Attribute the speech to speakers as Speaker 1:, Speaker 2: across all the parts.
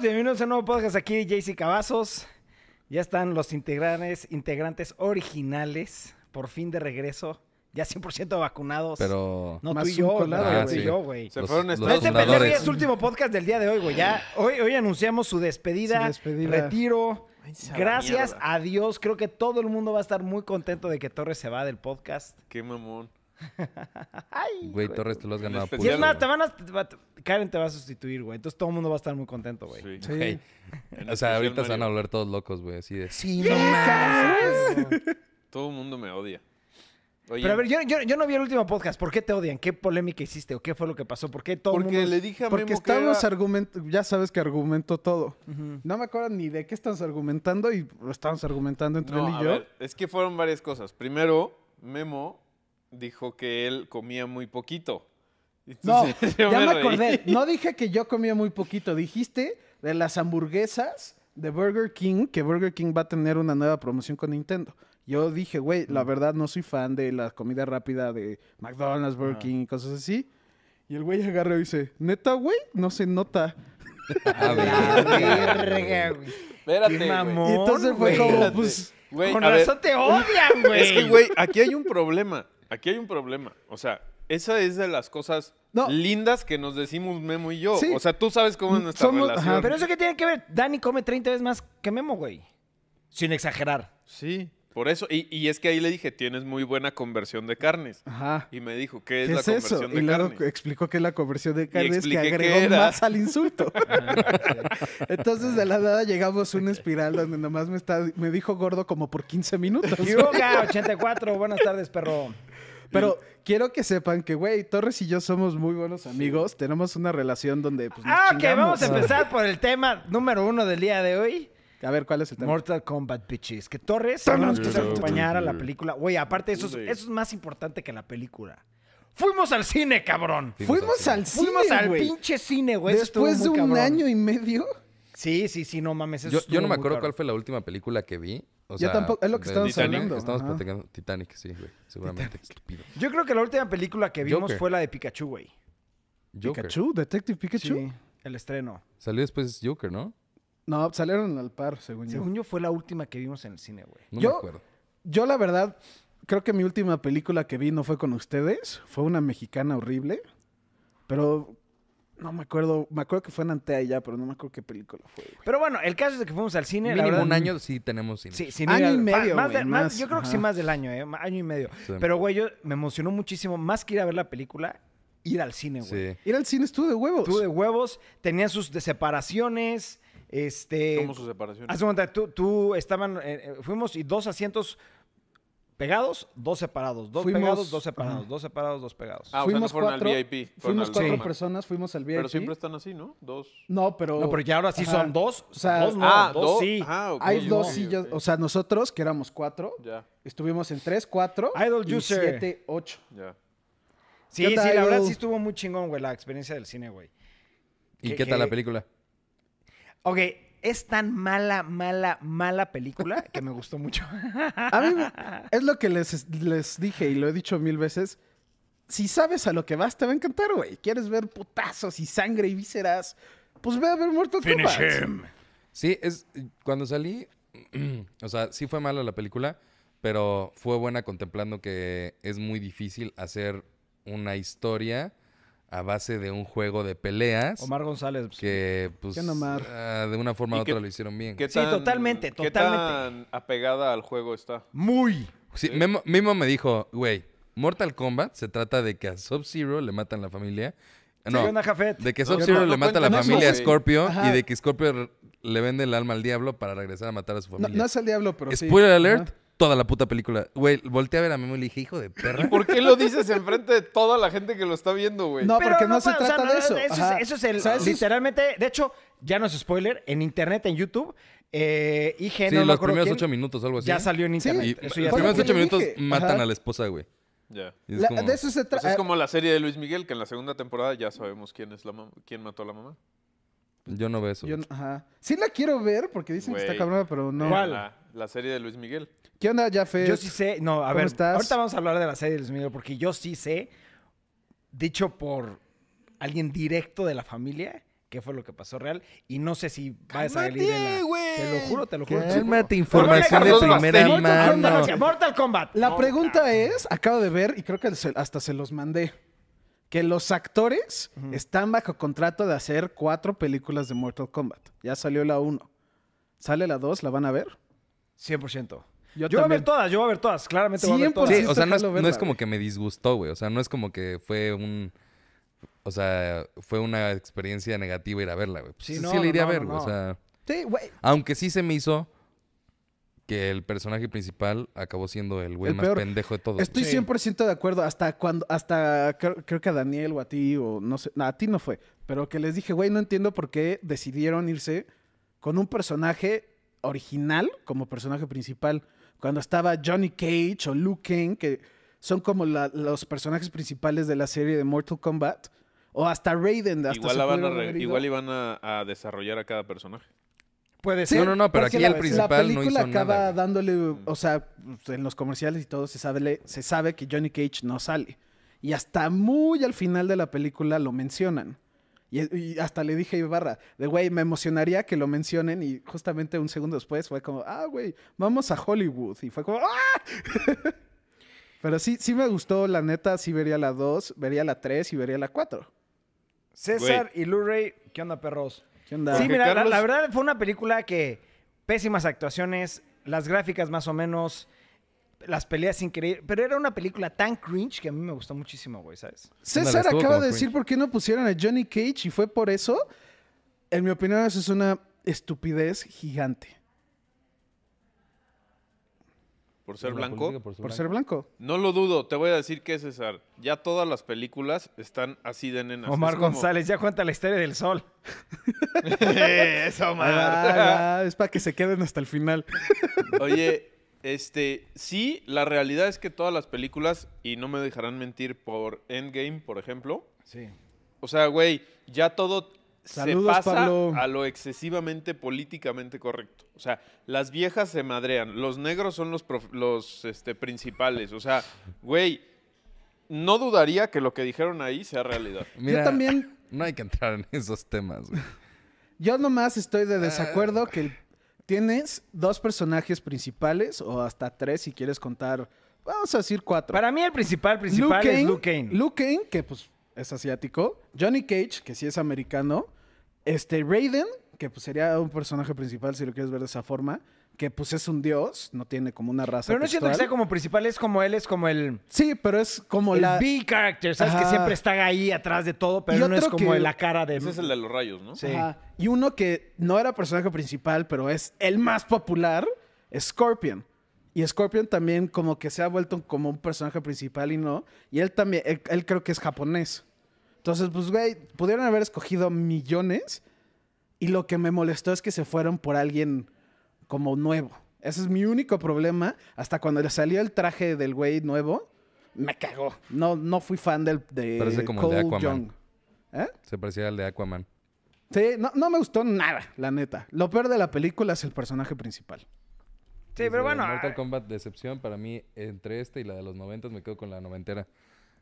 Speaker 1: bienvenidos a un nuevo podcast aquí, JC Cavazos. Ya están los integrantes, integrantes originales, por fin de regreso, ya 100% vacunados.
Speaker 2: Pues, Pero.
Speaker 1: no
Speaker 3: más
Speaker 1: tú y yo,
Speaker 3: un colado,
Speaker 1: güey,
Speaker 2: ah,
Speaker 1: tú y
Speaker 2: sí.
Speaker 1: yo, güey.
Speaker 2: los-
Speaker 4: fueron
Speaker 2: los
Speaker 4: estos
Speaker 1: Este
Speaker 4: fundadores.
Speaker 1: primer día
Speaker 2: fundadores.
Speaker 1: es su último podcast del día de hoy, güey. Ya hoy, hoy anunciamos su despedida,
Speaker 3: Su despedida.
Speaker 1: retiro.
Speaker 4: Váyanse a la
Speaker 1: Gracias
Speaker 4: mierda.
Speaker 1: a Dios, creo que todo el mundo va a estar muy contento de que Torres se va del podcast.
Speaker 4: Qué mamón.
Speaker 1: Ay,
Speaker 2: Güey, Torres, tú lo has ganado. a
Speaker 4: especial.
Speaker 1: Y es
Speaker 2: pulso,
Speaker 1: más,
Speaker 2: güey.
Speaker 1: te van a, te va- te- Karen te va a sustituir, güey. Entonces todo el mundo va a estar muy contento, güey.
Speaker 4: Sí.
Speaker 3: Sí.
Speaker 2: Güey.
Speaker 4: En
Speaker 2: O sea,
Speaker 4: especial
Speaker 2: ahorita se van a
Speaker 4: Mario.
Speaker 2: volver todos locos, güey. Así de. Sí,
Speaker 4: Todo el mundo me odia. Oye,
Speaker 1: Pero a ver, yo, yo- yo no vi el último podcast. ¿Por qué te odian? ¿Qué polémica hiciste? ¿O qué fue lo que pasó? ¿Por qué todo el
Speaker 4: porque
Speaker 1: mundo...
Speaker 4: le dije a Memo
Speaker 3: Porque
Speaker 4: que
Speaker 3: estamos
Speaker 4: era-
Speaker 3: argumentando, ya sabes que argumento todo.
Speaker 1: Ujú.
Speaker 3: No me acuerdo ni de qué estamos argumentando y lo estamos argumentando entre
Speaker 4: No,
Speaker 3: él
Speaker 4: a
Speaker 3: y yo.
Speaker 4: ver, es que fueron varias cosas. Primero, Memo dijo que él comía muy poquito.
Speaker 3: No,
Speaker 4: Entonces, yo
Speaker 3: ya me
Speaker 4: reí.
Speaker 3: acordé. No dije que yo comía muy poquito. Dijiste de las hamburguesas de Burger King, que Burger King va a tener una nueva promoción con Nintendo. Yo dije, güey,
Speaker 4: Mm.
Speaker 3: la verdad no soy fan de la comida rápida de McDonald's,
Speaker 4: Ah.
Speaker 3: Burger King y cosas así. Y el güey agarró y dice, neta, güey, no se nota.
Speaker 1: La
Speaker 2: a ver.
Speaker 1: verga, güey.
Speaker 4: Espérate,
Speaker 1: Qué
Speaker 4: güey.
Speaker 1: mamón.
Speaker 3: y entonces fue
Speaker 1: güey.
Speaker 3: como,
Speaker 4: Espérate.
Speaker 3: pues,
Speaker 4: Güey,
Speaker 1: Con
Speaker 4: a ver,
Speaker 1: razón te odian, güey.
Speaker 4: Es que, güey, aquí hay un problema. Aquí hay un problema. O sea, esa es de las cosas
Speaker 3: No.
Speaker 4: lindas que nos decimos Memo y yo.
Speaker 3: Sí.
Speaker 4: O sea, tú sabes cómo es nuestra
Speaker 3: Somos-
Speaker 4: relación.
Speaker 3: ajá.
Speaker 1: Pero eso qué tiene que ver. Dani come 30 veces más que Memo, güey. Sin exagerar.
Speaker 4: Sí. Por eso. Y, y es que ahí le dije, tienes muy buena conversión de carnes.
Speaker 3: ajá.
Speaker 4: Y me dijo, ¿qué es
Speaker 3: ¿Qué
Speaker 4: la
Speaker 3: es eso?
Speaker 4: conversión
Speaker 3: Y
Speaker 4: de
Speaker 3: luego
Speaker 4: carne?
Speaker 3: explicó que la conversión de carne es que
Speaker 4: expliqué qué
Speaker 3: agregó
Speaker 4: era.
Speaker 3: más al insulto. Entonces, de la nada llegamos a una espiral donde nomás me, está, me dijo gordo como por 15 minutos.
Speaker 1: Yoga 84 buenas tardes, perro.
Speaker 3: Pero quiero que sepan que, güey, Torres y yo somos muy buenos amigos. Tenemos una relación donde, pues, nos
Speaker 1: Ah, ok,
Speaker 3: chingamos.
Speaker 1: vamos a empezar por el tema número uno del día de hoy.
Speaker 3: A ver, ¿cuál es el tema?
Speaker 1: Mortal Kombat Bitches. Que Torres nos quiso acompañar a la película. Güey, aparte, eso es,
Speaker 4: Sí.
Speaker 1: eso es más importante que la película. Fuimos al cine, cabrón.
Speaker 3: Fuimos al cine,
Speaker 1: Fuimos al
Speaker 3: güey.
Speaker 1: pinche cine, güey. Eso estuvo
Speaker 3: Después
Speaker 1: muy
Speaker 3: de un
Speaker 1: cabrón.
Speaker 3: año y medio.
Speaker 1: Sí, sí, sí, no mames. eso
Speaker 2: Yo,
Speaker 1: estuvo
Speaker 2: yo no me
Speaker 1: muy
Speaker 2: acuerdo
Speaker 1: cabrón.
Speaker 2: cuál fue la última película que vi. O
Speaker 3: Yo
Speaker 2: sea,
Speaker 3: tampoco- es lo que
Speaker 2: de
Speaker 3: estamos
Speaker 2: Titanic,
Speaker 3: hablando,
Speaker 2: Estamos
Speaker 3: ajá.
Speaker 2: platicando Titanic, sí, güey. Seguramente. Estúpido.
Speaker 1: Yo creo que la última película que vimos
Speaker 2: Joker.
Speaker 1: fue la de Pikachu, güey.
Speaker 2: Joker.
Speaker 3: Pikachu, Detective Pikachu.
Speaker 1: Sí, el estreno.
Speaker 2: Salió después Joker, ¿no?
Speaker 3: No, salieron al par, según yo.
Speaker 1: Según yo, fue la última que vimos en el cine, güey.
Speaker 2: No
Speaker 3: Yo-
Speaker 2: me acuerdo.
Speaker 3: Yo, la verdad, creo que mi última película que vi no fue con ustedes. Fue una mexicana horrible. Pero no me acuerdo. Me acuerdo que fue en Antea y ya, pero no me acuerdo qué película fue. güey.
Speaker 1: Pero bueno, el caso es de que fuimos al cine. la
Speaker 2: Mínimo
Speaker 1: verdad-
Speaker 2: un año sí tenemos cine.
Speaker 1: Sí, sin ir
Speaker 3: Año y
Speaker 1: al- fa-
Speaker 3: medio,
Speaker 1: más de-
Speaker 3: güey,
Speaker 1: más-
Speaker 3: más,
Speaker 1: Yo creo que sí,
Speaker 3: ajá.
Speaker 1: más del año, ¿eh? ma- Año y medio.
Speaker 2: Sí.
Speaker 1: Pero, güey, yo me emocionó muchísimo. Más que ir a ver la película, ir al cine, güey.
Speaker 2: Sí.
Speaker 3: Ir al cine estuvo de huevos.
Speaker 1: Tú de huevos, tenían sus de- separaciones. Este.
Speaker 4: ¿Cómo su separación?
Speaker 3: Ah,
Speaker 1: Haz de cuenta, tú, tú estaban. eh, eh, fuimos y dos asientos pegados, dos separados. Dos
Speaker 3: Fuimos-
Speaker 1: pegados, dos separados.
Speaker 3: ajá.
Speaker 1: Dos separados, dos pegados.
Speaker 4: Ah, o sea, no fueron al VIP, fueron
Speaker 3: fuimos
Speaker 4: al
Speaker 3: cuatro
Speaker 4: normal.
Speaker 3: personas, fuimos al VIP.
Speaker 4: Pero siempre están así, ¿no? Dos.
Speaker 3: No, pero...
Speaker 1: no, pero ya ahora sí
Speaker 3: ajá.
Speaker 1: son dos.
Speaker 3: O sea,
Speaker 1: dos no, dos, sí.
Speaker 4: Ah, ok,
Speaker 3: Hay dos
Speaker 4: ok,
Speaker 3: sillas.
Speaker 4: ok.
Speaker 3: O sea, nosotros, que éramos cuatro,
Speaker 4: Ya,
Speaker 3: estuvimos en tres, cuatro,
Speaker 1: Idol
Speaker 3: y
Speaker 1: user.
Speaker 3: siete, ocho.
Speaker 4: ya.
Speaker 1: Sí,
Speaker 3: ¿Qué
Speaker 1: sí,
Speaker 3: tal,
Speaker 1: la verdad
Speaker 3: Edu?
Speaker 1: sí estuvo muy chingón, güey, la experiencia del cine, güey.
Speaker 2: ¿Y
Speaker 1: Que-
Speaker 2: qué tal la
Speaker 1: que-
Speaker 2: película?
Speaker 1: Ok, es tan mala, mala, mala película que me gustó mucho.
Speaker 3: A mí me- es lo que les, les dije y lo he dicho mil veces. Si sabes a lo que vas, te va a encantar, güey. ¿Quieres ver putazos y sangre y vísceras? Pues ve a ver Mortal Kombat.
Speaker 2: Sí, es cuando salí, o sea, sí fue mala la película, pero fue buena contemplando que es muy difícil hacer una historia a base de un juego de peleas
Speaker 1: Omar González. pues,
Speaker 2: que pues
Speaker 3: ¿Qué no, Omar?
Speaker 2: ah, de una forma
Speaker 4: Y
Speaker 2: u otra
Speaker 4: que-
Speaker 2: lo hicieron bien.
Speaker 4: ¿Qué
Speaker 1: Sí, totalmente,
Speaker 4: ¿Qué
Speaker 1: totalmente.
Speaker 4: tan apegada al juego está?
Speaker 1: Muy.
Speaker 2: Sí, Memo, Memo me dijo, güey, Mortal Kombat se trata de que a Sub-Zero le matan la familia.
Speaker 1: ¿Qué
Speaker 2: No,
Speaker 1: onda, Jafet?
Speaker 2: de que
Speaker 4: No,
Speaker 2: Sub-Zero
Speaker 4: no,
Speaker 2: le
Speaker 4: no
Speaker 2: mata a la
Speaker 4: cuentan eso,
Speaker 2: familia a
Speaker 4: güey.
Speaker 2: Scorpio
Speaker 3: Ajá.
Speaker 2: y de que Scorpio r- le vende el alma al diablo para regresar a matar a su
Speaker 3: No,
Speaker 2: familia.
Speaker 3: no es el diablo, pero sí.
Speaker 2: Spoiler
Speaker 3: Ajá.
Speaker 2: alert, toda la puta película. Güey, volteé a ver a Memo y le dije, hijo de perra.
Speaker 4: ¿Por qué lo dices enfrente de toda la gente que lo está viendo, güey?
Speaker 3: No,
Speaker 1: Pero
Speaker 3: porque no, se
Speaker 1: pa- o sea,
Speaker 3: trata
Speaker 1: no,
Speaker 3: de eso.
Speaker 1: Eso
Speaker 3: Ajá.
Speaker 1: es, eso es el.
Speaker 3: O sea, eso es-
Speaker 1: literalmente, de hecho, ya no es spoiler, en internet, en YouTube, eh, IG,
Speaker 2: sí,
Speaker 1: no me
Speaker 2: los
Speaker 1: acuerdo
Speaker 2: primeros
Speaker 1: quién,
Speaker 2: ocho minutos, algo así.
Speaker 1: Ya salió en
Speaker 3: Sí,
Speaker 1: internet.
Speaker 2: Y
Speaker 1: eso
Speaker 2: los
Speaker 1: ya
Speaker 3: fue lo
Speaker 2: primeros
Speaker 3: que
Speaker 2: ocho
Speaker 3: yo
Speaker 2: minutos
Speaker 3: dije.
Speaker 2: matan
Speaker 3: Ajá.
Speaker 2: a la esposa, güey.
Speaker 4: Ya.
Speaker 2: Y es
Speaker 3: la-
Speaker 2: como-
Speaker 3: De eso se eh,
Speaker 4: Pues
Speaker 3: trata.
Speaker 4: es como la serie de Luis Miguel, que en la segunda temporada ya sabemos quién es la mam- quién mató a la mamá.
Speaker 2: Yo no veo eso.
Speaker 3: Yo no- ajá. Sí la quiero ver porque dicen que
Speaker 4: Güey.
Speaker 3: está cabrona, pero no.
Speaker 1: ¿Cuál?
Speaker 4: La, la serie de Luis Miguel.
Speaker 3: ¿Qué onda, Jaffe?
Speaker 1: Yo sí sé, no, a
Speaker 3: ¿Cómo
Speaker 1: ver,
Speaker 3: estás?
Speaker 1: ahorita vamos a hablar de la serie de Luis Miguel, porque yo sí sé, dicho por alguien directo de la familia, qué fue lo que pasó real. Y no sé si vayas a salir en la. Te lo juro, te lo juro. te lo
Speaker 2: Cálmate,
Speaker 1: juro.
Speaker 2: información de
Speaker 4: Carlos
Speaker 2: primera
Speaker 4: Bastelli.
Speaker 2: mano.
Speaker 1: Mortal, Mortal Kombat.
Speaker 3: La pregunta es, acabo de ver, y creo que se- hasta se los mandé, que los actores están bajo contrato de hacer cuatro películas de Mortal Kombat. Ya salió la uno. ¿Sale la dos? ¿La van a ver?
Speaker 1: 100%. Yo,
Speaker 3: Yo
Speaker 1: voy a ver
Speaker 3: también.
Speaker 1: todas, yo voy a ver todas. Claramente voy a ver
Speaker 3: 100%.
Speaker 1: todas.
Speaker 2: Sí, o sea, no es,
Speaker 3: Quiero
Speaker 2: no es
Speaker 3: verla,
Speaker 2: como
Speaker 3: güey.
Speaker 2: que me disgustó, güey. O sea, no es como que fue un. O sea, fue una experiencia negativa ir a verla, güey. Pues
Speaker 1: Sí,
Speaker 2: Sí,
Speaker 1: no,
Speaker 2: sí
Speaker 1: no,
Speaker 2: le iría
Speaker 1: no,
Speaker 2: a ver,
Speaker 1: no,
Speaker 2: güey. O
Speaker 1: no.
Speaker 2: sea,
Speaker 3: Sí, güey.
Speaker 2: aunque sí se me hizo que el personaje principal acabó siendo el güey
Speaker 3: El
Speaker 2: más
Speaker 3: peor.
Speaker 2: pendejo de todos. güey.
Speaker 3: Estoy
Speaker 1: Sí.
Speaker 3: 100% de acuerdo. Hasta cuando, hasta creo, creo que a Daniel o a ti, o no sé, no, a ti no fue, pero que les dije, güey, no entiendo por qué decidieron irse con un personaje original como personaje principal. Cuando estaba Johnny Cage o Luke Kane, que son como la- los personajes principales de la serie de Mortal Kombat, o hasta Raiden. Hasta
Speaker 4: Igual,
Speaker 3: se
Speaker 4: la van a
Speaker 3: pudieron
Speaker 4: re-
Speaker 3: haber ido.
Speaker 4: igual iban a, a desarrollar a cada personaje.
Speaker 1: Puede
Speaker 3: Sí,
Speaker 1: ser.
Speaker 2: No, no, no, pero
Speaker 3: porque
Speaker 2: aquí
Speaker 3: la-
Speaker 2: el principal
Speaker 3: La
Speaker 2: no
Speaker 3: película
Speaker 2: hizo nada,
Speaker 3: acaba
Speaker 2: güey.
Speaker 3: dándole, o sea, pues, en los comerciales y todo se sabe, se sabe que Johnny Cage no sale. Y hasta muy al final de la película lo mencionan. Y, y hasta le dije a Ibarra, de güey, me emocionaría que lo mencionen. Y justamente un segundo después fue como, ah, güey, vamos a Hollywood. Y fue como, ¡ah! Pero sí, sí me gustó, la neta, sí vería la 2, vería la 3 y vería la 4.
Speaker 1: César y Lou Ray, ¿qué onda, perros?
Speaker 3: ¿Qué onda?
Speaker 1: Sí,
Speaker 4: Porque
Speaker 1: mira, la- la,
Speaker 4: Carlos-
Speaker 1: verdad fue una película que pésimas actuaciones, las gráficas más o menos, las peleas increíbles, pero era una película tan cringe que a mí me gustó muchísimo, güey, ¿sabes?
Speaker 3: César
Speaker 2: estuvo
Speaker 3: acaba
Speaker 2: como
Speaker 3: de decir
Speaker 2: cringe.
Speaker 3: por qué no pusieron a Johnny Cage y fue por eso. En mi opinión, eso es una estupidez gigante.
Speaker 4: Por ser blanco.
Speaker 3: Por ser blanco.
Speaker 4: No lo dudo, te voy a decir que César. Ya todas las películas están así de nenas.
Speaker 1: Omar
Speaker 4: Es como-
Speaker 1: González ya cuenta la historia del sol.
Speaker 4: Eso,
Speaker 3: Ah,
Speaker 4: Omar.
Speaker 3: ah, es para que se queden hasta el final.
Speaker 4: Oye, este, sí, la realidad es que todas las películas, y no me dejarán mentir por Endgame, por ejemplo.
Speaker 1: Sí.
Speaker 4: O sea, güey, ya todo se
Speaker 3: Saludos,
Speaker 4: pasa
Speaker 3: Pablo.
Speaker 4: a lo excesivamente políticamente correcto. O sea, las viejas se madrean, los negros son los, prof- los este, principales. O sea, güey, no dudaría que lo que dijeron ahí sea realidad.
Speaker 3: Yo también,
Speaker 2: No hay que entrar en esos temas, güey.
Speaker 3: yo nomás estoy de desacuerdo que el- tienes dos personajes principales o hasta tres si quieres contar, vamos a decir cuatro.
Speaker 1: Para mí el principal, principal es Luke Kane.
Speaker 3: Luke Kane, que pues es asiático. Johnny Cage, que sí es americano. Este, Raiden, que pues sería un personaje principal si lo quieres ver de esa forma. Que pues es un dios, no tiene como una raza
Speaker 1: pero no siento que sea
Speaker 3: textual.
Speaker 1: como principal, es como él, es como el...
Speaker 3: Sí, pero es como
Speaker 1: el
Speaker 3: la...
Speaker 1: B character, ¿sabes? Que
Speaker 3: Ajá.
Speaker 1: siempre está ahí atrás de todo,
Speaker 3: Y
Speaker 1: pero no es
Speaker 3: otro
Speaker 1: como
Speaker 3: que-
Speaker 1: la cara de...
Speaker 4: Ese es el de los rayos, ¿no?
Speaker 1: Sí.
Speaker 3: Ajá. Y uno que no era personaje principal, pero es el más popular, Scorpion. Y Scorpion también como que se ha vuelto como un personaje principal y no. Y él también, él, él creo que es japonés. Entonces, pues, güey, pudieron haber escogido millones. Y lo que me molestó es que se fueron por alguien como nuevo. Ese es mi único problema. Hasta cuando le salió el traje del güey nuevo, me cagó. No, no fui fan del, de
Speaker 2: Parece como el de Aquaman.
Speaker 3: Young. ¿Eh?
Speaker 2: Se parecía al de Aquaman.
Speaker 3: Sí, no, no me gustó nada, la neta. Lo peor de la película es el personaje principal.
Speaker 1: Sí, pero
Speaker 2: Desde
Speaker 1: bueno... ah,
Speaker 2: Mortal Kombat Decepción, para mí, entre este y la de los noventas, me quedo con la noventera.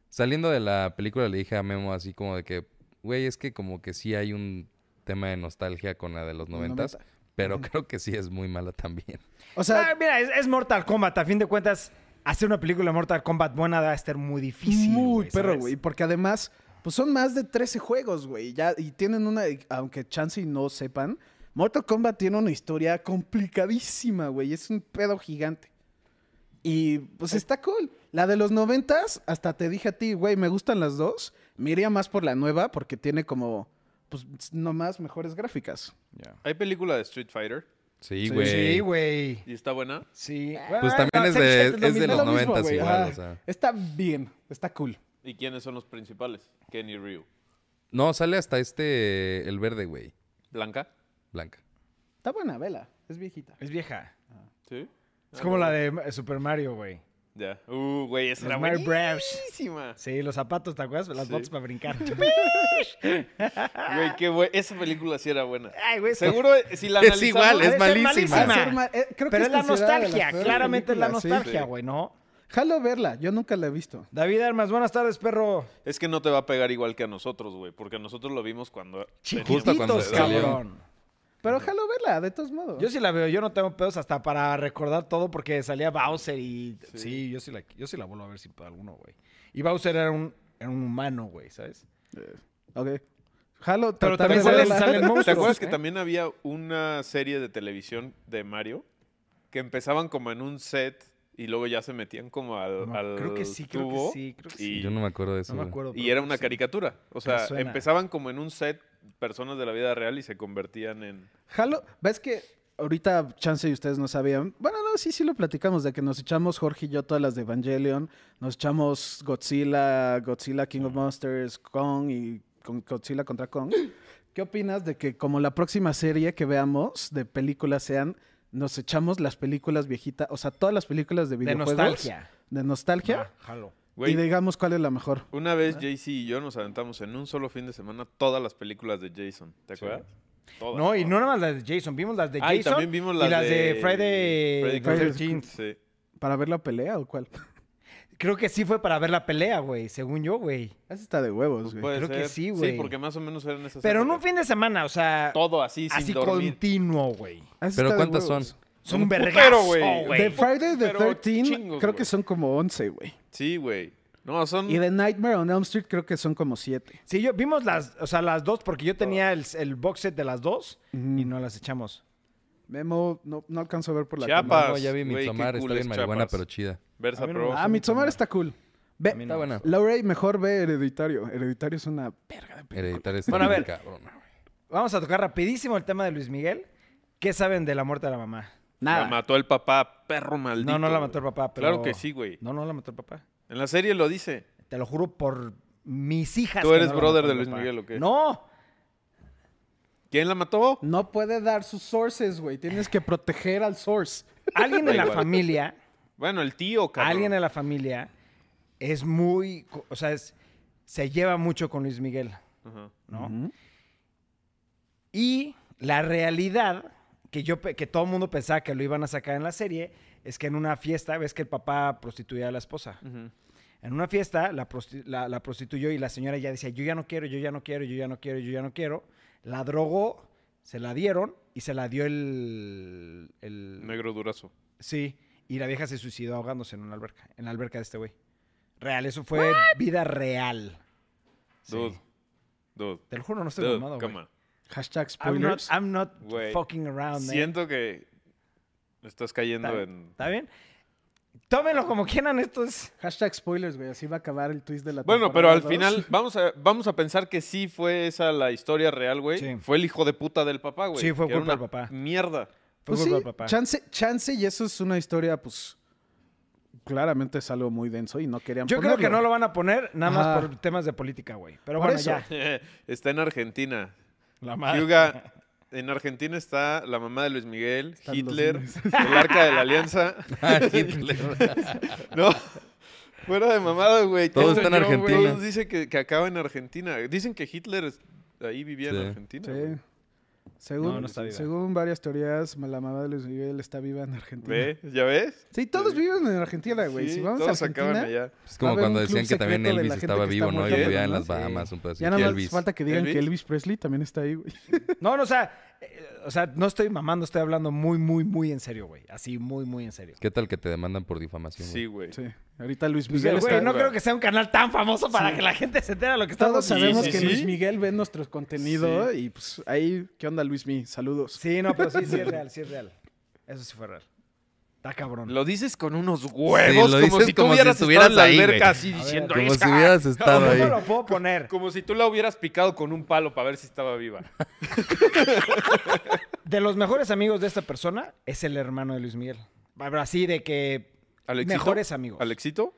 Speaker 2: Saliendo de la película, le dije a Memo así como de que, güey, es que como que sí hay un tema de nostalgia con la de los noventas,
Speaker 3: Noventa.
Speaker 2: pero creo que sí es muy mala también.
Speaker 3: O sea,
Speaker 1: Ah, mira, es, es Mortal Kombat. A fin de cuentas, hacer una película de Mortal Kombat buena va a estar muy difícil.
Speaker 3: muy
Speaker 1: güey,
Speaker 3: perro,
Speaker 1: ¿sabes?
Speaker 3: güey. Porque además, pues son más de 13 juegos, güey. Ya, y tienen una, aunque chance y no sepan, Mortal Kombat tiene una historia complicadísima, güey. Es un pedo gigante. Y pues está cool. La de los noventas, hasta te dije a ti, güey, me gustan las dos. Me iría más por la nueva porque tiene como, pues, nomás mejores gráficas.
Speaker 4: Hay película de Street Fighter
Speaker 2: Sí, güey.
Speaker 1: Sí, güey.
Speaker 4: y está buena.
Speaker 1: Sí.
Speaker 2: Pues
Speaker 1: Ah,
Speaker 2: también
Speaker 1: no,
Speaker 2: es
Speaker 1: Sex
Speaker 2: de-
Speaker 1: Ed lo
Speaker 2: es de
Speaker 1: mismo.
Speaker 2: los
Speaker 3: Es lo mismo,
Speaker 2: 90s
Speaker 3: güey.
Speaker 2: igual,
Speaker 3: Ajá.
Speaker 2: o sea.
Speaker 3: Está bien, está cool.
Speaker 4: ¿Y quiénes son los principales? Kenny Ryu.
Speaker 2: No, sale hasta este, el verde, güey,
Speaker 4: Blanca.
Speaker 2: blanca.
Speaker 3: Está buena, vela. Es viejita.
Speaker 1: Es vieja.
Speaker 4: Sí.
Speaker 1: Es como la de eh, Super Mario, güey.
Speaker 4: Ya. Uh, güey, esa
Speaker 1: Los
Speaker 4: era
Speaker 1: Mario Bros.
Speaker 4: buenísima.
Speaker 1: Sí, los zapatos, ¿te acuerdas? Las
Speaker 4: Sí.
Speaker 1: botas para brincar.
Speaker 4: Güey, qué güey. Esa película sí era buena.
Speaker 1: Ay, güey.
Speaker 4: Seguro, eh, si la
Speaker 2: Es
Speaker 4: analizamos...
Speaker 2: igual, es
Speaker 1: ha de ser
Speaker 2: malísima.
Speaker 1: malísima.
Speaker 3: Va a ser ma- eh, creo que
Speaker 1: Pero es la
Speaker 3: considerada de las
Speaker 1: nostalgia.
Speaker 3: peores
Speaker 1: Claramente es la
Speaker 3: películas, sí.
Speaker 1: nostalgia,
Speaker 4: Sí.
Speaker 1: güey, ¿no?
Speaker 3: Jalo verla, yo nunca la he visto.
Speaker 1: David Armas, buenas tardes, perro.
Speaker 4: Es que no te va a pegar igual que a nosotros, güey, porque nosotros lo vimos cuando...
Speaker 2: Justo
Speaker 4: teníamos-
Speaker 2: cuando
Speaker 1: Chiquititos,
Speaker 2: salió.
Speaker 1: cabrón.
Speaker 3: Pero jalo verla, de todos modos.
Speaker 1: Yo sí la veo, yo no tengo pedos hasta para recordar todo porque salía Bowser y... Sí,
Speaker 4: Sí.
Speaker 1: yo, sí la, yo sí la vuelvo a ver sin pedo alguno, güey. Y Bowser era un, era un humano, güey, ¿sabes?
Speaker 3: Ok. Jalo,
Speaker 1: Pero
Speaker 3: tratar
Speaker 1: también
Speaker 3: de
Speaker 1: salen-
Speaker 3: verla.
Speaker 1: salen monstruos.
Speaker 4: ¿Te acuerdas que
Speaker 1: ¿eh?
Speaker 4: también había una serie de televisión de Mario que empezaban como en un set y luego ya se metían como al,
Speaker 1: No,
Speaker 4: al
Speaker 1: creo que sí, creo que
Speaker 4: tubo
Speaker 1: sí, creo que
Speaker 4: y-
Speaker 1: sí.
Speaker 2: Yo no me acuerdo de eso.
Speaker 1: No me
Speaker 2: güey.
Speaker 1: acuerdo.
Speaker 4: y
Speaker 1: pero
Speaker 4: era una
Speaker 1: sí.
Speaker 4: caricatura. O sea,
Speaker 1: suena.
Speaker 4: empezaban como en un set personas de la vida real y se convertían en...
Speaker 3: Jalo, ves que ahorita chance y ustedes no sabían. Bueno, no, sí, sí lo platicamos, de que nos echamos Jorge y yo todas las de Evangelion, nos echamos Godzilla, Godzilla King of Monsters, Kong y con- Godzilla contra Kong. ¿Qué opinas de que como la próxima serie que veamos de películas sean nos echamos las películas viejitas, o sea, todas las películas de
Speaker 1: De
Speaker 3: videojuegos
Speaker 1: nostalgia.
Speaker 3: de nostalgia,
Speaker 1: Ah, jalo.
Speaker 4: Güey,
Speaker 3: y digamos cuál es la mejor?
Speaker 4: una vez Jay-Z y yo nos aventamos en un solo fin de semana todas las películas de Jason. ¿Te acuerdas? Todas,
Speaker 1: No, y
Speaker 4: todas.
Speaker 1: no nada más las de Jason, vimos las de
Speaker 4: Ah, y
Speaker 1: Jason
Speaker 4: también vimos
Speaker 1: y
Speaker 4: las,
Speaker 1: las de,
Speaker 4: Freddy
Speaker 1: Friday,
Speaker 4: Krueger.
Speaker 1: the 13th.
Speaker 4: Sí.
Speaker 3: ¿Para ver la pelea o cuál?
Speaker 1: Creo que sí fue para ver la pelea, güey, según yo, güey.
Speaker 3: Esa está de huevos, güey.
Speaker 4: Puede
Speaker 1: Creo que
Speaker 4: ser.
Speaker 1: sí, güey.
Speaker 4: Sí, porque más o menos eran esas.
Speaker 1: Pero en un
Speaker 4: épocas.
Speaker 1: fin de semana, o sea,
Speaker 4: Todo así, sin
Speaker 1: así
Speaker 4: dormir.
Speaker 1: continuo, güey.
Speaker 3: Esa está
Speaker 2: Pero
Speaker 3: de
Speaker 2: ¿cuántas son?
Speaker 3: huevos.
Speaker 1: Son
Speaker 4: Un putero,
Speaker 1: vergazo,
Speaker 4: pues, güey.
Speaker 1: güey.
Speaker 3: De Friday the
Speaker 4: Pero
Speaker 3: 13
Speaker 4: chingos,
Speaker 3: creo que
Speaker 4: güey. Mm.
Speaker 3: son como 11, güey.
Speaker 4: Sí, güey. No, son.
Speaker 3: Y de Nightmare on Elm Street creo que son como 7.
Speaker 1: Sí, yo, vimos las, o sea, las dos, porque yo tenía el, el box set de las dos y no las echamos.
Speaker 3: Memo no, no alcanzó a ver por la
Speaker 4: Chiapas.
Speaker 3: cámara.
Speaker 2: No, ya vi
Speaker 4: Güey, qué
Speaker 2: Midsommar,
Speaker 4: cool
Speaker 2: está bien
Speaker 4: es
Speaker 2: marihuana,
Speaker 4: Chiapas.
Speaker 2: pero chida.
Speaker 4: Versa
Speaker 1: A mí no me
Speaker 4: Pro.
Speaker 1: gusta.
Speaker 3: Ah, Midsommar está cool. Ve,
Speaker 4: Eh,
Speaker 1: A mí no
Speaker 2: Está
Speaker 1: me
Speaker 2: buena.
Speaker 3: Laurey, mejor ve Hereditario. Hereditario es una verga de película.
Speaker 2: Hereditaria está
Speaker 1: Bueno, a
Speaker 2: bien
Speaker 1: ver.
Speaker 2: cabrona, güey.
Speaker 1: Vamos a tocar rapidísimo el tema de Luis Miguel. ¿Qué saben de la muerte de la mamá?
Speaker 4: La mató el papá, perro maldito.
Speaker 1: no, no la
Speaker 4: güey.
Speaker 1: mató el papá, pero...
Speaker 4: Claro que sí, güey.
Speaker 1: No, no la mató el papá.
Speaker 4: En la serie lo dice.
Speaker 1: Te lo juro por mis hijas.
Speaker 4: ¿Tú
Speaker 1: que
Speaker 4: eres
Speaker 1: no la
Speaker 4: brother
Speaker 1: mató
Speaker 4: de
Speaker 1: el
Speaker 4: Luis
Speaker 1: papá.
Speaker 4: Miguel o qué?
Speaker 1: No,
Speaker 4: ¿Quién la mató?
Speaker 3: No puede dar sus sources, güey. Tienes que proteger al source.
Speaker 1: alguien
Speaker 4: Da
Speaker 1: en la
Speaker 4: igual.
Speaker 1: familia,
Speaker 4: Bueno, el tío, cabrón.
Speaker 1: alguien en la familia es muy, co- o sea, es- se lleva mucho con Luis Miguel,
Speaker 4: Ajá.
Speaker 1: ¿no?
Speaker 3: Ujú.
Speaker 1: Y la realidad que yo pe- que todo el mundo pensaba que lo iban a sacar en la serie es que en una fiesta ves que el papá prostituía a la esposa.
Speaker 4: Ujú.
Speaker 1: En una fiesta la, prosti- la- la prostituyó y la señora ya decía, yo ya no quiero, yo ya no quiero, yo ya no quiero, yo ya no quiero. La drogó, se la dieron y se la dio el... el
Speaker 4: Negro durazo.
Speaker 1: Sí, y la vieja se suicidó ahogándose en una alberca, en la alberca de este güey. Real, eso fue vida real. Sí.
Speaker 4: Dude. Dude.
Speaker 1: Te lo juro, no estoy
Speaker 4: Dude,
Speaker 1: mamado,
Speaker 4: come
Speaker 1: güey.
Speaker 4: on.
Speaker 3: Hashtag
Speaker 1: I'm not,
Speaker 3: spoilers.
Speaker 1: I'm not
Speaker 4: Güey.
Speaker 1: fucking around, man.
Speaker 4: Siento que estás cayendo
Speaker 1: Está-
Speaker 4: en.
Speaker 1: ¿Está bien? Tómenlo como quieran, esto es...
Speaker 3: Hashtag spoilers, güey. Así va a acabar el twist de la
Speaker 4: Bueno, pero
Speaker 3: temporada
Speaker 4: al
Speaker 3: dos.
Speaker 4: final vamos a, vamos a pensar que sí fue esa la historia real, güey.
Speaker 1: Sí.
Speaker 4: Fue el hijo de puta del papá, güey.
Speaker 1: Sí, fue
Speaker 4: que era
Speaker 1: culpa
Speaker 4: una
Speaker 1: del papá.
Speaker 4: Mierda.
Speaker 1: Fue
Speaker 3: Pues
Speaker 1: culpa
Speaker 3: sí,
Speaker 1: del papá.
Speaker 3: chance, chance y eso es una historia, pues, claramente es algo muy denso y no querían
Speaker 1: Yo creo que
Speaker 3: ponerlo.
Speaker 1: no lo van a poner nada más
Speaker 3: Ajá.
Speaker 1: por temas de política, güey. Pero
Speaker 3: Por
Speaker 1: bueno,
Speaker 3: eso.
Speaker 1: ya.
Speaker 4: Está en Argentina.
Speaker 1: La
Speaker 4: Hyuga, en Argentina está la mamá de Luis Miguel,
Speaker 3: Están los
Speaker 4: Hitler,
Speaker 3: memes.
Speaker 4: el arca de la alianza.
Speaker 2: Ah, Hitler.
Speaker 4: No. Fuera de mamada, güey.
Speaker 2: Todo
Speaker 4: Todo
Speaker 2: está en
Speaker 4: yo, güey.
Speaker 2: Argentina.
Speaker 4: Todos dicen que, que acaba en Argentina. Dicen que Hitler es- ahí vivía
Speaker 2: Sí.
Speaker 4: en Argentina.
Speaker 3: Sí.
Speaker 4: güey.
Speaker 3: Según,
Speaker 1: No, no está viva.
Speaker 3: según varias teorías, la mamá de Luis Miguel está viva en Argentina.
Speaker 4: ¿Ve? ¿Ya ves?
Speaker 3: Sí, todos viven en Argentina, güey.
Speaker 4: Sí,
Speaker 3: si vamos a
Speaker 4: todos acaban
Speaker 3: Argentina, pues,
Speaker 2: Es
Speaker 4: allá.
Speaker 3: Va a
Speaker 2: como
Speaker 3: haber
Speaker 2: cuando
Speaker 3: un club
Speaker 2: decían que también
Speaker 3: secreto de
Speaker 2: Elvis
Speaker 3: la gente
Speaker 2: estaba
Speaker 3: que está
Speaker 2: vivo, ¿no? Y
Speaker 3: muerta,
Speaker 2: vivía en
Speaker 3: ¿no?
Speaker 2: las Bahamas,
Speaker 1: Sí.
Speaker 2: un pedacito.
Speaker 3: ya nada más
Speaker 2: Elvis.
Speaker 3: falta que digan que
Speaker 4: Elvis.
Speaker 3: Elvis Presley también está ahí, güey.
Speaker 1: No, no, o sea, eh, o sea, no estoy mamando, estoy hablando muy, muy, muy en serio, güey. Así, muy, muy en serio.
Speaker 2: ¿Qué tal que te demandan por difamación?
Speaker 4: Sí,
Speaker 2: güey?
Speaker 4: güey.
Speaker 3: Sí. Ahorita Luis
Speaker 1: Pues,
Speaker 3: Miguel
Speaker 1: güey,
Speaker 3: está...
Speaker 1: no creo que sea un canal tan famoso para que la gente se entere de lo que estamos
Speaker 3: Todos sabemos
Speaker 4: Sí,
Speaker 3: que
Speaker 4: sí,
Speaker 3: Luis
Speaker 4: sí.
Speaker 3: Miguel ve nuestros contenidos y pues ahí, ¿qué onda Luis Mi? Saludos.
Speaker 1: Sí, no, pero sí, sí es real, sí es real. Eso sí fue real. Está cabrón.
Speaker 4: Lo dices con unos
Speaker 2: lo
Speaker 4: huevos, como
Speaker 2: dices
Speaker 4: si tú
Speaker 2: como si
Speaker 4: hubieras estado
Speaker 2: estuvieras
Speaker 4: en la
Speaker 2: ahí,
Speaker 4: alberca
Speaker 2: güey.
Speaker 4: así
Speaker 1: ver,
Speaker 4: diciendo
Speaker 2: Como si
Speaker 4: "Hija".
Speaker 2: hubieras estado
Speaker 1: ¿Cómo
Speaker 2: ahí.
Speaker 1: lo puedo poner?
Speaker 4: Como si tú la hubieras picado con un palo para ver si estaba viva.
Speaker 1: De los mejores amigos de esta persona es el hermano de Luis Miguel. Pero así de que
Speaker 4: ¿Alexito?
Speaker 1: mejores amigos.
Speaker 4: ¿Alexito?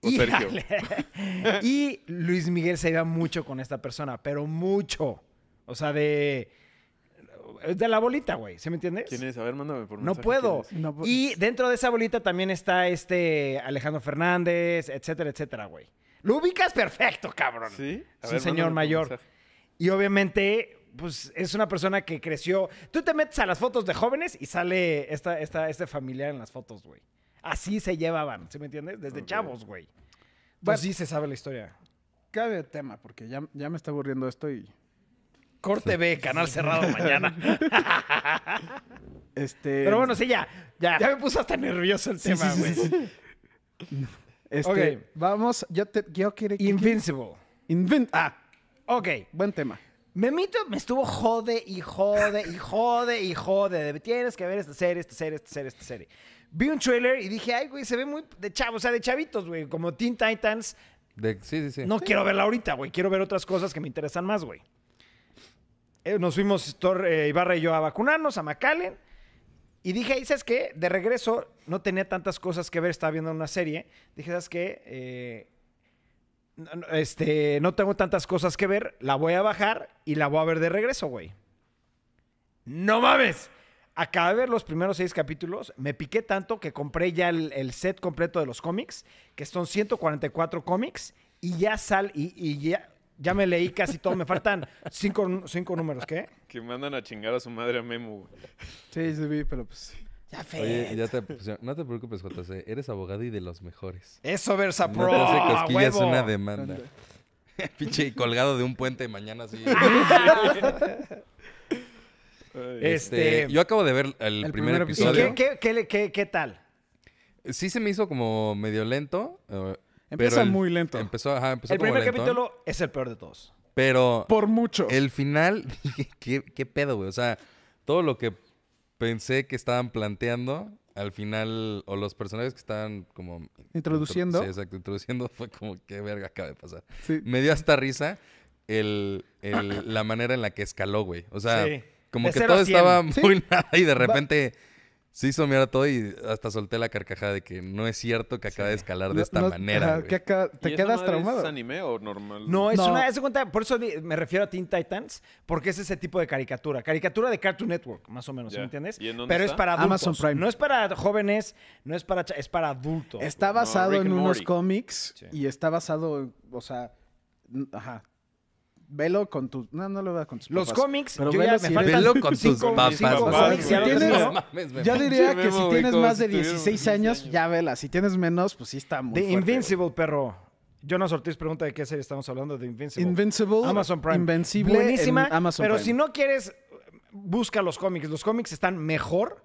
Speaker 4: ¿O Sergio?
Speaker 1: Híjole. y Luis Miguel se iba mucho con esta persona, pero mucho. O sea, de. es De la bolita, güey. ¿Se me entiendes?
Speaker 4: ¿Quién es? A ver, mándame por
Speaker 1: No
Speaker 4: mensaje
Speaker 1: puedo.
Speaker 4: quién es.
Speaker 3: No, pues-
Speaker 1: y dentro de esa bolita también está este Alejandro Fernández, etcétera, etcétera, güey. Lo ubicas perfecto, cabrón.
Speaker 4: ¿Sí? A
Speaker 1: Es un
Speaker 4: ver,
Speaker 1: señor
Speaker 4: mándame por
Speaker 1: mayor.
Speaker 4: mensaje.
Speaker 1: Y obviamente, pues es una persona que creció. Tú te metes a las fotos de jóvenes y sale esta, esta, este familiar en las fotos, güey. Así se llevaban, ¿sí me entiendes? Desde
Speaker 4: Ok.
Speaker 1: chavos, güey.
Speaker 3: Bueno.
Speaker 1: Pues sí se sabe la historia.
Speaker 3: Cabe el tema, porque ya, ya me está aburriendo esto y.
Speaker 1: Corte B, canal cerrado mañana.
Speaker 3: Este.
Speaker 1: Pero bueno, sí, ya.
Speaker 3: ya.
Speaker 1: Ya me puso hasta nervioso el tema,
Speaker 3: sí,
Speaker 1: güey.
Speaker 3: sí, este,
Speaker 1: Ok.
Speaker 3: Vamos, yo te. Yo quiero.
Speaker 1: Invincible.
Speaker 3: Invent. Ah,
Speaker 1: Ok.
Speaker 3: buen tema.
Speaker 1: Memito me estuvo jode y jode y jode y jode. de, Tienes que ver esta serie, esta serie, esta serie, esta serie. Vi un trailer y dije, ay, güey, se ve muy de chavos, o sea, de chavitos, güey. Como Teen Titans.
Speaker 2: De- sí, sí, sí.
Speaker 1: No quiero verla ahorita, güey. Quiero ver otras cosas que me interesan más, güey. Eh, nos fuimos Tor- eh, Ibarra y yo a vacunarnos, a McAllen. Y dije, "Ay, ¿sabes qué? De regreso no tenía tantas cosas que ver, estaba viendo una serie. Dije, ¿sabes qué? Eh, no, no, este, no tengo tantas cosas que ver, la voy a bajar y la voy a ver de regreso, güey. ¡No mames! Acabé de ver los primeros seis capítulos, me piqué tanto que compré ya el, el set completo de los cómics, que son 144 cómics, y ya sal, y, y ya, ya me leí casi todo, me faltan cinco, nu- cinco números, ¿qué?
Speaker 4: Que mandan a chingar a su madre a Memo, güey.
Speaker 3: Sí, sí, vi, pero pues.
Speaker 1: Ya fe.
Speaker 2: Oye, ya te pusieron- no te preocupes, JC. Eres abogado y de los mejores.
Speaker 1: Eso Versa
Speaker 2: No
Speaker 1: Pro.
Speaker 2: te hace
Speaker 1: ¡a
Speaker 2: cosquillas
Speaker 1: huevo!
Speaker 2: una demanda. Pinche colgado de un puente mañana así.
Speaker 4: Ay,
Speaker 2: Este,
Speaker 1: Este,
Speaker 2: yo acabo de ver el, primer
Speaker 3: El primer
Speaker 1: ¿y
Speaker 3: episodio.
Speaker 2: episodio.
Speaker 1: qué, qué- qué le- qué- qué tal?
Speaker 2: Sí se me hizo como medio lento. eh,
Speaker 3: Empieza
Speaker 2: pero el-
Speaker 3: muy lento.
Speaker 2: Empezó, ajá, empezó
Speaker 1: El
Speaker 2: como
Speaker 1: primer
Speaker 2: lentón,
Speaker 1: capítulo es el peor de todos.
Speaker 2: Pero
Speaker 3: Por mucho.
Speaker 2: el final, dije, ¿qué, qué pedo, güey? O sea, todo lo que pensé que estaban planteando, al final, o los personajes que estaban como... intro-
Speaker 3: Introduciendo.
Speaker 2: Sí, exacto, introduciendo, fue como, qué verga acaba de pasar.
Speaker 3: Sí.
Speaker 2: Me dio hasta risa el, el- la manera en la que escaló, güey. O sea,
Speaker 1: Sí.
Speaker 2: como
Speaker 1: De
Speaker 2: que
Speaker 1: cero a
Speaker 2: todo
Speaker 1: cien.
Speaker 2: estaba
Speaker 3: Sí.
Speaker 2: muy nada y de repente se hizo mierda todo y hasta solté la carcajada de que no es cierto que acaba de escalar de
Speaker 3: No-
Speaker 2: esta
Speaker 3: no-
Speaker 2: manera,
Speaker 3: ajá,
Speaker 2: güey.
Speaker 3: que acá-
Speaker 4: ¿Y
Speaker 3: te
Speaker 4: esa
Speaker 3: quedas
Speaker 4: madre ¿Es
Speaker 3: traumado.
Speaker 4: anime o normal?
Speaker 1: No, es
Speaker 3: No.
Speaker 1: una. haz de cuenta, por eso di- me refiero a Teen Titans, porque es ese tipo de caricatura. Caricatura de Cartoon Network, más o menos, ¿sí
Speaker 4: Ya.
Speaker 1: ¿me entiendes?
Speaker 4: ¿Y en dónde
Speaker 1: Pero
Speaker 4: está?
Speaker 1: es para adultos.
Speaker 3: Amazon Prime.
Speaker 1: No es para jóvenes, no es para. cha- Es para adultos.
Speaker 3: Está
Speaker 4: No,
Speaker 3: basado
Speaker 4: Rick
Speaker 3: en
Speaker 4: and
Speaker 3: unos
Speaker 4: Morty.
Speaker 3: cómics
Speaker 1: Sí.
Speaker 3: y está basado, en- o sea, n- ajá. Velo con tus. No, no lo veas con tus
Speaker 1: Los
Speaker 3: papás.
Speaker 1: cómics,
Speaker 3: Pero
Speaker 1: yo
Speaker 3: velo
Speaker 1: ya
Speaker 3: si
Speaker 1: me
Speaker 3: eres-
Speaker 1: faltan
Speaker 2: Velo con tus
Speaker 1: cinco-
Speaker 2: papás,
Speaker 1: cinco
Speaker 4: papás,
Speaker 1: cómics,
Speaker 4: güey.
Speaker 1: ya
Speaker 4: Si
Speaker 1: los
Speaker 4: tienes-
Speaker 1: veo.
Speaker 2: No mames, me
Speaker 3: Yo diría
Speaker 4: Memo,
Speaker 3: que si
Speaker 4: güey,
Speaker 3: tienes
Speaker 4: como
Speaker 3: más
Speaker 4: si
Speaker 3: de
Speaker 4: tuviéramos
Speaker 3: 16
Speaker 4: 15
Speaker 3: años,
Speaker 4: años.
Speaker 3: ya vela. Si tienes menos, pues sí está muy
Speaker 1: The
Speaker 3: fuerte, güey.
Speaker 1: Invincible, perro. Jonas Ortiz pregunta de qué serie estamos hablando de Invincible.
Speaker 3: Invincible,
Speaker 1: Amazon Prime.
Speaker 3: Invencible
Speaker 1: Buenísima.
Speaker 3: en Amazon
Speaker 1: pero
Speaker 3: Prime.
Speaker 1: si no quieres, busca los cómics. Los cómics están mejor.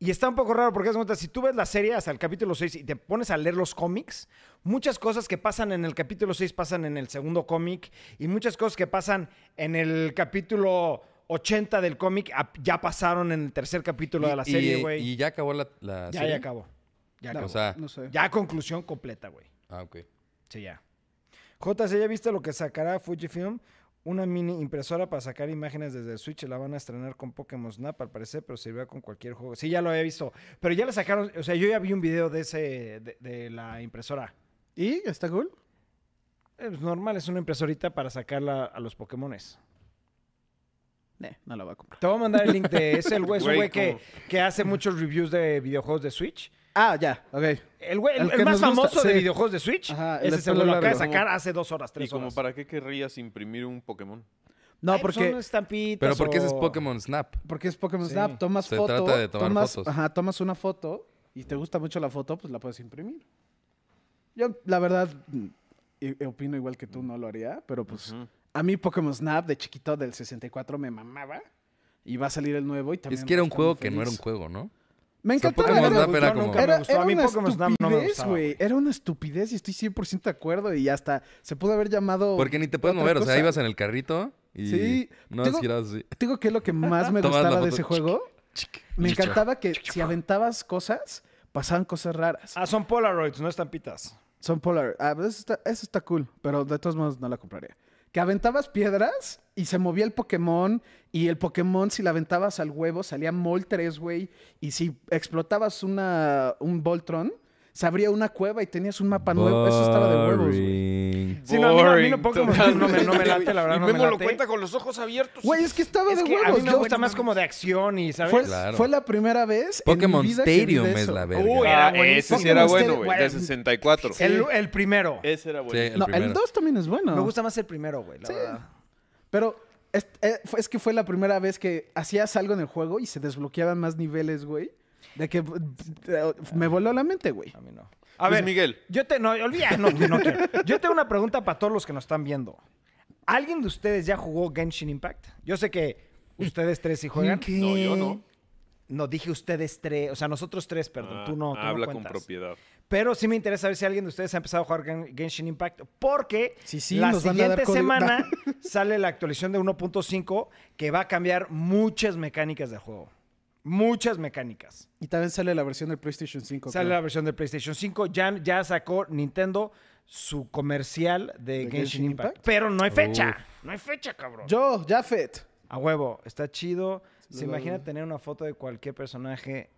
Speaker 1: Y está un poco raro porque haz de cuenta, si tú ves la serie hasta el capítulo 6 y te pones a leer los cómics, muchas cosas que pasan en el capítulo 6 pasan en el segundo cómic y muchas cosas que pasan en el capítulo 80 del cómic ap- ya pasaron en el tercer capítulo de la
Speaker 2: Y- y-
Speaker 1: serie,
Speaker 2: Y,
Speaker 1: güey.
Speaker 2: ya acabó la, la
Speaker 1: Ya,
Speaker 2: serie.
Speaker 1: ya acabó. Ya
Speaker 2: O
Speaker 1: acabó.
Speaker 2: sea,
Speaker 3: No sé.
Speaker 1: ya conclusión completa, güey.
Speaker 2: ah, ok.
Speaker 1: Sí, ya. JC, ¿ya viste lo que sacará Fujifilm? Una mini impresora para sacar imágenes desde el Switch. La van a estrenar con Pokémon Snap, al parecer, pero servirá con cualquier juego. Sí, ya lo había visto. Pero ya la sacaron. O sea, yo ya vi un video de ese de, de la impresora.
Speaker 3: ¿Y? ¿Está cool?
Speaker 1: Es normal, es una impresorita para sacarla a los Pokémones.
Speaker 3: No, no la voy a comprar.
Speaker 1: Te voy a mandar el link de ese el güey, es un
Speaker 4: Güey,
Speaker 1: güey que,
Speaker 4: ¿cómo?
Speaker 1: que hace muchos reviews de videojuegos de Switch.
Speaker 3: Ah, ya, ok.
Speaker 1: El güey, el,
Speaker 3: El
Speaker 1: el
Speaker 3: que
Speaker 1: más
Speaker 3: nos gusta,
Speaker 1: famoso de
Speaker 3: sí.
Speaker 1: videojuegos de Switch,
Speaker 3: Ajá, el
Speaker 1: ese
Speaker 3: de
Speaker 1: se lo
Speaker 3: pelo
Speaker 1: acaba de
Speaker 3: largo.
Speaker 1: sacar hace dos horas,
Speaker 4: ¿Y
Speaker 1: tres
Speaker 4: como
Speaker 1: horas.
Speaker 4: para qué querrías imprimir un Pokémon?
Speaker 3: No,
Speaker 1: Ay, pues
Speaker 3: porque,
Speaker 1: son estampitas
Speaker 2: Pero porque ese es
Speaker 1: o-
Speaker 2: Pokémon Snap.
Speaker 3: porque es Pokémon
Speaker 1: Sí.
Speaker 3: Snap, tomas
Speaker 2: Se
Speaker 3: foto.
Speaker 2: trata de tomar
Speaker 3: tomas,
Speaker 2: fotos.
Speaker 3: Ajá, tomas una foto y te gusta mucho la foto, pues la puedes imprimir. Yo, la verdad, mm, i- opino igual que tú, no lo haría, pero pues
Speaker 4: Ujú.
Speaker 3: a mí Pokémon Snap de chiquito del 64 me mamaba y va a salir el nuevo y también.
Speaker 2: es que era
Speaker 3: voy a
Speaker 2: un
Speaker 3: estar
Speaker 2: juego
Speaker 3: muy
Speaker 2: que no era un
Speaker 3: feliz.
Speaker 2: juego, ¿no?
Speaker 3: Me
Speaker 2: O sea,
Speaker 3: encantaba.
Speaker 2: Pokémon
Speaker 3: era-
Speaker 2: Snap era
Speaker 1: yo
Speaker 2: como...
Speaker 1: nunca- me gustó. A mí
Speaker 3: una
Speaker 1: Pokémon Snap no me
Speaker 3: estupidez,
Speaker 1: gustaba,
Speaker 3: güey.
Speaker 1: güey.
Speaker 3: Era una estupidez y estoy 100% de acuerdo. Y hasta se pudo haber llamado.
Speaker 2: Porque ni te puedes
Speaker 3: otra
Speaker 2: mover, o sea,
Speaker 3: cosa.
Speaker 2: ibas en el carrito y
Speaker 3: Sí,
Speaker 2: no
Speaker 3: tengo-
Speaker 2: girabas así.
Speaker 3: Te digo que es lo que más me
Speaker 2: Tomabas la
Speaker 3: gustaba de
Speaker 2: foto,
Speaker 3: ese
Speaker 2: chic,
Speaker 3: juego. Me
Speaker 2: chic.
Speaker 3: encantaba que si aventabas cosas, pasaban cosas raras.
Speaker 1: Ah, son Polaroids, no estampitas.
Speaker 3: Son Polar. Ah, pero eso, está, eso está cool, pero de todos modos no la compraría. Que aventabas piedras y se movía el Pokémon. Y el Pokémon, si la aventabas al huevo, salía Moltres, güey. Y si explotabas una, un Voltron, se abría una cueva y tenías un mapa nuevo. Eso estaba de huevos, güey.
Speaker 2: Boring.
Speaker 1: Sí, no, a mí no- a mí no
Speaker 4: Boring,
Speaker 1: Pokémon Snap no me- no me late, la verdad,
Speaker 4: Y
Speaker 1: no me
Speaker 4: Memo lo
Speaker 1: late.
Speaker 4: cuenta con los ojos abiertos.
Speaker 3: Güey, es que estaba Pues,
Speaker 1: Es
Speaker 3: de
Speaker 1: que
Speaker 3: huevos.
Speaker 1: a mí me
Speaker 3: Yo-
Speaker 1: gusta más como de acción y, ¿sabes?
Speaker 3: Fue,
Speaker 2: Claro.
Speaker 3: fue la primera vez. en mi
Speaker 2: Pokémon
Speaker 3: vida que vi de
Speaker 2: Stadium es
Speaker 3: eso.
Speaker 2: la verga.
Speaker 4: Uy,
Speaker 1: era
Speaker 4: era-
Speaker 1: buenísimo.
Speaker 4: ese sí era
Speaker 3: Pokémon
Speaker 4: bueno,
Speaker 3: Stadium,
Speaker 4: güey.
Speaker 3: güey.
Speaker 4: De 64.
Speaker 1: El, el primero.
Speaker 4: Ese era
Speaker 2: Sí,
Speaker 4: bueno.
Speaker 2: el
Speaker 3: No, el
Speaker 2: primero.
Speaker 3: 2 también es bueno.
Speaker 1: Me gusta más el primero, güey, la
Speaker 3: Eh, Sí.
Speaker 1: verdad.
Speaker 3: Pero es, eh, fue- es que fue la primera vez que hacías algo en el juego y se desbloqueaban más niveles, güey. De que eh, me voló la mente, güey.
Speaker 1: A mí no. A
Speaker 4: Luis
Speaker 1: ver,
Speaker 4: Miguel.
Speaker 1: Yo te, no, olvida, no, no quiero. Yo tengo una pregunta para todos los que nos están viendo. ¿Alguien de ustedes ya jugó Genshin Impact? Yo sé que ustedes tres sí juegan.
Speaker 4: No, yo no.
Speaker 1: No, dije ustedes tres, o sea, nosotros tres, perdón,
Speaker 4: Ah,
Speaker 1: tú no. tú no
Speaker 4: habla con
Speaker 1: cuentas.
Speaker 4: propiedad.
Speaker 1: Pero sí me interesa ver si alguien de ustedes ha empezado a jugar Gen- Genshin Impact, porque
Speaker 3: Sí, sí,
Speaker 1: la
Speaker 3: nos van a
Speaker 1: siguiente
Speaker 3: dar código-
Speaker 1: semana sale la actualización de 1.5 que va a cambiar muchas mecánicas del juego. Muchas mecánicas.
Speaker 3: Y también sale la versión del PlayStation 5.
Speaker 1: Sale
Speaker 3: creo.
Speaker 1: la versión de PlayStation 5. Ya, ya sacó Nintendo su comercial de, Genshin,
Speaker 3: Genshin
Speaker 1: Impact,
Speaker 3: Impact?
Speaker 1: Pero no hay fecha. No hay fecha, cabrón.
Speaker 3: Yo, Jafet.
Speaker 1: A huevo, está chido. ¿Se
Speaker 3: lo doy.
Speaker 1: imagina tener una foto de cualquier personaje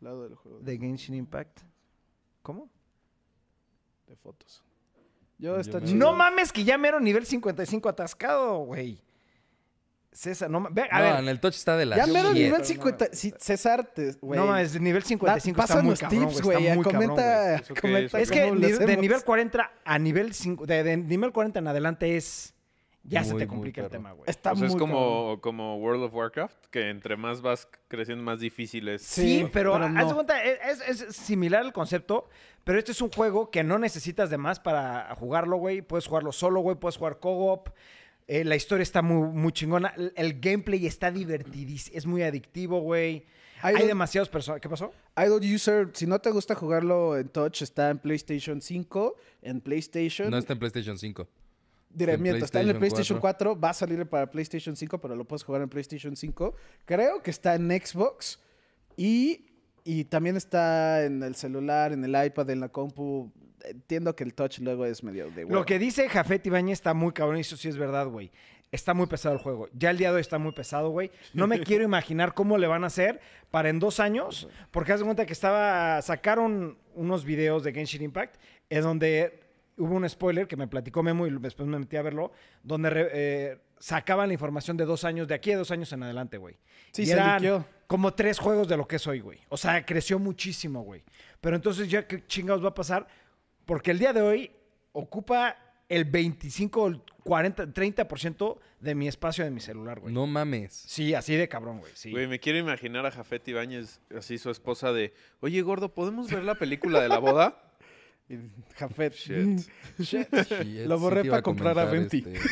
Speaker 3: Lado del juego
Speaker 1: de Genshin Impact? ¿Cómo?
Speaker 3: de fotos. Yo,
Speaker 2: Yo
Speaker 3: está
Speaker 2: me-
Speaker 3: chido.
Speaker 1: No mames, que ya mero nivel 55 atascado, güey. César, no mames. A
Speaker 2: no,
Speaker 1: ver,
Speaker 2: en el touch está de la
Speaker 3: Ya mero
Speaker 2: shit.
Speaker 3: nivel 50. sí, César, te- güey.
Speaker 1: no mames, nivel 55
Speaker 3: Da-
Speaker 1: está muy
Speaker 3: pásanos
Speaker 1: cabrón,
Speaker 3: tips,
Speaker 1: güey. Está
Speaker 3: güey.
Speaker 1: muy cabrón, güey.
Speaker 3: Comenta,
Speaker 4: ¿Eso qué
Speaker 3: comenta.
Speaker 4: es?
Speaker 1: Es que
Speaker 3: cómo
Speaker 1: ni-
Speaker 3: lo
Speaker 1: de
Speaker 3: hacemos.
Speaker 1: nivel 40 a nivel 5, de, de nivel 40 en adelante es ya se
Speaker 2: Muy,
Speaker 1: te
Speaker 2: muy
Speaker 1: complica el
Speaker 2: perro.
Speaker 1: tema, güey.
Speaker 3: Está
Speaker 4: O sea, es
Speaker 3: muy cabrón.
Speaker 4: como, como World of Warcraft, que entre más vas creciendo, más difícil es.
Speaker 1: Sí,
Speaker 3: Sí,
Speaker 1: pero,
Speaker 3: pero
Speaker 1: haz
Speaker 3: no.
Speaker 1: de cuenta, es, es- es similar el concepto, pero este es un juego que no necesitas de más para jugarlo, güey. Puedes jugarlo solo, güey, puedes jugar co-op. Eh, la historia está muy, muy chingona. El, el gameplay está divertidísimo, es muy adictivo, güey.
Speaker 3: Hay
Speaker 1: Hay,
Speaker 3: un-
Speaker 1: demasiados personajes. ¿Qué pasó?
Speaker 3: Idle User, si no te gusta jugarlo en Touch, está en PlayStation 5, en PlayStation.
Speaker 2: No está en PlayStation 5.
Speaker 3: Diré,
Speaker 2: en
Speaker 3: miento, está en el PlayStation
Speaker 2: PlayStation
Speaker 3: 4. va a salir para PlayStation 5, pero lo puedes jugar en PlayStation 5. Creo que está en Xbox y, y también está en el celular, en el iPad, en la compu. Entiendo que el Touch luego es medio de hueva.
Speaker 1: Lo que dice Jafet Ibañez está muy cabrón, y eso sí es verdad, güey. Está muy pesado el juego. Ya el día de hoy está muy pesado, güey. No me quiero imaginar cómo le van a hacer para en dos años, porque haz de cuenta que estaba. Sacaron unos videos de Genshin Impact, es donde hubo un spoiler que me platicó Memo y después me metí a verlo, donde re- eh, sacaban la información de dos años, de aquí a dos años en adelante, güey.
Speaker 3: Sí,
Speaker 1: Y
Speaker 3: se
Speaker 1: eran
Speaker 3: liqueó.
Speaker 1: como tres juegos de lo que es hoy, güey. O sea, creció muchísimo, güey. Pero entonces ya qué chingados va a pasar, porque el día de hoy ocupa el 25, el 40, 30% de mi espacio de mi celular, güey.
Speaker 2: No mames.
Speaker 1: Sí, así de cabrón, güey. Sí.
Speaker 4: Güey, me quiero imaginar a Jafet Ibáñez, así su esposa, de, oye, gordo, ¿podemos ver la película de la boda?
Speaker 3: Y- Jafet.
Speaker 4: Shit.
Speaker 3: Shit.
Speaker 2: Shit,
Speaker 3: Lo
Speaker 2: sí
Speaker 3: borré
Speaker 2: te iba
Speaker 3: para comprar a
Speaker 2: comentar,
Speaker 3: 20.
Speaker 2: este,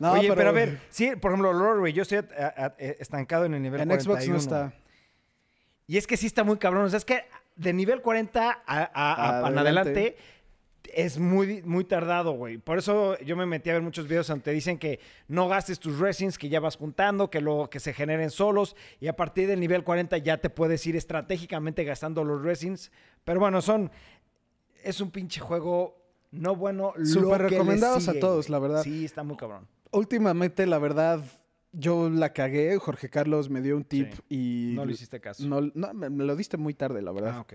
Speaker 3: No,
Speaker 1: Oye, pero... a ver, sí, por ejemplo, Lord, güey, yo estoy a- a- eh, estancado en el nivel
Speaker 3: En
Speaker 1: 41.
Speaker 3: Xbox no está.
Speaker 1: Y es que sí está muy cabrón. O sea, es que de nivel 40 a, a- a- en
Speaker 3: Adelante.
Speaker 1: adelante es muy, muy tardado, güey. Por eso yo me metí a ver muchos videos donde te dicen que no gastes tus resins que ya vas juntando, que, lo, que se generen solos. Y a partir del nivel 40 ya te puedes ir estratégicamente gastando los resins. Pero bueno, son... Es un pinche juego no bueno. lo
Speaker 3: Súper
Speaker 1: que le
Speaker 3: recomendados a
Speaker 1: sigue,
Speaker 3: todos,
Speaker 1: güey.
Speaker 3: la verdad.
Speaker 1: Sí, está muy cabrón.
Speaker 3: Últimamente, la verdad, yo la cagué. Jorge Carlos me dio un tip y.
Speaker 1: No le hiciste caso.
Speaker 3: No, no, me me lo diste muy tarde, la verdad.
Speaker 1: Ah, ok.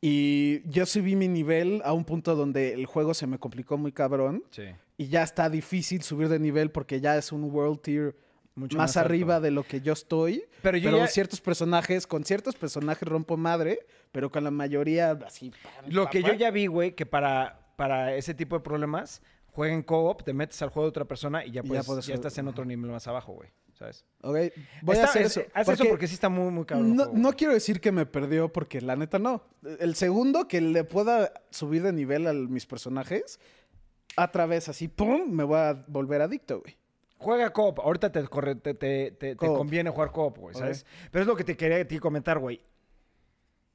Speaker 3: Y yo subí mi nivel a un punto donde el juego se me complicó muy cabrón.
Speaker 1: Sí.
Speaker 3: Y ya está difícil subir de nivel porque ya es un world tier
Speaker 1: Mucho
Speaker 3: más,
Speaker 1: más alto.
Speaker 3: arriba de lo que yo estoy.
Speaker 1: Pero yo ya-
Speaker 3: ciertos personajes, con ciertos personajes rompo madre, pero con la mayoría así. pam,
Speaker 1: Lo
Speaker 3: pam,
Speaker 1: que yo
Speaker 3: pam.
Speaker 1: ya vi, güey, que para, para ese tipo de problemas, jueguen co-op, te metes al juego de otra persona y ya,
Speaker 3: Y ya
Speaker 1: puedes, ya,
Speaker 3: puedes jugar.
Speaker 1: estás en otro nivel más abajo, güey. ¿Sabes?
Speaker 3: Ok, voy a
Speaker 1: Está-
Speaker 3: hacer
Speaker 1: es-
Speaker 3: eso.
Speaker 1: Haz eso porque sí está muy, muy cabrón. el
Speaker 3: No,
Speaker 1: juego,
Speaker 3: no
Speaker 1: güey.
Speaker 3: quiero decir que me perdió porque la neta no. El segundo que le pueda subir de nivel a mis personajes, a través así, ¡pum! Me voy a volver adicto, güey.
Speaker 1: Juega co-op. Ahorita te, corre- te, te- te- te
Speaker 3: Co-op.
Speaker 1: conviene jugar co-op, güey, ¿sabes? Pero es lo que te quería a ti comentar, güey.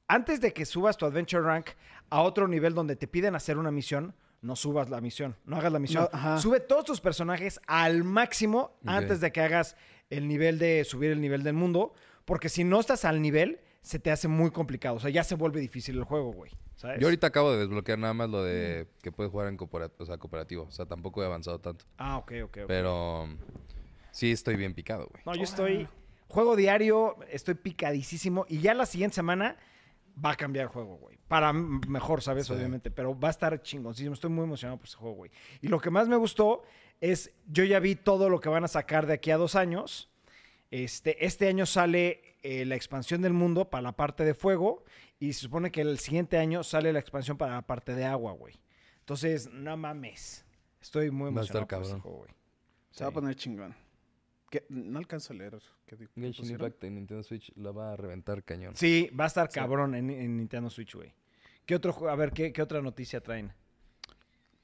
Speaker 1: Antes de que subas tu Adventure Rank a otro nivel donde te piden hacer una misión, no subas la misión, no hagas la misión.
Speaker 3: No, ajá.
Speaker 1: Sube todos tus personajes al máximo
Speaker 2: Ok.
Speaker 1: antes de que hagas el nivel de subir el nivel del mundo, porque si no estás al nivel, se te hace muy complicado. O sea, ya se vuelve difícil el juego, güey. ¿Sabes?
Speaker 2: Yo ahorita acabo de desbloquear nada más lo de que puedes jugar en cooperativo. O sea, cooperativo. O sea, tampoco he avanzado tanto.
Speaker 1: Ah, ok, ok, ok.
Speaker 2: Pero um, sí estoy bien picado, güey.
Speaker 1: No, yo estoy. Juego diario, estoy picadísimo. Y ya la siguiente semana va a cambiar el juego, güey. Para m- mejor, ¿sabes?
Speaker 2: Sí.
Speaker 1: Obviamente. Pero va a estar chingoncísimo. Estoy muy emocionado por ese juego, güey. Y lo que más me gustó es. Yo ya vi todo lo que van a sacar de aquí a dos años. Este, este año sale eh, la expansión del mundo para la parte de fuego. Y se supone que el siguiente año sale la expansión para la parte de agua, güey. Entonces, no mames. Estoy muy
Speaker 2: Va a estar
Speaker 1: emocionado por ese
Speaker 2: cabrón.
Speaker 1: juego, güey.
Speaker 3: Se va a
Speaker 1: Sí.
Speaker 3: poner chingón. que no alcanzo a leer. ¿Qué digo? ¿Qué
Speaker 2: Genshin
Speaker 3: pusieron?
Speaker 2: Impact de Nintendo Switch la va a reventar cañón.
Speaker 1: Sí, va a estar cabrón en, en Nintendo Switch, güey. ¿Qué otro, ju- a ver, ¿qué, qué otra noticia traen?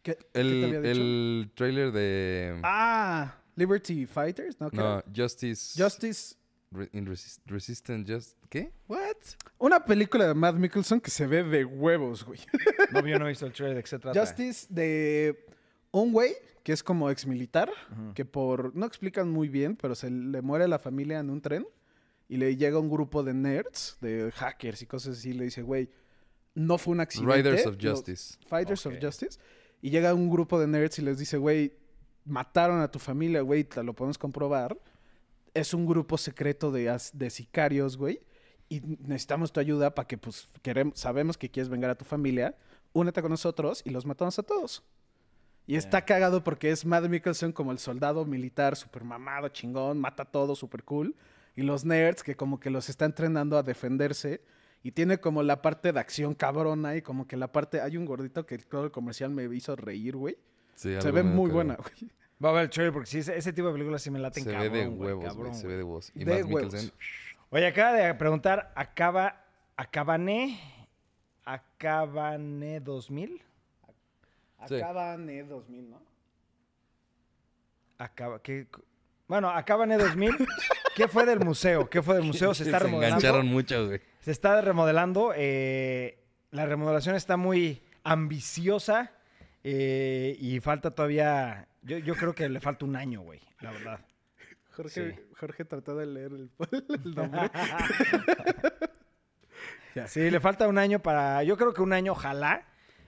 Speaker 3: ¿Qué- qué te
Speaker 2: El,
Speaker 3: había dicho?
Speaker 2: el trailer de
Speaker 3: Ah, Liberty Fighters, ¿no? ¿Qué
Speaker 2: no,
Speaker 3: era?
Speaker 2: Justice
Speaker 3: Justice.
Speaker 2: Re- in Resist- Resistance Just ¿qué?
Speaker 3: What? Una película de Matt Mickelson que se ve de huevos, güey.
Speaker 1: No, yo no he visto el trailer de qué se trata.
Speaker 3: Justice de un güey que es como exmilitar, que por... No explican muy bien, pero se le muere la familia en un tren y le llega un grupo de nerds, de hackers y cosas así, y le dice, güey, no fue un accidente.
Speaker 2: Riders of
Speaker 3: lo-
Speaker 2: Justice.
Speaker 3: Fighters
Speaker 1: Ok.
Speaker 3: of Justice. Y llega un grupo de nerds y les dice, güey, mataron a tu familia, güey, te lo podemos comprobar. Es un grupo secreto de, as- de sicarios, güey. Y necesitamos tu ayuda para que, pues, queremos, sabemos que quieres vengar a tu familia. Únete con nosotros y los matamos a todos. Y está cagado porque es Matt Mickelson como el soldado militar, super mamado, chingón, mata todo, super cool. Y los nerds que como que los está entrenando a defenderse. Y tiene como la parte de acción cabrona y como que la parte... Hay un gordito que todo el comercial me hizo reír, güey.
Speaker 2: Sí,
Speaker 3: Se
Speaker 2: algo
Speaker 3: ve
Speaker 2: medio
Speaker 3: muy
Speaker 2: cagado.
Speaker 3: buena, güey.
Speaker 1: Va a ver el trailer porque sí, ese, ese tipo de películas sí me laten
Speaker 2: Se
Speaker 1: cabrón,
Speaker 2: ve de
Speaker 1: güey,
Speaker 2: huevos,
Speaker 1: cabrón,
Speaker 2: güey, se ve de huevos. Y
Speaker 3: De
Speaker 2: Mads
Speaker 3: huevos.
Speaker 2: Mikkelsen,
Speaker 1: Oye, acaba de preguntar, acaba, acabané, acabané 2000,
Speaker 2: Sí.
Speaker 3: Acaban en 2000, ¿no?
Speaker 1: acaba, ¿qué? Bueno, acabané 2000. ¿Qué fue del museo? ¿Qué fue del museo? Se está
Speaker 2: se
Speaker 1: remodelando.
Speaker 2: engancharon mucho, güey.
Speaker 1: Se está remodelando. eh, la remodelación está muy ambiciosa eh, y falta todavía. Yo, yo creo que le falta un año, güey, la verdad.
Speaker 3: Jorge,
Speaker 1: Sí.
Speaker 3: Jorge trató de leer el, el nombre.
Speaker 1: Sí, le falta un año para. Yo creo que un año, ojalá.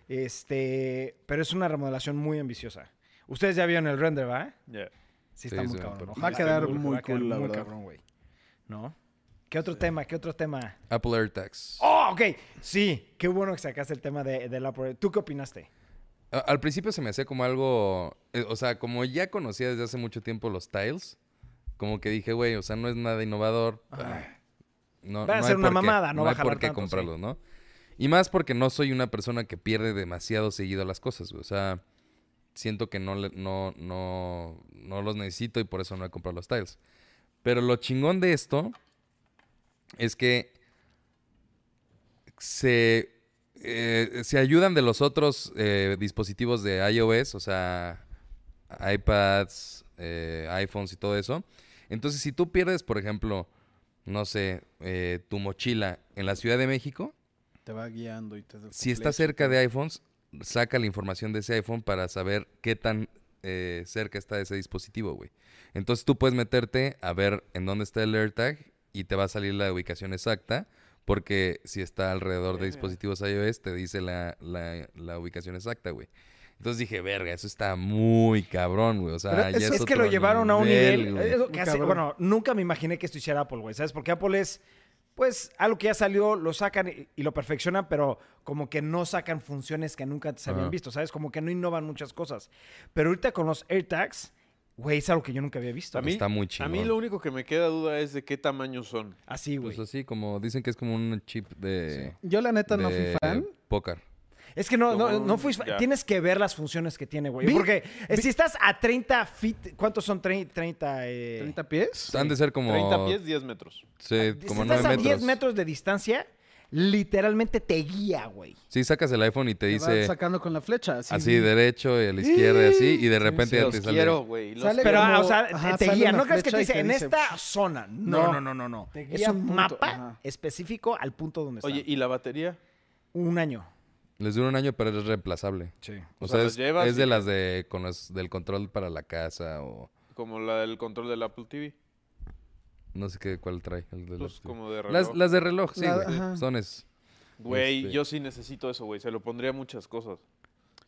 Speaker 1: Este, pero es una remodelación muy ambiciosa. Ustedes ya vieron el render, ¿va?
Speaker 4: Ya.
Speaker 1: Sí,
Speaker 2: Sí,
Speaker 1: está muy
Speaker 2: sí,
Speaker 1: cabrón.
Speaker 2: pero-
Speaker 1: ojalá.
Speaker 3: Va a quedar
Speaker 1: Está
Speaker 3: muy
Speaker 1: va a quedar
Speaker 3: cool, la
Speaker 1: muy
Speaker 3: verdad.
Speaker 1: cabrón, güey. ¿No? ¿Qué otro tema? ¿Qué otro tema?
Speaker 2: Apple AirTags.
Speaker 1: ¡Oh, ok! Sí, qué bueno que sacaste el tema de, de la... pro- ¿Tú qué opinaste?
Speaker 2: Ah, A- Al principio se me hacía como algo, eh, o sea, como ya conocía desde hace mucho tiempo los tiles, como que dije, güey, o sea, no es nada innovador. ah, No,
Speaker 1: Va a
Speaker 2: no hay
Speaker 1: ser una
Speaker 2: por qué-
Speaker 1: mamada, no va
Speaker 2: hay
Speaker 1: a jalar
Speaker 2: por qué
Speaker 1: tanto, sí.
Speaker 2: comprarlos, ¿no? Y más porque no soy una persona que pierde demasiado seguido las cosas, güey. O sea, siento que no, le- no, no, no los necesito y por eso no he comprado los tiles. Pero lo chingón de esto es que se, eh, se ayudan de los otros eh, dispositivos de iOS, o sea, iPads, eh, iPhones y todo eso. Entonces, si tú pierdes, por ejemplo, no sé, eh, tu mochila en la Ciudad de México,
Speaker 3: Te va guiando y te...
Speaker 2: si está cerca de iPhones, saca la información de ese iPhone para saber qué tan eh, cerca está ese dispositivo, güey. Entonces tú puedes meterte a ver en dónde está el AirTag y te va a salir la ubicación exacta, porque si está alrededor de dispositivos iOS, te dice la, la- la ubicación exacta, güey. Entonces dije, verga, eso está muy cabrón, güey. O sea,
Speaker 3: Pero
Speaker 2: ya
Speaker 3: es-
Speaker 1: es que lo
Speaker 2: otro
Speaker 1: llevaron a un nivel.
Speaker 2: güey.
Speaker 1: es lo que hace-
Speaker 3: Cabrón.
Speaker 1: bueno, nunca me imaginé que esto hiciera Apple, güey. ¿Sabes? Porque Apple es, pues, algo que ya salió, lo sacan y, y lo perfeccionan, pero como que no sacan funciones que nunca se habían
Speaker 2: Ajá.
Speaker 1: visto, ¿sabes? Como que no innovan muchas cosas. Pero ahorita con los AirTags, güey, es algo que yo nunca había visto.
Speaker 4: A mí,
Speaker 2: Está muy
Speaker 4: a
Speaker 2: chingón.
Speaker 4: mí lo único que me queda duda es de qué tamaño son.
Speaker 1: Así, güey.
Speaker 2: Pues así, como dicen que es como un chip de...
Speaker 3: Yo la neta no fui
Speaker 2: de
Speaker 3: fan.
Speaker 2: Póker.
Speaker 1: Es que no, no, no fui-
Speaker 4: Ya.
Speaker 1: Tienes que ver las funciones que tiene, güey.
Speaker 3: Vi-
Speaker 1: Porque eh, si estás a 30 feet, ¿cuántos son trein- 30? eh?
Speaker 3: 30 pies.
Speaker 2: Han de ser como...
Speaker 4: 30 pies, 10 metros.
Speaker 2: Sí,
Speaker 4: Ah,
Speaker 1: Si
Speaker 2: como
Speaker 1: estás
Speaker 2: 9
Speaker 1: a
Speaker 2: metros.
Speaker 1: 10 metros de distancia, literalmente te guía, güey.
Speaker 2: Sí, sacas el iPhone y te
Speaker 3: Te va
Speaker 2: dice
Speaker 3: sacando con la flecha. Así,
Speaker 2: así derecho y a la izquierda y así, y de repente ya
Speaker 4: Los
Speaker 2: te sale.
Speaker 4: quiero, güey. los
Speaker 3: Sale
Speaker 4: quiero.
Speaker 1: Pero,
Speaker 3: como-
Speaker 1: ah, o sea,
Speaker 3: ajá,
Speaker 1: te, te
Speaker 3: sale
Speaker 1: guía.
Speaker 3: una
Speaker 1: ¿No crees que te
Speaker 3: flecha y
Speaker 1: dice
Speaker 3: te
Speaker 1: en
Speaker 3: dice,
Speaker 1: esta zona? No,
Speaker 3: No.
Speaker 1: no, no, no, no.
Speaker 3: Te
Speaker 1: Es
Speaker 3: guía
Speaker 1: un
Speaker 3: punto,
Speaker 1: mapa
Speaker 3: ajá.
Speaker 1: específico al punto donde está.
Speaker 4: Oye, ¿y la batería?
Speaker 1: un año.
Speaker 2: Les dura un año, pero es reemplazable.
Speaker 1: Sí.
Speaker 2: O,
Speaker 4: O sea,
Speaker 2: sea,
Speaker 4: los
Speaker 2: es,
Speaker 4: llevas
Speaker 2: es
Speaker 4: y
Speaker 2: de
Speaker 4: te-
Speaker 2: las de con los del control para la casa o
Speaker 4: Como la del control del Apple TV.
Speaker 2: no sé qué cuál trae. el de
Speaker 4: Pues
Speaker 2: los-
Speaker 4: como de reloj.
Speaker 2: las, las de reloj, sí,
Speaker 3: La-
Speaker 2: güey.
Speaker 3: ajá.
Speaker 2: Son es.
Speaker 4: Güey,
Speaker 2: Este.
Speaker 4: yo sí necesito eso, güey. Se lo pondría a muchas cosas.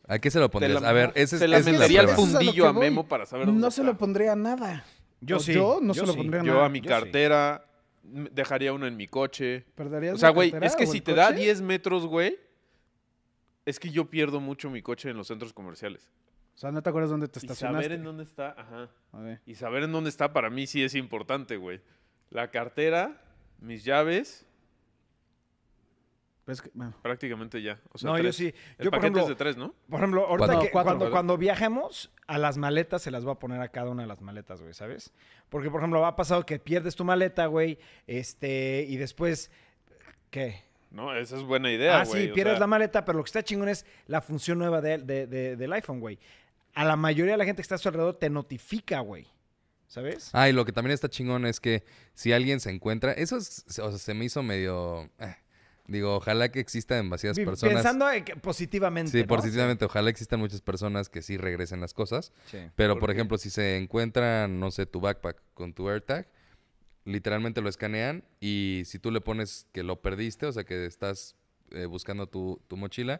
Speaker 2: ¿A qué se lo pondrías?
Speaker 4: la
Speaker 2: a ver,
Speaker 4: mama-
Speaker 2: ese, es-
Speaker 4: se la
Speaker 2: esa es la
Speaker 4: metería al
Speaker 2: prueba.
Speaker 4: punto.
Speaker 3: eso es lo
Speaker 4: fundillo
Speaker 3: que
Speaker 4: a
Speaker 3: voy.
Speaker 4: Memo para saber dónde
Speaker 3: No se
Speaker 4: está.
Speaker 3: lo pondría a nada.
Speaker 1: Yo
Speaker 3: O
Speaker 1: sí.
Speaker 3: Yo no se lo
Speaker 1: sí.
Speaker 3: pondría a
Speaker 4: Yo
Speaker 3: nada.
Speaker 4: a mi
Speaker 1: yo sí.
Speaker 4: cartera m- dejaría uno en mi coche.
Speaker 3: ¿Perderías
Speaker 4: O sea,
Speaker 3: la
Speaker 4: güey,
Speaker 3: cartera
Speaker 4: es que
Speaker 3: o
Speaker 4: si
Speaker 3: el
Speaker 4: te da
Speaker 3: coche?
Speaker 4: 10 metros, güey, es que yo pierdo mucho mi coche en los centros comerciales.
Speaker 3: O sea, no te acuerdas dónde te
Speaker 4: Y saber
Speaker 3: estacionaste.
Speaker 4: en dónde está, ajá.
Speaker 3: Ok.
Speaker 4: Y saber en dónde está para mí sí es importante, güey. La cartera, mis llaves
Speaker 3: Pero pues es que, bueno.
Speaker 4: Prácticamente ya. O sea,
Speaker 1: No, yo
Speaker 4: tres.
Speaker 1: sí.
Speaker 4: El
Speaker 1: Yo, por
Speaker 4: paquete
Speaker 1: ejemplo-
Speaker 4: es de tres, ¿no?
Speaker 1: Por ejemplo, ahorita
Speaker 2: Cuatro.
Speaker 1: que
Speaker 3: No, cuatro.
Speaker 1: cuando, cuando viajemos, a las maletas se las voy a poner a cada una de las maletas, güey, ¿sabes? Porque, por ejemplo, ha pasado que pierdes tu maleta, güey, este, y después, ¿qué?
Speaker 4: No, esa es buena idea,
Speaker 1: ah,
Speaker 4: güey.
Speaker 1: sí,
Speaker 4: o
Speaker 1: pierdes
Speaker 4: sea,
Speaker 1: la maleta, pero lo que está chingón es la función nueva de- de- de- del iPhone, güey. A la mayoría de la gente que está a su alrededor te notifica, güey, ¿sabes?
Speaker 2: Ah, y lo que también está chingón es que si alguien se encuentra, eso es- o sea, se me hizo medio... eh, digo, ojalá que existan demasiadas
Speaker 1: Vi-
Speaker 2: personas.
Speaker 1: Pensando eh, que positivamente,
Speaker 2: sí,
Speaker 1: ¿no?
Speaker 2: positivamente, ojalá existan muchas personas que sí regresen las cosas.
Speaker 1: Sí.
Speaker 2: Pero,
Speaker 4: ¿Por
Speaker 2: por,
Speaker 4: qué?
Speaker 2: ejemplo, si se encuentran, no sé, tu backpack con tu AirTag, literalmente lo escanean y si tú le pones que lo perdiste, o sea, que estás eh, buscando tu, tu mochila,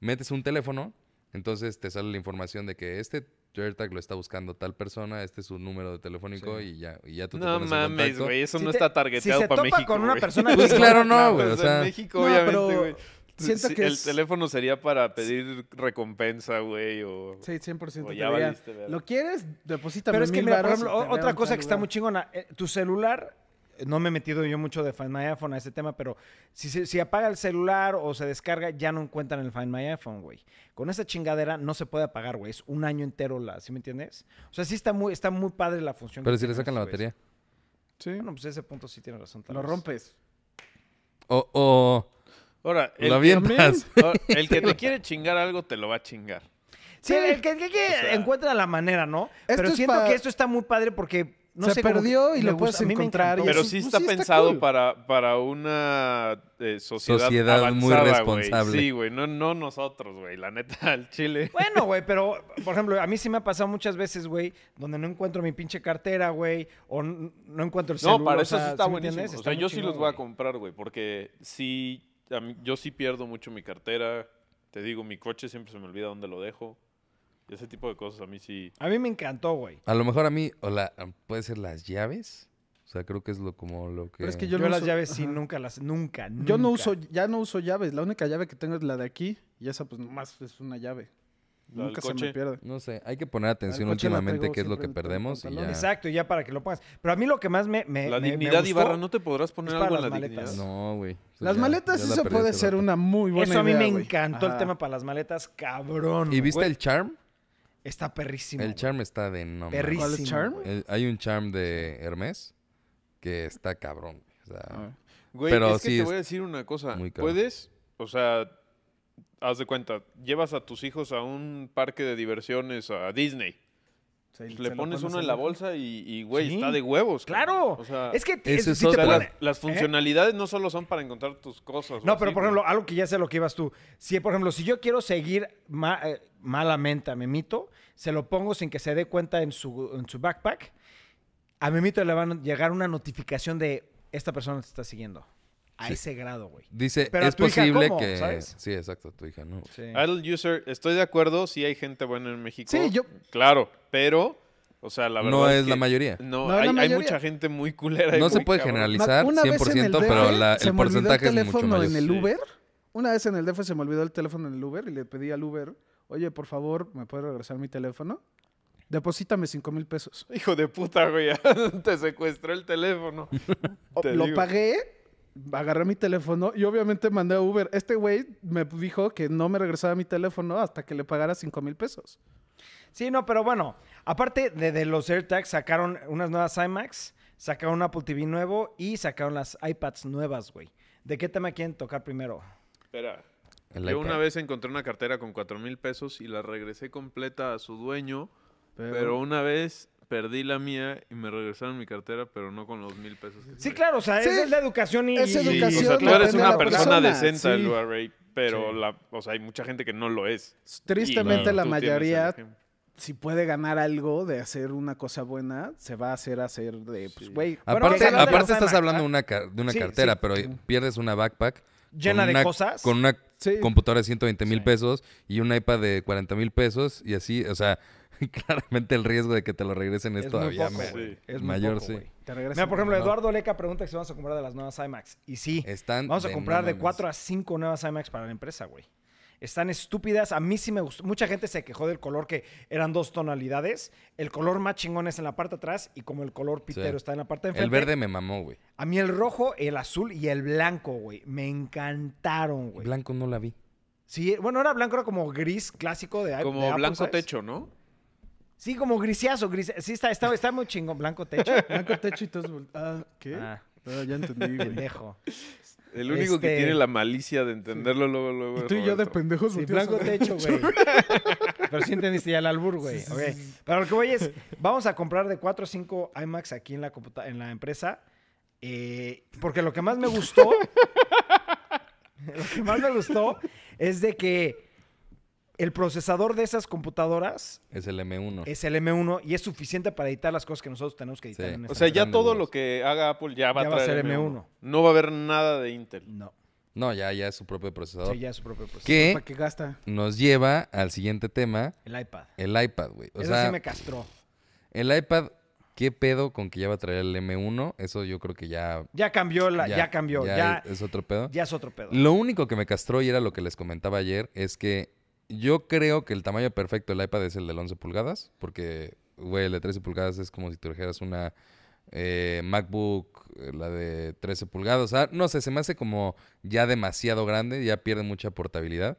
Speaker 2: metes un teléfono, entonces te sale la información de que este AirTag lo está buscando tal persona, este es su número de telefónico y ya, y ya tú te
Speaker 4: No
Speaker 2: pones en
Speaker 4: mames,
Speaker 2: contacto.
Speaker 4: güey. Eso
Speaker 1: Si
Speaker 4: no
Speaker 1: te-
Speaker 4: está targeteado
Speaker 1: si se
Speaker 4: para
Speaker 1: topa
Speaker 4: México.
Speaker 1: con una
Speaker 4: güey.
Speaker 1: persona...
Speaker 2: Pues
Speaker 1: chingona,
Speaker 2: claro, no, güey.
Speaker 4: Pues
Speaker 2: o sea-
Speaker 4: en México,
Speaker 3: No,
Speaker 4: obviamente,
Speaker 3: pero
Speaker 4: güey.
Speaker 3: siento
Speaker 4: Sí,
Speaker 3: que
Speaker 4: el
Speaker 3: es-
Speaker 4: teléfono sería para pedir recompensa, güey, o...
Speaker 3: Sí, 100%
Speaker 4: O
Speaker 3: te
Speaker 4: ya
Speaker 3: diría,
Speaker 4: valiste, verga.
Speaker 3: ¿Lo quieres? Deposítame
Speaker 1: Pero es que,
Speaker 3: mil
Speaker 1: mira, por
Speaker 3: varos y
Speaker 1: ejemplo,
Speaker 3: te
Speaker 1: o-
Speaker 3: veo en
Speaker 1: otra
Speaker 3: tal
Speaker 1: cosa que está
Speaker 3: lugar.
Speaker 1: muy chingona. eh, tu celular, eh, no me he metido yo mucho de Find My iPhone a este tema, pero si, se- si apaga el celular o se descarga, ya no encuentran el Find My iPhone, güey. Con esa chingadera no se puede apagar, güey. Es un año entero la, ¿sí me entiendes? O sea, sí está muy, está muy padre la función.
Speaker 2: Pero
Speaker 1: que
Speaker 2: si le
Speaker 1: tienen
Speaker 2: sacan la
Speaker 1: estos güeyes.
Speaker 2: batería.
Speaker 1: Bueno, pues ese punto sí tiene razón. tal
Speaker 3: Lo
Speaker 1: vez.
Speaker 3: rompes.
Speaker 2: O, o
Speaker 4: Ahora, el
Speaker 2: lo avientas.
Speaker 4: que, ahora, el que te quiere chingar algo, te lo va a chingar.
Speaker 1: Sí,
Speaker 3: Sí.
Speaker 1: el que, el que- que
Speaker 4: sea,
Speaker 1: encuentra la manera, ¿no? Pero
Speaker 3: es
Speaker 1: siento
Speaker 3: pa-
Speaker 1: que esto está muy padre porque... No
Speaker 3: Se
Speaker 1: sé, como que
Speaker 3: perdió y
Speaker 1: me
Speaker 3: lo puedes
Speaker 1: gusta. A mí me
Speaker 3: encontrar y
Speaker 1: encantó.
Speaker 4: Pero
Speaker 3: eso-
Speaker 4: sí
Speaker 3: pues,
Speaker 4: está
Speaker 3: sí está
Speaker 4: pensado
Speaker 3: cool.
Speaker 4: para, para una eh, sociedad,
Speaker 2: Sociedad muy
Speaker 4: avanzada, güey.
Speaker 2: responsable.
Speaker 4: Sí, güey, no, no nosotros, güey, la neta, al chile.
Speaker 1: Bueno, güey, pero, por ejemplo, a mí sí me ha pasado muchas veces, güey, donde no encuentro mi pinche cartera, güey, o n- no encuentro Pues el celular.
Speaker 4: No, para eso
Speaker 1: o sea,
Speaker 4: sí está
Speaker 1: ¿sí me
Speaker 4: buenísimo.
Speaker 1: entiendes?
Speaker 4: O
Speaker 1: Está
Speaker 4: sea,
Speaker 1: muy
Speaker 4: yo sí
Speaker 1: chingón,
Speaker 4: los voy a
Speaker 1: güey.
Speaker 4: comprar, güey, porque sí, a mí- yo sí pierdo mucho mi cartera. Te digo, mi coche siempre se me olvida dónde lo dejo. Y ese tipo de cosas a mí sí.
Speaker 1: A mí me encantó, güey.
Speaker 2: a lo mejor a mí, o la, ah, puede ser las llaves. O sea, creo que es lo como lo que...
Speaker 3: Pero es que
Speaker 1: Yo,
Speaker 3: no
Speaker 1: las
Speaker 3: uso-
Speaker 1: llaves sí,
Speaker 3: Ajá.
Speaker 1: nunca las, nunca,
Speaker 3: Yo no
Speaker 1: nunca.
Speaker 3: uso, ya no uso llaves. La única llave que tengo es la de aquí. Y esa, pues, nomás es una llave.
Speaker 4: La del
Speaker 3: Nunca se
Speaker 4: coche.
Speaker 3: me pierde.
Speaker 2: No sé, hay que poner atención
Speaker 3: coche la
Speaker 2: últimamente
Speaker 3: traigo
Speaker 2: qué es lo
Speaker 3: siempre
Speaker 2: que
Speaker 3: en el
Speaker 2: perdemos y
Speaker 3: pantalón.
Speaker 2: ya.
Speaker 1: Exacto, ya para que lo pongas. Pero a mí lo que más me, me-
Speaker 4: La
Speaker 1: me- me
Speaker 4: dignidad,
Speaker 1: gustó-
Speaker 4: Ibarra, ¿no te podrás poner
Speaker 1: es para
Speaker 4: algo en la
Speaker 1: las maletas.
Speaker 4: dignidad?
Speaker 2: No, güey. Eso
Speaker 3: Las
Speaker 2: ya-
Speaker 3: maletas,
Speaker 2: ya la
Speaker 3: eso
Speaker 2: perdí
Speaker 3: puede
Speaker 2: hace
Speaker 3: ser
Speaker 2: rato.
Speaker 3: una muy buena
Speaker 1: Eso a mí
Speaker 3: idea,
Speaker 1: me
Speaker 3: güey.
Speaker 1: encantó el
Speaker 3: Ajá.
Speaker 1: tema para las maletas, cabrón.
Speaker 2: ¿Y viste
Speaker 1: güey.
Speaker 2: el charm?
Speaker 1: Está perrísimo.
Speaker 2: El
Speaker 1: güey.
Speaker 2: charm está de no mames.
Speaker 1: Perrísimo.
Speaker 3: ¿Cuál es charm?
Speaker 1: güey.
Speaker 2: El- Hay un charm de Hermes que está cabrón. güey. O sea,
Speaker 3: Ah.
Speaker 4: Güey,
Speaker 2: Pero
Speaker 4: es
Speaker 2: sí
Speaker 4: que te
Speaker 2: es
Speaker 4: voy a decir una cosa.
Speaker 2: muy caro.
Speaker 4: Puedes, o sea, haz de cuenta, llevas a tus hijos a un parque de diversiones, a Disney.
Speaker 3: Se-
Speaker 4: Le
Speaker 3: se lo
Speaker 4: pones, uno en la
Speaker 3: ahí.
Speaker 4: bolsa y, y, güey,
Speaker 1: Sí.
Speaker 4: está de huevos.
Speaker 1: Claro.
Speaker 4: cabrón. O sea,
Speaker 1: es que t-
Speaker 2: Eso
Speaker 1: es-
Speaker 2: es
Speaker 1: sí te
Speaker 2: otra.
Speaker 1: pone-
Speaker 4: las funcionalidades no solo son para encontrar tus cosas. o
Speaker 1: No, pero por
Speaker 4: así, güey.
Speaker 1: ejemplo, algo que ya sé lo que ibas tú. Si, por ejemplo, si yo quiero seguir ma- eh, malamente a Memito, se lo pongo sin que se dé cuenta en su, en su backpack, a Memito le van a llegar una notificación de esta persona te está siguiendo. A
Speaker 2: Sí.
Speaker 1: ese grado, güey.
Speaker 2: Dice,
Speaker 1: Pero a
Speaker 2: es
Speaker 1: tu hija,
Speaker 2: posible
Speaker 1: ¿cómo?
Speaker 2: que...
Speaker 1: ¿Sabes?
Speaker 2: Sí, exacto, tu hija, ¿no?
Speaker 4: Adult user, estoy de acuerdo, sí hay gente buena en México.
Speaker 3: Sí, yo-
Speaker 4: Claro, pero, o sea, la verdad
Speaker 2: no es
Speaker 4: que
Speaker 2: la mayoría.
Speaker 3: No
Speaker 4: No,
Speaker 3: es la
Speaker 4: hay, hay
Speaker 3: mayoría.
Speaker 4: mucha gente muy culera. y
Speaker 2: No se
Speaker 4: muy
Speaker 2: puede
Speaker 4: cabrón.
Speaker 2: generalizar
Speaker 3: Una vez en
Speaker 2: 100%,
Speaker 3: DF
Speaker 2: pero la-
Speaker 3: se
Speaker 2: el
Speaker 3: me olvidó
Speaker 2: porcentaje
Speaker 3: el
Speaker 2: es mucho
Speaker 3: teléfono
Speaker 2: mayor.
Speaker 3: en el
Speaker 4: Sí.
Speaker 3: Uber. Una vez en el DF se me olvidó el teléfono en el Uber y le pedí al Uber, oye, por favor, ¿me puedes regresar mi teléfono? Deposítame 5 mil pesos.
Speaker 4: Hijo de puta, güey. Te secuestró el teléfono.
Speaker 3: O-
Speaker 4: Te
Speaker 3: Lo
Speaker 4: digo.
Speaker 3: pagué, agarré mi teléfono y obviamente mandé a Uber. Este güey me dijo que no me regresaba mi teléfono hasta que le pagara 5 mil pesos.
Speaker 1: Sí, no, pero bueno, aparte de, de los AirTags, sacaron unas nuevas iMacs, sacaron un Apple TV nuevo y sacaron las iPads nuevas, güey. ¿De qué tema quieren tocar primero?
Speaker 4: Espera.
Speaker 2: El
Speaker 4: Yo
Speaker 2: iPad.
Speaker 4: una vez encontré una cartera con cuatro mil pesos y la regresé completa a su dueño, pero una vez perdí la mía y me regresaron mi cartera, pero no con los mil pesos. que
Speaker 1: Sí,
Speaker 4: traía.
Speaker 1: claro, o sea,
Speaker 3: Sí,
Speaker 1: esa es la educación y...
Speaker 3: es
Speaker 1: y-
Speaker 4: Sí,
Speaker 3: educación,
Speaker 4: o sea, tú
Speaker 3: depende
Speaker 4: eres
Speaker 3: de
Speaker 4: una
Speaker 3: la
Speaker 4: persona,
Speaker 3: persona,
Speaker 4: decente,
Speaker 3: sí.
Speaker 4: Lua Ray, pero
Speaker 1: Sí.
Speaker 4: la, o sea, hay mucha gente que no lo es.
Speaker 3: Tristemente
Speaker 4: Y
Speaker 3: la
Speaker 4: tú tienes el
Speaker 3: mayoría
Speaker 4: ejemplo.
Speaker 3: si puede ganar algo de hacer una cosa buena, se va a hacer hacer de, pues,
Speaker 4: Sí.
Speaker 3: güey.
Speaker 1: Bueno,
Speaker 2: aparte
Speaker 1: vamos a hablar de
Speaker 2: aparte
Speaker 1: los
Speaker 2: estás
Speaker 1: iMac,
Speaker 2: hablando
Speaker 1: ¿ah?
Speaker 2: de una, car- de una
Speaker 1: Sí,
Speaker 2: cartera,
Speaker 1: sí.
Speaker 2: pero pierdes una backpack. con
Speaker 1: Llena de
Speaker 2: una-
Speaker 1: cosas.
Speaker 2: Con una
Speaker 3: Sí.
Speaker 2: computadora de 120 mil
Speaker 1: Sí.
Speaker 2: pesos y un iPad de 40 mil pesos y así, o sea, claramente el riesgo de que te lo regresen
Speaker 1: es
Speaker 2: es,
Speaker 1: muy
Speaker 2: todavía
Speaker 1: poco,
Speaker 2: me-
Speaker 1: güey.
Speaker 4: sí.
Speaker 1: Es muy
Speaker 2: mayor,
Speaker 1: poco,
Speaker 2: sí.
Speaker 1: güey.
Speaker 3: Te regresan.
Speaker 1: Mira, por ejemplo,
Speaker 2: No.
Speaker 1: Eduardo Leca pregunta que si vamos a comprar de las nuevas iMacs. Y sí,
Speaker 2: Están
Speaker 1: vamos a
Speaker 2: de
Speaker 1: comprar
Speaker 2: no
Speaker 1: de
Speaker 2: mames.
Speaker 1: 4 a 5 nuevas iMacs para la empresa, güey. Están estúpidas. A mí sí me gustó. Mucha gente se quejó del color que eran dos tonalidades. El color más chingón es en la parte de atrás y como el color pitero está en la parte de enfrente.
Speaker 2: El verde me mamó, güey.
Speaker 1: A mí el rojo, el azul y el blanco, güey. Me encantaron, güey.
Speaker 2: Blanco no la vi.
Speaker 1: Sí, bueno, era blanco, era como gris clásico de de
Speaker 4: Como
Speaker 1: Apple,
Speaker 4: blanco
Speaker 1: ¿sabes?
Speaker 4: techo, ¿no?
Speaker 1: Sí, como griseazo, gris. Sí, está, está, está muy chingón, blanco techo.
Speaker 3: Blanco techo y todos vol- Ah, ¿qué?
Speaker 1: Ah,
Speaker 3: Ah, ya entendí, güey.
Speaker 1: pendejo.
Speaker 4: El único que
Speaker 1: Este-
Speaker 4: tiene la malicia de entenderlo luego, luego.
Speaker 3: Y
Speaker 4: es
Speaker 3: tú y yo de
Speaker 4: Roberto.
Speaker 3: pendejos
Speaker 1: Sí,
Speaker 3: volteados
Speaker 1: blanco
Speaker 3: a ver.
Speaker 1: techo, güey. Pero sí entendiste ya el albur, güey.
Speaker 3: Sí, sí,
Speaker 1: Ok.
Speaker 3: sí, sí.
Speaker 1: Pero lo que voy es, vamos a comprar de 4 o 5 iMacs aquí en la, computa- en la empresa. eh, porque lo que más me gustó, lo que más me gustó es de que el procesador de esas computadoras
Speaker 2: Es el M1.
Speaker 1: es el M1 y es suficiente para editar las cosas que nosotros tenemos que editar.
Speaker 2: Sí.
Speaker 1: en
Speaker 4: O
Speaker 1: esta
Speaker 4: sea,
Speaker 1: empresa.
Speaker 4: ya
Speaker 2: Grandes
Speaker 4: todo
Speaker 2: dudas.
Speaker 4: lo que haga Apple ya va
Speaker 1: Ya
Speaker 4: a
Speaker 1: va a
Speaker 4: traer
Speaker 1: ser M1.
Speaker 4: No va a haber nada de Intel.
Speaker 1: no,
Speaker 2: No, ya, ya es su propio procesador.
Speaker 1: sí, ya es su propio procesador.
Speaker 2: que
Speaker 3: Para que gasta.
Speaker 2: nos lleva al siguiente tema,
Speaker 1: El iPad.
Speaker 2: el iPad, güey. O
Speaker 1: Eso
Speaker 2: sea,
Speaker 1: sí me castró.
Speaker 2: el iPad, ¿qué pedo con que ya va a traer el M1? Eso yo creo que ya...
Speaker 1: Ya cambió, la, ya, cambió, ya,
Speaker 2: es, es otro pedo.
Speaker 1: ya es otro pedo.
Speaker 2: Lo único que me castró, y era lo que les comentaba ayer, es que yo creo que el tamaño perfecto del iPad es el del 11 pulgadas, porque, güey, el de 13 pulgadas es como si trajeras una eh, MacBook, eh, la de 13 pulgadas. O sea, no sé, se me hace como ya demasiado grande, ya pierde mucha portabilidad.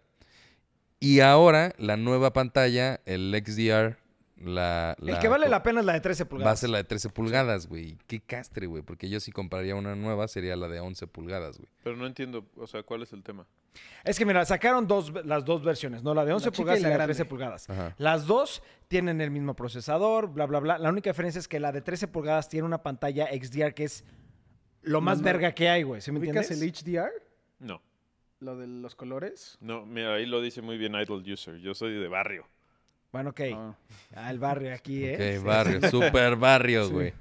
Speaker 2: Y ahora, la nueva pantalla, el XDR, la...
Speaker 1: el que vale la pena es la de 13
Speaker 2: Va a
Speaker 1: pulgadas.
Speaker 2: ser la de 13 pulgadas, güey. Qué castre, güey. Porque yo si compraría una nueva sería la de 11 pulgadas, güey.
Speaker 4: Pero no entiendo, o sea, ¿cuál es el tema?
Speaker 1: Es que mira, sacaron dos, las dos versiones, ¿no? La de 11
Speaker 3: chica
Speaker 1: pulgadas
Speaker 3: y
Speaker 1: y
Speaker 3: la
Speaker 1: la de
Speaker 3: grande.
Speaker 1: 13 pulgadas.
Speaker 2: Ajá.
Speaker 1: Las dos tienen el mismo procesador, bla, bla, bla. La única diferencia es que la de 13 pulgadas tiene una pantalla XDR que es lo más
Speaker 3: No, no.
Speaker 1: verga que hay, güey. ¿Sí me
Speaker 3: ¿Ubicas
Speaker 1: entiendes?
Speaker 3: el HDR?
Speaker 4: No,
Speaker 3: Lo de los colores.
Speaker 4: no, mira, ahí lo dice muy bien Idle User. Yo soy de barrio.
Speaker 1: Bueno, ok.
Speaker 3: Ah.
Speaker 1: Al barrio aquí, ¿eh?
Speaker 2: Ok, barrio, super barrio, güey.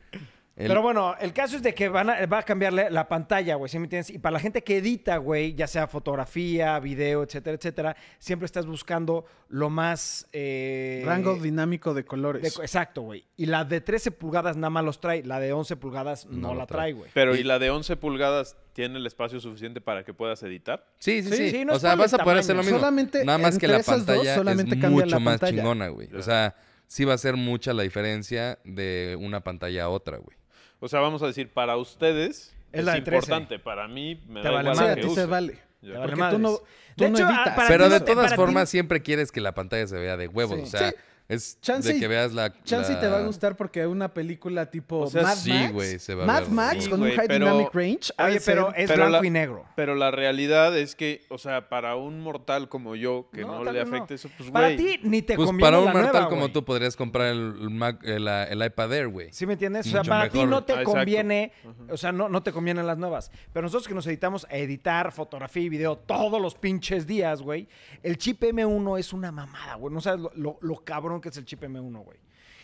Speaker 2: El-
Speaker 1: Pero bueno, el caso es de que van a- va a cambiarle la pantalla, güey, ¿sí me entiendes? Y para la gente que edita, güey, ya sea fotografía, video, etcétera, etcétera, siempre estás buscando lo más... eh,
Speaker 3: Rango dinámico de
Speaker 1: de-
Speaker 4: Pues.
Speaker 3: colores.
Speaker 1: Exacto, güey. Y la de 13 pulgadas nada más los trae, la de 11 pulgadas no,
Speaker 2: No lo
Speaker 1: la
Speaker 2: trae.
Speaker 1: trae, güey.
Speaker 4: Pero ¿y la de 11 pulgadas tiene el espacio suficiente para que puedas editar?
Speaker 2: sí, sí,
Speaker 1: Sí,
Speaker 2: sí.
Speaker 1: sí, no
Speaker 2: o
Speaker 1: es
Speaker 2: sea,
Speaker 1: por el
Speaker 2: vas a poder hacer lo
Speaker 1: tamaño.
Speaker 2: mismo.
Speaker 3: Solamente
Speaker 2: Nada más que
Speaker 3: entre
Speaker 2: la
Speaker 3: esas dos,
Speaker 2: pantalla
Speaker 3: solamente
Speaker 2: es
Speaker 3: cambia la
Speaker 2: mucho más
Speaker 3: pantalla.
Speaker 2: chingona, güey.
Speaker 4: Ya.
Speaker 2: O sea, sí va a ser mucha la diferencia de una pantalla a otra, güey.
Speaker 4: O sea, vamos a decir, para ustedes
Speaker 1: Es
Speaker 4: es,
Speaker 1: la de 13.
Speaker 4: importante, para mí me
Speaker 1: Te
Speaker 4: da
Speaker 1: vale
Speaker 4: igual
Speaker 3: Sí,
Speaker 1: madre,
Speaker 4: la
Speaker 3: a
Speaker 4: que
Speaker 3: ti te
Speaker 4: use.
Speaker 3: vale.
Speaker 4: Ya.
Speaker 1: Te vale
Speaker 3: Porque tú
Speaker 1: madres.
Speaker 3: no, tú
Speaker 1: De
Speaker 3: no
Speaker 1: hecho, ah,
Speaker 3: editas.
Speaker 1: para
Speaker 2: Pero
Speaker 1: ti
Speaker 2: de
Speaker 1: no-
Speaker 2: todas
Speaker 1: para ti-
Speaker 2: formas, siempre quieres que la pantalla se vea de huevos.
Speaker 3: Sí.
Speaker 2: O sea,
Speaker 3: Sí.
Speaker 2: es
Speaker 3: Chance
Speaker 2: de
Speaker 3: y-
Speaker 2: que veas la.
Speaker 3: Chance y te va a
Speaker 2: la-
Speaker 3: gustar porque una película tipo
Speaker 4: O sea,
Speaker 3: Mad
Speaker 2: sí,
Speaker 3: Max.
Speaker 2: güey, se va a
Speaker 3: Mad
Speaker 2: ver,
Speaker 3: Max
Speaker 4: sí,
Speaker 3: con un
Speaker 4: güey,
Speaker 3: high
Speaker 4: pero-
Speaker 3: dynamic range. ha
Speaker 1: Oye,
Speaker 3: de ser-
Speaker 1: pero es
Speaker 4: pero la-
Speaker 1: blanco y negro.
Speaker 4: Pero la realidad es que, o sea, para un mortal como yo, que
Speaker 1: No,
Speaker 4: no,
Speaker 1: tal
Speaker 4: le
Speaker 1: vez no.
Speaker 4: afecte eso, pues
Speaker 1: Para
Speaker 4: güey.
Speaker 1: ti ni te
Speaker 2: Pues
Speaker 1: conviene
Speaker 2: para un
Speaker 1: la
Speaker 2: mortal
Speaker 1: nueva,
Speaker 2: como
Speaker 1: güey.
Speaker 2: tú podrías comprar el, Mac- el, el iPad Air, güey.
Speaker 1: ¿Sí me entiendes? O sea,
Speaker 2: Mucho
Speaker 1: para ti
Speaker 2: mejor.
Speaker 1: no te
Speaker 4: Ah, exacto.
Speaker 1: conviene, o sea, no, no te convienen las nuevas. Pero nosotros que nos editamos a editar fotografía y video todos los pinches días, güey, el chip M1 es una mamada, güey. No sabes lo, lo- lo cabrón que es el chip M1, güey.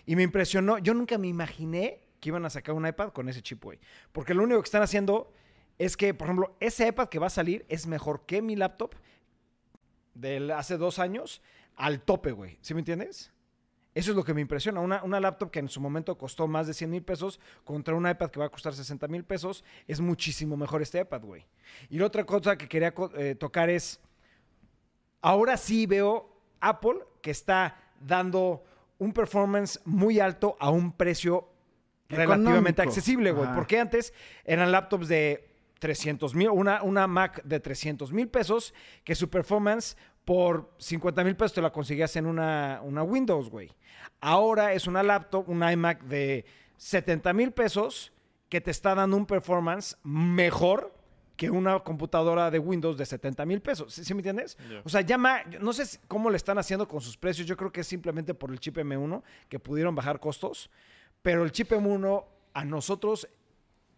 Speaker 1: Y me impresionó, yo nunca me imaginé que iban a sacar un iPad con ese chip, güey. Porque lo único que están haciendo es que, por ejemplo, ese iPad que va a salir es mejor que mi laptop del hace dos años al tope, güey. ¿Sí me entiendes? Eso es lo que me impresiona. Una, una laptop que en su momento costó más de 100 mil pesos contra un iPad que va a costar 60 mil pesos. Es muchísimo mejor este iPad, güey. Y la otra cosa que quería co- eh, tocar es, ahora sí veo Apple que está dando un performance muy alto a un precio relativamente
Speaker 3: Económico.
Speaker 1: accesible, güey.
Speaker 3: Ajá.
Speaker 1: Porque antes eran laptops de 300 mil, una, una Mac de 300 mil pesos, que su performance por 50 mil pesos te la conseguías en una, una Windows, güey. Ahora es una laptop, un iMac de 70 mil pesos que te está dando un performance mejor que una computadora de Windows de 70 mil pesos. ¿Sí, sí me entiendes?
Speaker 4: Ya.
Speaker 1: O sea, llama, no sé si- cómo le están haciendo con sus precios. Yo creo que es simplemente por el chip M1 que pudieron bajar costos. Pero el chip M1 a nosotros,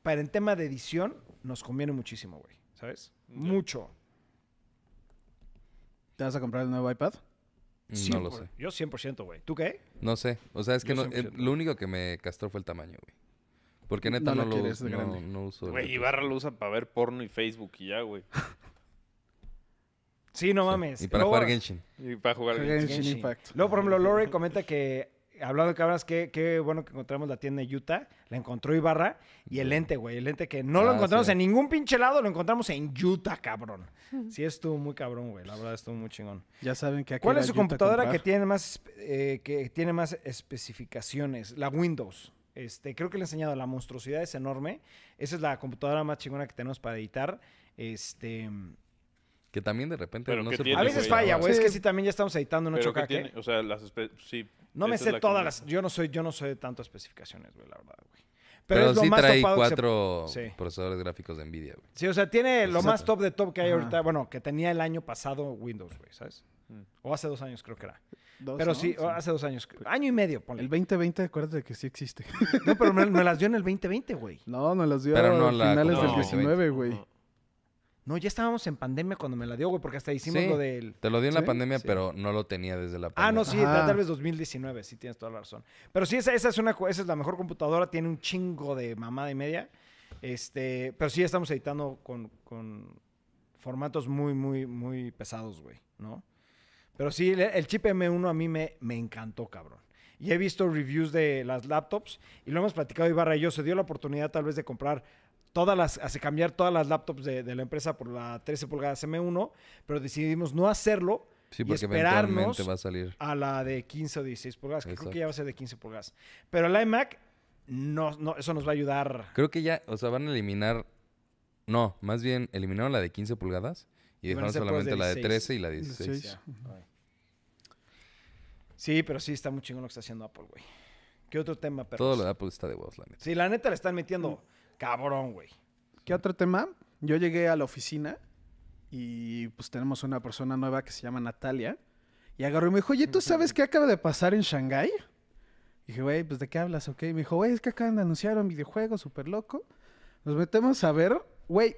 Speaker 1: para el tema de edición, nos conviene muchísimo, güey. ¿Sabes? Mucho.
Speaker 3: ¿Te vas a comprar el nuevo iPad?
Speaker 2: Mm, No lo
Speaker 1: Cien por-
Speaker 2: sé.
Speaker 1: Yo 100%, güey. ¿Tú qué?
Speaker 2: No sé. O sea, es que
Speaker 1: Yo
Speaker 2: no-
Speaker 1: soy
Speaker 2: eh,
Speaker 1: mucho-
Speaker 2: lo único que me castró fue el tamaño, güey. Porque neta
Speaker 3: No
Speaker 2: no,
Speaker 3: la
Speaker 2: lo
Speaker 3: quieres de
Speaker 2: no-
Speaker 3: grande.
Speaker 2: no uso. el
Speaker 4: Güey,
Speaker 2: iPad.
Speaker 4: Ibarra lo usa para ver porno y Facebook y ya, güey.
Speaker 1: Sí, no
Speaker 2: Sí.
Speaker 1: mames.
Speaker 2: Y para
Speaker 1: Luego-
Speaker 2: jugar Genshin.
Speaker 4: Y para jugar.
Speaker 3: Jugar
Speaker 4: games.
Speaker 3: Genshin Impact.
Speaker 1: Luego, por ejemplo, Lore comenta que hablando de cabras, qué, qué bueno que encontramos la tienda de Utah. La encontró Ibarra y el lente, güey. El lente que no lo
Speaker 2: Ah,
Speaker 1: encontramos
Speaker 2: sí.
Speaker 1: en ningún pinche lado, lo encontramos en Utah, cabrón. Sí, estuvo muy cabrón, güey. La verdad, estuvo muy chingón.
Speaker 3: Ya saben que aquí
Speaker 1: ¿Cuál
Speaker 3: va
Speaker 1: es su
Speaker 3: Utah a
Speaker 1: computadora que
Speaker 3: comprar.
Speaker 1: tiene más eh, que tiene más especificaciones? La Windows. Este, creo que le he enseñado, la monstruosidad es enorme. Esa es la computadora más chingona que tenemos para editar. Este,
Speaker 2: Que también de repente
Speaker 4: Pero
Speaker 2: no
Speaker 4: que
Speaker 2: sé por
Speaker 4: tiene,
Speaker 1: a
Speaker 2: qué
Speaker 1: veces
Speaker 2: se
Speaker 1: falla,
Speaker 2: graba.
Speaker 1: güey. Es que
Speaker 3: Sí.
Speaker 1: sí también ya estamos editando en
Speaker 4: Pero que
Speaker 1: 8K.
Speaker 4: tiene,
Speaker 1: ¿qué?
Speaker 4: o sea, las espe- sí.
Speaker 1: No me
Speaker 4: esa
Speaker 1: sé
Speaker 4: es la que
Speaker 1: todas
Speaker 4: me-
Speaker 1: las, yo no soy, yo no sé de tantas especificaciones, güey, la verdad, güey.
Speaker 2: Pero,
Speaker 1: es lo
Speaker 2: sí
Speaker 1: más
Speaker 2: trae
Speaker 1: topado que se-
Speaker 2: cuatro
Speaker 1: Sí.
Speaker 2: procesadores gráficos de Nvidia, güey.
Speaker 1: Sí, o sea, tiene lo más
Speaker 2: Exacto.
Speaker 1: top de top que hay
Speaker 3: Ajá.
Speaker 1: ahorita, bueno, que tenía el año pasado Windows, güey, ¿sabes?
Speaker 4: Mm.
Speaker 1: O hace dos años creo que era.
Speaker 3: Dos,
Speaker 1: Pero
Speaker 3: ¿no?
Speaker 1: sí, o hace dos años, año y medio, ponle.
Speaker 3: El 2020, acuérdate que sí existe.
Speaker 1: No, pero me, me las dio en el 2020, güey.
Speaker 3: No, nos las dio
Speaker 2: Pero no
Speaker 3: a
Speaker 2: la
Speaker 3: finales del
Speaker 4: computadora.
Speaker 3: 19, güey.
Speaker 4: Ajá.
Speaker 1: No, ya estábamos en pandemia cuando me la dio, güey, porque hasta hicimos
Speaker 2: Sí.
Speaker 1: lo del...
Speaker 2: Te lo dio en
Speaker 3: Sí,
Speaker 2: la pandemia,
Speaker 3: sí.
Speaker 2: pero no lo tenía desde la pandemia.
Speaker 1: Ah, no, sí,
Speaker 3: Ajá.
Speaker 1: tal vez 2019, sí tienes toda la razón. Pero sí, esa, esa es una, cu- esa es la mejor computadora, tiene un chingo de mamada y media. Este, pero sí estamos editando con, con formatos muy, muy, muy pesados, güey, ¿no? Pero sí, el, el chip M1 a mí me, me encantó, cabrón. Y he visto reviews de las laptops y lo hemos platicado Ibarra y yo. Se dio la oportunidad tal vez de comprar todas las, hace cambiar todas las laptops de, de la empresa por la 13 pulgadas M1, pero decidimos no hacerlo
Speaker 2: Sí,
Speaker 1: y
Speaker 2: porque eventualmente
Speaker 1: esperarnos
Speaker 2: va a salir.
Speaker 1: a la de 15 o 16 pulgadas, que creo que
Speaker 2: Exacto.
Speaker 1: ya va a ser de 15 pulgadas. Pero el iMac, no, no, eso nos va a ayudar.
Speaker 2: Creo que ya, o sea, van a eliminar. No, más bien eliminaron la de 15 pulgadas y
Speaker 1: Y van a
Speaker 2: dejaron
Speaker 1: ser puras de
Speaker 2: solamente la de
Speaker 1: 16.
Speaker 2: 13 y la 16.
Speaker 3: 16.
Speaker 1: Ya, ay. Sí, pero sí está muy chingón lo que está haciendo Apple, güey. ¿Qué otro tema, perros?
Speaker 2: Todo lo de Apple está de huevos, la neta.
Speaker 1: Sí, la neta le están metiendo cabrón, güey.
Speaker 3: ¿Qué otro tema? Yo llegué a la oficina y pues tenemos una persona nueva que se llama Natalia. Y agarró y me dijo, oye, ¿tú sabes qué acaba de pasar en Shanghái? Y dije, güey, pues ¿de qué hablas? Ok. Y me dijo, güey, es que acaban de anunciar un videojuego súper loco. Nos metemos a ver, güey.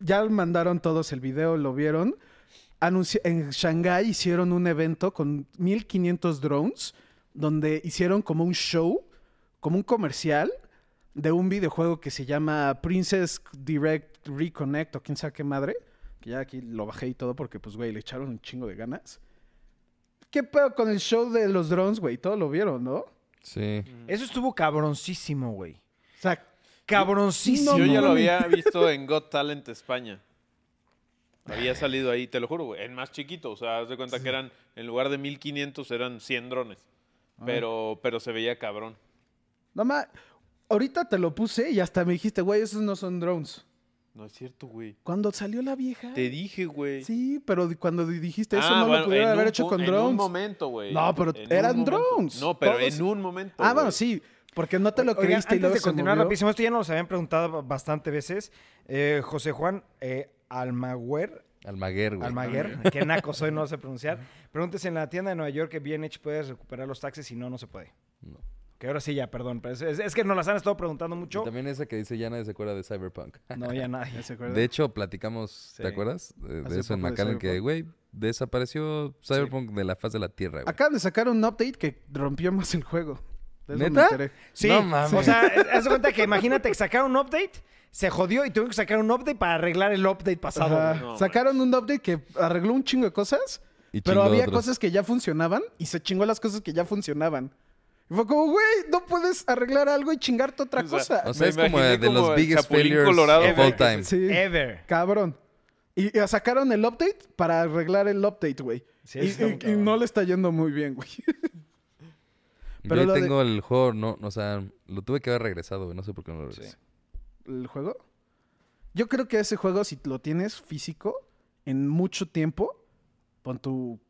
Speaker 3: Ya mandaron todos el video, lo vieron. Anunci- en Shanghái hicieron un evento con 1500 drones, donde hicieron como un show, como un comercial de un videojuego que se llama Princess Direct Reconnect o quién sabe qué madre. Que ya aquí lo bajé y todo porque, pues, güey, le echaron un chingo de ganas. ¿Qué pedo con el show de los drones, güey? Todo lo vieron, ¿no? O
Speaker 2: Sí.
Speaker 3: Mm.
Speaker 1: Eso estuvo cabroncísimo, güey.
Speaker 3: sea,
Speaker 1: Cabroncísimo.
Speaker 3: No,
Speaker 4: Yo ya
Speaker 3: no,
Speaker 4: lo
Speaker 3: no.
Speaker 4: había visto en Got Talent España. Había salido ahí, te lo juro, güey. En más chiquito. O sea, haz de cuenta que eran, en lugar de 1500, eran 100 drones.
Speaker 3: Ah.
Speaker 4: Pero, pero se veía cabrón.
Speaker 3: no ma- Ahorita te lo puse y hasta me dijiste, güey, esos no son drones.
Speaker 4: No es cierto, güey.
Speaker 3: Cuando salió la vieja.
Speaker 4: Te dije, güey.
Speaker 3: Sí, pero di- cuando di- dijiste eso
Speaker 4: Ah,
Speaker 3: no
Speaker 4: bueno,
Speaker 3: lo pudieron
Speaker 4: en
Speaker 3: haber
Speaker 4: un
Speaker 3: hecho
Speaker 4: pu-
Speaker 3: con
Speaker 4: En un
Speaker 3: drones.
Speaker 4: momento, güey.
Speaker 3: No, pero
Speaker 4: En un
Speaker 3: eran
Speaker 4: momento.
Speaker 3: drones.
Speaker 4: No, pero
Speaker 3: Todos-
Speaker 4: en un momento.
Speaker 3: Ah, bueno,
Speaker 4: güey.
Speaker 3: sí, porque no te lo
Speaker 1: Oigan,
Speaker 3: creíste y
Speaker 1: antes
Speaker 3: luego
Speaker 1: de
Speaker 3: se
Speaker 1: continuar
Speaker 3: movió.
Speaker 1: rapidísimo, esto ya nos lo habían preguntado bastante veces. Eh, José Juan eh, Almaguer
Speaker 2: Almaguer, güey.
Speaker 1: Mm. Almaguer, que naco soy, no lo sé pronunciar. Pregúntese en la tienda de Nueva York que bien hecho puedes recuperar los taxis y no, no se puede.
Speaker 2: No.
Speaker 1: Que ahora sí ya, perdón. pero es, es- es que nos las han estado preguntando
Speaker 2: Y
Speaker 1: mucho.
Speaker 2: también esa que dice ya nadie se acuerda de Cyberpunk.
Speaker 1: No, ya nadie.
Speaker 3: ¿Ya se acuerdan?
Speaker 2: De hecho, platicamos,
Speaker 1: Sí.
Speaker 2: ¿te acuerdas? De, de
Speaker 3: Hace
Speaker 2: eso en
Speaker 3: poco de
Speaker 2: Macallan, que, güey, desapareció Cyberpunk de la faz de la tierra, güey.
Speaker 3: Acaban de sacar un update que rompió más el juego. De eso me
Speaker 2: ¿Neta?
Speaker 3: enteré.
Speaker 1: Sí,
Speaker 2: No mames.
Speaker 1: o sea, haz de cuenta que imagínate que sacaron un update, se jodió y tuvieron que sacar un update para arreglar el update pasado.
Speaker 3: Ajá.
Speaker 1: güey.
Speaker 4: no,
Speaker 3: Sacaron un update que arregló un chingo de cosas,
Speaker 2: Y
Speaker 3: pero
Speaker 2: chingó
Speaker 3: había
Speaker 2: otras.
Speaker 3: cosas que ya funcionaban y se chingó las cosas que ya funcionaban. Y fue como, güey, no puedes arreglar algo y chingarte otra
Speaker 4: O sea,
Speaker 3: cosa.
Speaker 2: O sea,
Speaker 4: Me
Speaker 2: es como de
Speaker 4: imaginé como
Speaker 2: los
Speaker 4: el
Speaker 2: biggest
Speaker 4: Chapulín
Speaker 2: failures
Speaker 4: Colorado,
Speaker 2: of
Speaker 1: güey,
Speaker 2: all
Speaker 1: que
Speaker 2: time.
Speaker 3: sí,
Speaker 1: Ever.
Speaker 3: cabrón. Y, y sacaron el update para arreglar el update, güey.
Speaker 1: Sí,
Speaker 3: y,
Speaker 1: está muy
Speaker 3: y- y
Speaker 1: cabrón.
Speaker 3: no le está yendo muy bien, güey. Pero
Speaker 2: Yo ahí
Speaker 3: lo de-
Speaker 2: tengo el juego, no, o sea, lo tuve que haber regresado, güey. No sé por qué no lo
Speaker 1: Sí.
Speaker 2: regresé.
Speaker 3: ¿El juego? Yo creo que ese juego, si lo tienes físico, en mucho tiempo, pon tu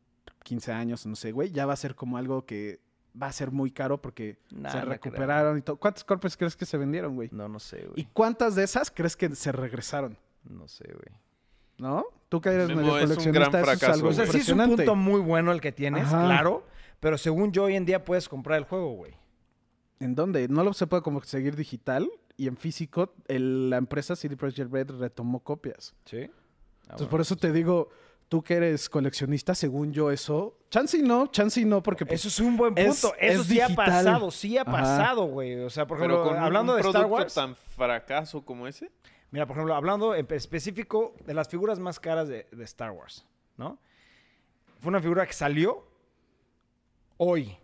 Speaker 3: 15 años, no sé, güey, ya va a ser como algo que va a ser muy caro porque
Speaker 1: Nah,
Speaker 3: se
Speaker 1: no
Speaker 3: recuperaron y todo. ¿Cuántas corpes crees que se vendieron, güey?
Speaker 1: No, no sé,
Speaker 3: ¿Y cuántas de esas crees que se regresaron?
Speaker 1: No sé, güey.
Speaker 3: ¿no? Tú que eres
Speaker 4: Memo,
Speaker 3: medio
Speaker 4: es un
Speaker 3: coleccionista,
Speaker 4: gran
Speaker 3: eso es
Speaker 4: fracaso,
Speaker 3: algo
Speaker 4: güey.
Speaker 1: O sea, sí es un
Speaker 3: impresionante.
Speaker 1: punto muy bueno el que tienes,
Speaker 3: Ajá.
Speaker 1: claro, pero según yo hoy en día puedes comprar el juego, güey.
Speaker 3: ¿En dónde? No lo se puede como conseguir digital y en físico el- la empresa CD Projekt Red retomó copias.
Speaker 1: Sí. Ah,
Speaker 3: Entonces, Pues, por eso te digo, tú que eres coleccionista, según yo eso, chance y no, chance y no, porque pues,
Speaker 1: Eso es un buen punto.
Speaker 3: Es-
Speaker 1: Eso
Speaker 3: es
Speaker 1: sí ha
Speaker 3: digital.
Speaker 1: pasado, sí ha
Speaker 3: Ajá.
Speaker 1: pasado, güey. O sea, por
Speaker 4: Pero
Speaker 1: ejemplo,
Speaker 4: con un-
Speaker 1: hablando
Speaker 4: un
Speaker 1: de Star
Speaker 4: producto
Speaker 1: Wars.
Speaker 4: tan fracaso como ese.
Speaker 1: Mira, por ejemplo, hablando en específico de las figuras más caras de, de Star Wars, ¿no? Fue una figura que salió hoy.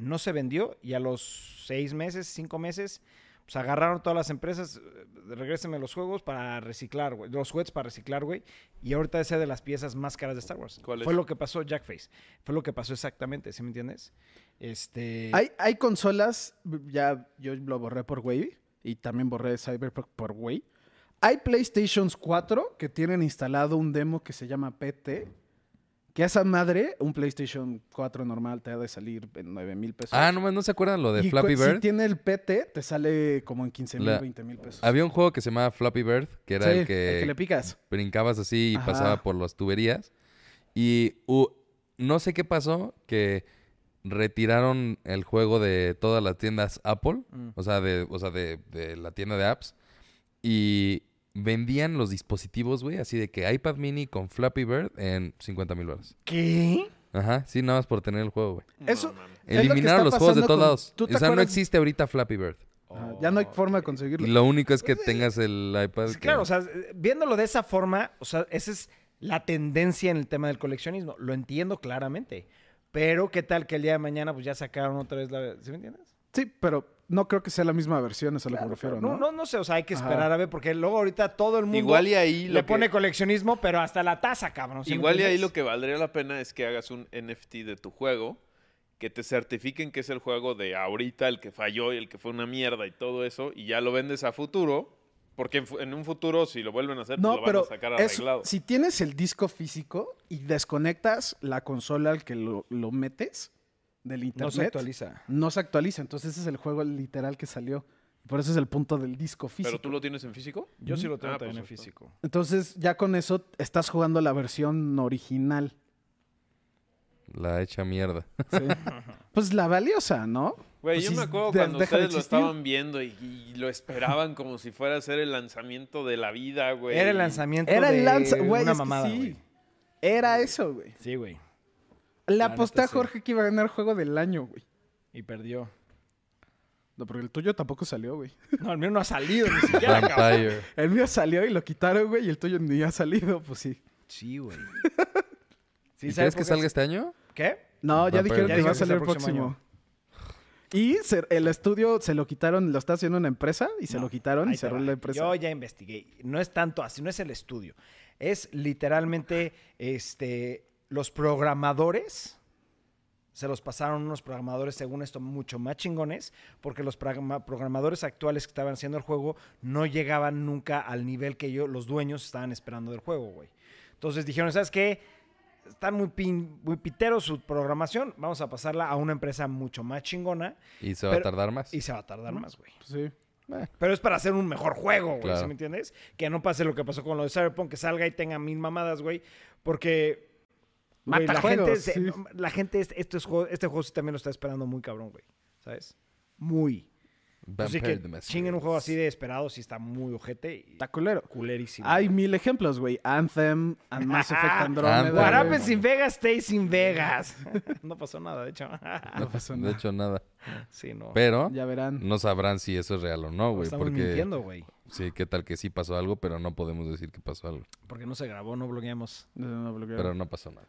Speaker 1: no se vendió y a los seis meses, cinco meses, pues agarraron todas las empresas, eh, regrésenme los juegos para reciclar, güey, los juguetes para reciclar, güey, y ahorita esa de las piezas más caras de Star Wars.
Speaker 4: ¿Cuál es?
Speaker 1: Fue lo que pasó Jackface, fue lo que pasó exactamente, ¿sí me entiendes? Este,
Speaker 3: Hay, hay consolas, ya yo lo borré por Wave y también borré Cyberpunk por Wave. Hay PlayStations 4 que tienen instalado un demo que se llama PT. Que a esa madre, un PlayStation 4 normal te ha de salir en 9 mil pesos.
Speaker 2: Ah, no, más, ¿no se acuerdan lo de
Speaker 3: Y cu-
Speaker 2: Flappy Bird?
Speaker 3: Si tiene el PT, te sale como en 15 mil,
Speaker 2: La-
Speaker 3: 20 mil pesos.
Speaker 2: Había un juego que se llamaba Flappy Bird, que era
Speaker 3: Sí,
Speaker 2: el que,
Speaker 3: le picas.
Speaker 2: brincabas así y
Speaker 3: Ajá.
Speaker 2: pasaba por las tuberías. Y u- no sé qué pasó, que retiraron el juego de todas las tiendas Apple,
Speaker 1: Mm.
Speaker 2: o sea, de, o sea de, de la tienda de apps, y vendían los dispositivos, güey, así de que iPad mini con Flappy Bird en 50 mil dólares.
Speaker 1: ¿Qué?
Speaker 2: Ajá, sí, nada más por tener el juego, güey.
Speaker 3: Eso- Es
Speaker 4: mames.
Speaker 3: lo que está
Speaker 2: Eliminaron los juegos de
Speaker 3: pasando
Speaker 2: todos
Speaker 3: con-
Speaker 2: lados.
Speaker 3: ¿Tú
Speaker 2: O
Speaker 3: te
Speaker 2: sea, no
Speaker 3: acuerdas?
Speaker 2: existe ahorita Flappy Bird.
Speaker 3: Ah, ya
Speaker 2: Oh,
Speaker 3: no hay forma de conseguirlo.
Speaker 2: Y lo único es que tengas el iPad.
Speaker 1: Sí,
Speaker 2: que-
Speaker 1: claro, o sea, eh, viéndolo de esa forma, o sea, esa es la tendencia en el tema del coleccionismo. Lo entiendo claramente. Pero, ¿qué tal que el día de mañana pues ya sacaron otra vez la... ¿Sí me entiendes?
Speaker 3: Sí, pero no creo que sea la misma versión, eso es a lo que me refiero,
Speaker 1: no,
Speaker 3: ¿no?
Speaker 1: no, no sé, o sea, hay que
Speaker 3: Ajá.
Speaker 1: esperar a ver, porque luego ahorita todo el mundo
Speaker 4: Igual y ahí
Speaker 1: le
Speaker 4: lo
Speaker 1: pone
Speaker 4: que,
Speaker 1: coleccionismo, pero hasta la taza, cabrón. ¿sí me
Speaker 4: igual y ahí
Speaker 1: entiendes?
Speaker 4: lo que valdría la pena es que hagas un NFT de tu juego, que te certifiquen que es el juego de ahorita, el que falló y el que fue una mierda y todo eso, y ya lo vendes a futuro, porque en, fu- en un futuro si lo vuelven a hacer, pues
Speaker 3: No,
Speaker 4: lo van
Speaker 3: pero
Speaker 4: a sacar
Speaker 3: es-
Speaker 4: arreglado.
Speaker 3: si tienes el disco físico y desconectas la consola al que lo, lo metes del internet,
Speaker 1: no se actualiza.
Speaker 3: no se actualiza. Entonces ese es el juego literal que salió. Por eso es el punto del disco
Speaker 4: ¿Pero
Speaker 3: físico.
Speaker 4: tú lo tienes en físico?
Speaker 1: Yo sí lo tengo
Speaker 4: Ah,
Speaker 1: también
Speaker 4: pues,
Speaker 1: en
Speaker 4: ahí está.
Speaker 1: físico.
Speaker 3: Entonces ya con eso estás jugando la versión original.
Speaker 2: La hecha mierda.
Speaker 3: ¿sí? pues la valiosa, ¿no?
Speaker 4: Güey,
Speaker 3: Pues
Speaker 4: yo
Speaker 3: sí,
Speaker 4: me acuerdo
Speaker 3: de-
Speaker 4: cuando
Speaker 3: deja de
Speaker 4: ustedes lo
Speaker 3: existir.
Speaker 4: estaban viendo y, y lo esperaban como si fuera a ser el lanzamiento de la vida, güey.
Speaker 1: Era el lanzamiento
Speaker 3: Era
Speaker 1: de
Speaker 3: el lanza, güey.
Speaker 1: una
Speaker 3: es que
Speaker 1: mamada,
Speaker 3: sí.
Speaker 1: güey.
Speaker 3: Era eso, güey.
Speaker 1: Sí, güey.
Speaker 3: Le
Speaker 1: La
Speaker 3: aposté a
Speaker 1: neta, sí.
Speaker 3: Jorge que iba a ganar juego del año, güey.
Speaker 1: Y perdió.
Speaker 3: No, porque el tuyo tampoco salió, güey.
Speaker 1: No, el mío no ha salido ni siquiera, cabrón.
Speaker 2: Vampire.
Speaker 3: El mío salió y lo quitaron, güey, y el tuyo ni ha salido, pues sí.
Speaker 1: Sí, güey. Sí,
Speaker 2: ¿Y
Speaker 1: ¿sabes
Speaker 2: crees
Speaker 1: por qué?
Speaker 2: que salga este año?
Speaker 1: ¿Qué?
Speaker 3: No, ya
Speaker 2: Vampire
Speaker 3: dijeron
Speaker 2: Ya
Speaker 3: que
Speaker 1: dijeron que es
Speaker 3: va a
Speaker 1: el
Speaker 3: salir el
Speaker 1: próximo
Speaker 3: próximo. Y se- el estudio se lo quitaron, lo está haciendo una empresa y se
Speaker 1: No,
Speaker 3: lo quitaron
Speaker 1: ahí
Speaker 3: y
Speaker 1: te
Speaker 3: cerró
Speaker 1: va.
Speaker 3: la empresa.
Speaker 1: Yo ya investigué. No es tanto así, no es el estudio. Es literalmente este, los programadores. Se los pasaron unos programadores, según esto, mucho más chingones, porque los pragma- programadores actuales que estaban haciendo el juego no llegaban nunca al nivel que yo, los dueños estaban esperando del juego, güey. Entonces dijeron, ¿sabes qué? Están muy, pin- muy piteros su programación, vamos a pasarla a una empresa mucho más chingona
Speaker 2: Y se va
Speaker 1: Pero-
Speaker 2: a tardar más.
Speaker 1: y se va a tardar más, güey.
Speaker 3: Pues sí.
Speaker 1: Pero es para hacer un mejor juego, güey,
Speaker 2: Claro.
Speaker 1: ¿sí me entiendes? Que no pase lo que pasó con lo de Cyberpunk, que salga y tenga mil mamadas, güey, porque güey,
Speaker 3: Mata
Speaker 1: la, gente,
Speaker 3: juegos,
Speaker 1: se-
Speaker 3: sí.
Speaker 1: no, la gente es- estos juegos- este juego sí también lo está esperando muy cabrón, güey, ¿sabes? Muy. Así pues
Speaker 2: Vampire
Speaker 1: que
Speaker 2: the Masquerade.
Speaker 1: chinguen un juego así de esperado sí está muy ojete y
Speaker 3: Está culero.
Speaker 1: culerísimo.
Speaker 3: Hay mil ejemplos, güey. Anthem, and Mass Effect Andromeda.
Speaker 2: Anthem.
Speaker 3: güey.
Speaker 1: Guarape sin Vegas, stay sin Vegas. no pasó nada, de hecho.
Speaker 3: No pasó
Speaker 2: De
Speaker 3: nada.
Speaker 2: hecho, nada.
Speaker 1: sí, no.
Speaker 2: Pero
Speaker 3: Ya verán.
Speaker 2: no sabrán si eso es real o no, güey.
Speaker 1: Estamos
Speaker 2: Porque
Speaker 1: mintiendo, güey.
Speaker 2: sí, qué tal que sí pasó algo, pero no podemos decir que pasó algo.
Speaker 1: Porque no se grabó, no bloqueamos.
Speaker 3: No, no bloquearon.
Speaker 2: Pero no pasó nada.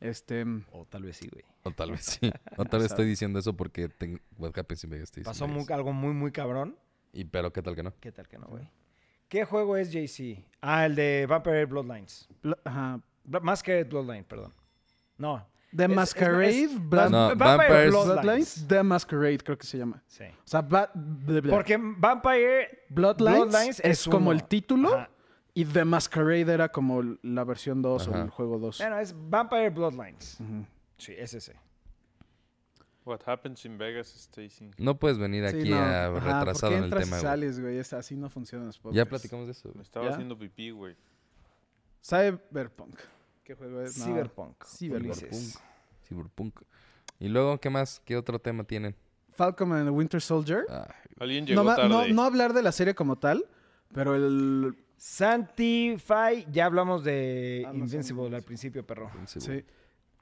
Speaker 3: Este,
Speaker 1: O tal vez sí, güey.
Speaker 2: O tal vez sí. O tal vez estoy diciendo eso porque tengo What Happens in Vegas. stays in
Speaker 1: Pasó
Speaker 2: Vegas.
Speaker 1: muy- algo muy, muy cabrón.
Speaker 2: Y pero qué tal que no.
Speaker 1: ¿Qué tal que no, güey? ¿Qué juego es JC? Ah, el de Vampire Bloodlines.
Speaker 3: blo- ajá.
Speaker 1: Bla- Masquerade Bloodline, perdón. No.
Speaker 3: The
Speaker 1: Es- es-
Speaker 3: Masquerade,
Speaker 1: es-
Speaker 3: Blood-
Speaker 2: No,
Speaker 1: Vampire
Speaker 2: Vampires-
Speaker 1: Bloodlines.
Speaker 3: Bloodlines, The Masquerade creo que se llama.
Speaker 1: Sí.
Speaker 3: O sea, va- bla, bla.
Speaker 1: Porque Vampire
Speaker 3: Bloodlines,
Speaker 1: Bloodlines
Speaker 3: es,
Speaker 1: es
Speaker 3: como
Speaker 1: uno.
Speaker 3: el título
Speaker 1: Ajá.
Speaker 3: y The Masquerade era como la versión 2 o
Speaker 2: Ajá.
Speaker 3: el juego 2.
Speaker 1: Bueno, es Vampire Bloodlines.
Speaker 3: Ujú.
Speaker 1: Sí, es ese.
Speaker 4: What happens in Vegas stays in...
Speaker 2: No puedes venir
Speaker 3: Sí,
Speaker 2: aquí
Speaker 3: no.
Speaker 2: a
Speaker 3: Ajá, ¿por
Speaker 2: retrasado
Speaker 3: qué
Speaker 2: en el
Speaker 3: entras y
Speaker 2: tema, güey.
Speaker 3: sales, pues? güey? Es- Así no funcionan los podcasts.
Speaker 2: Ya platicamos de eso.
Speaker 4: Me
Speaker 2: güey.
Speaker 4: estaba
Speaker 3: ¿Ya?
Speaker 4: haciendo pipí, güey.
Speaker 3: Cyberpunk. ¿Qué juego es? No.
Speaker 1: Cyberpunk.
Speaker 3: Cyberpunk.
Speaker 1: Ulises.
Speaker 2: Cyberpunk. Y luego, ¿qué más? ¿Qué otro tema tienen?
Speaker 3: Falcon and the Winter Soldier.
Speaker 2: Ah,
Speaker 4: Alguien llegó
Speaker 3: No, ma-
Speaker 4: tarde.
Speaker 3: no, no hablar de la serie como tal, pero el...
Speaker 1: Sanctify, ya hablamos de
Speaker 3: Amazon
Speaker 1: Invincible al
Speaker 3: Invincible.
Speaker 1: principio, perro.
Speaker 2: sí, güey.
Speaker 3: sí.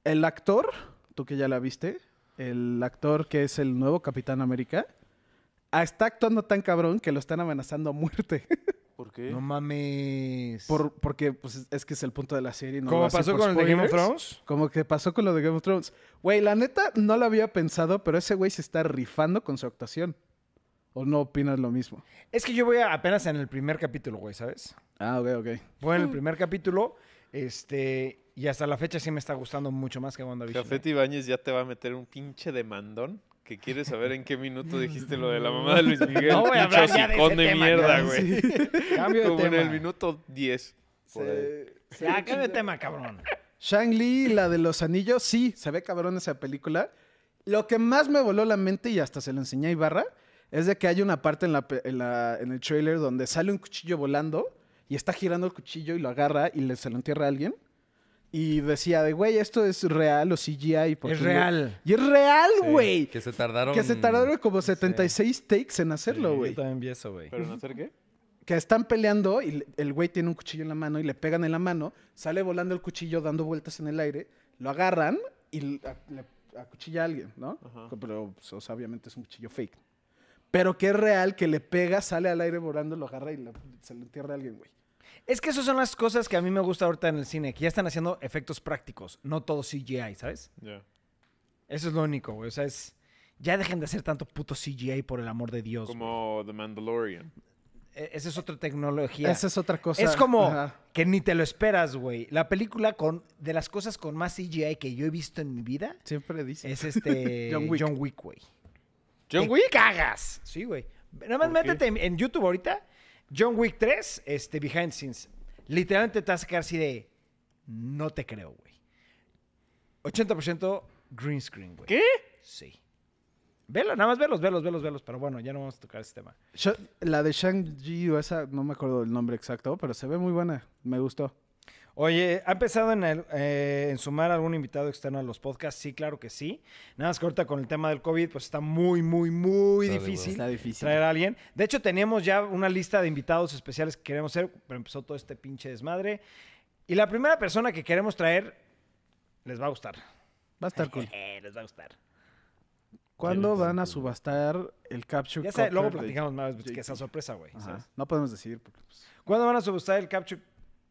Speaker 3: El actor, tú que ya la viste, el actor que es el nuevo Capitán América, ah, está actuando tan cabrón que lo están amenazando a muerte.
Speaker 4: ¿Por qué?
Speaker 1: No mames.
Speaker 3: Por- porque pues, es que es el punto de la serie. No
Speaker 1: ¿Cómo
Speaker 3: voy a hacer
Speaker 1: pasó
Speaker 3: por
Speaker 1: con el de Game of
Speaker 3: spoilers.
Speaker 1: Thrones?
Speaker 3: Como que pasó con lo de Game of Thrones. Güey, la neta no lo había pensado, pero ese güey se está rifando con su actuación. ¿O no opinas lo mismo?
Speaker 1: Es que yo voy a- apenas en el primer capítulo, güey, ¿sabes?
Speaker 3: Ah, ok, ok.
Speaker 1: Voy en el primer capítulo, este, y hasta la fecha sí me está gustando mucho más que WandaVision. ¿eh?
Speaker 4: Cafete Ibáñez ya te va a meter un pinche demandón que quieres saber en qué minuto dijiste lo de la mamá de Luis Miguel.
Speaker 1: No voy a
Speaker 4: Pinche
Speaker 1: hablar ya de
Speaker 4: hocicón
Speaker 1: ese tema,
Speaker 4: mierda,
Speaker 1: ya,
Speaker 4: güey.
Speaker 1: ¿eh? Cambio de
Speaker 4: Como en
Speaker 1: tema.
Speaker 4: el minuto 10. por ahí.
Speaker 1: Ya, cambio de tema, cabrón.
Speaker 3: Shang-Li, la de los anillos, sí, se ve cabrón esa película. Lo que más me voló la mente, y hasta se lo enseñé a Ibarra, es de que hay una parte en, la pe- en la- en el trailer donde sale un cuchillo volando y está girando el cuchillo y lo agarra y le, se lo entierra a alguien. Y decía de, güey, esto es real o CGI. porque
Speaker 1: Es
Speaker 3: lo-
Speaker 1: real.
Speaker 3: Y es real,
Speaker 2: Sí,
Speaker 3: güey.
Speaker 2: Que se tardaron.
Speaker 3: Que se tardaron como 76 takes en hacerlo, güey.
Speaker 1: Yo también vi eso, güey.
Speaker 4: ¿Pero no hacer qué?
Speaker 3: que están peleando y le- el güey tiene un cuchillo en la mano y le pegan en la mano, sale volando el cuchillo dando vueltas en el aire, lo agarran y l- a- le acuchilla a alguien, ¿no?
Speaker 4: Ajá.
Speaker 3: Pero pues, o sea, obviamente es un cuchillo fake. Pero que es real, que le pega, sale al aire volando, lo agarra y lo- se lo entierra a alguien, güey.
Speaker 1: Es que esas son las cosas que a mí me gusta ahorita en el cine, que ya están haciendo efectos prácticos, no todo CGI, ¿sabes?
Speaker 4: Ya.
Speaker 1: Eso es lo único, güey. O sea, es. Ya dejen de hacer tanto puto CGI por el amor de Dios. güey.
Speaker 4: Como The Mandalorian.
Speaker 1: E- Esa es otra tecnología.
Speaker 3: Esa es otra cosa.
Speaker 1: Es como
Speaker 3: Ajá.
Speaker 1: que ni te lo esperas, güey. La película con de las cosas con más CGI que yo he visto en mi vida
Speaker 3: Siempre dice.
Speaker 1: es este
Speaker 3: John Wick.
Speaker 1: John Wick, güey.
Speaker 4: John
Speaker 1: Te
Speaker 4: Wick.
Speaker 1: cagas. Eh, Sí, güey. Nada más
Speaker 4: ¿Por qué?
Speaker 1: métete en, en YouTube ahorita. John Wick 3, este, Behind Scenes. Literalmente te vas a quedar así de. No te creo, güey. 80% green screen, güey.
Speaker 4: ¿Qué?
Speaker 1: Sí. Velo, nada más velos, velos, velos, velos. Pero bueno, ya no vamos a tocar ese tema.
Speaker 3: Sha- La de Shang-Chi o esa, no me acuerdo el nombre exacto, pero se ve muy buena. Me gustó.
Speaker 1: Oye, ¿ha pensado en, el- eh, en sumar algún invitado externo a los podcasts? Sí, claro que sí. Nada más que ahorita con el tema del COVID, pues está muy, muy, muy
Speaker 2: Está de
Speaker 1: difícil
Speaker 3: Está difícil.
Speaker 1: traer a alguien. De hecho, teníamos ya una lista de invitados especiales que queremos hacer, pero empezó todo este pinche desmadre. Y la primera persona que queremos traer, les va a gustar. Eh,
Speaker 3: Va a estar cool.
Speaker 1: les va a gustar.
Speaker 3: ¿Cuándo van a subastar el capture?
Speaker 1: Ya sé, luego
Speaker 3: Copter de-
Speaker 1: platicamos más, pues,
Speaker 3: JP.
Speaker 1: que esa sorpresa, güey.
Speaker 3: Ajá.
Speaker 1: ¿sabes?
Speaker 3: No podemos decidir. Porque, pues,
Speaker 1: ¿Cuándo van a subastar el Capture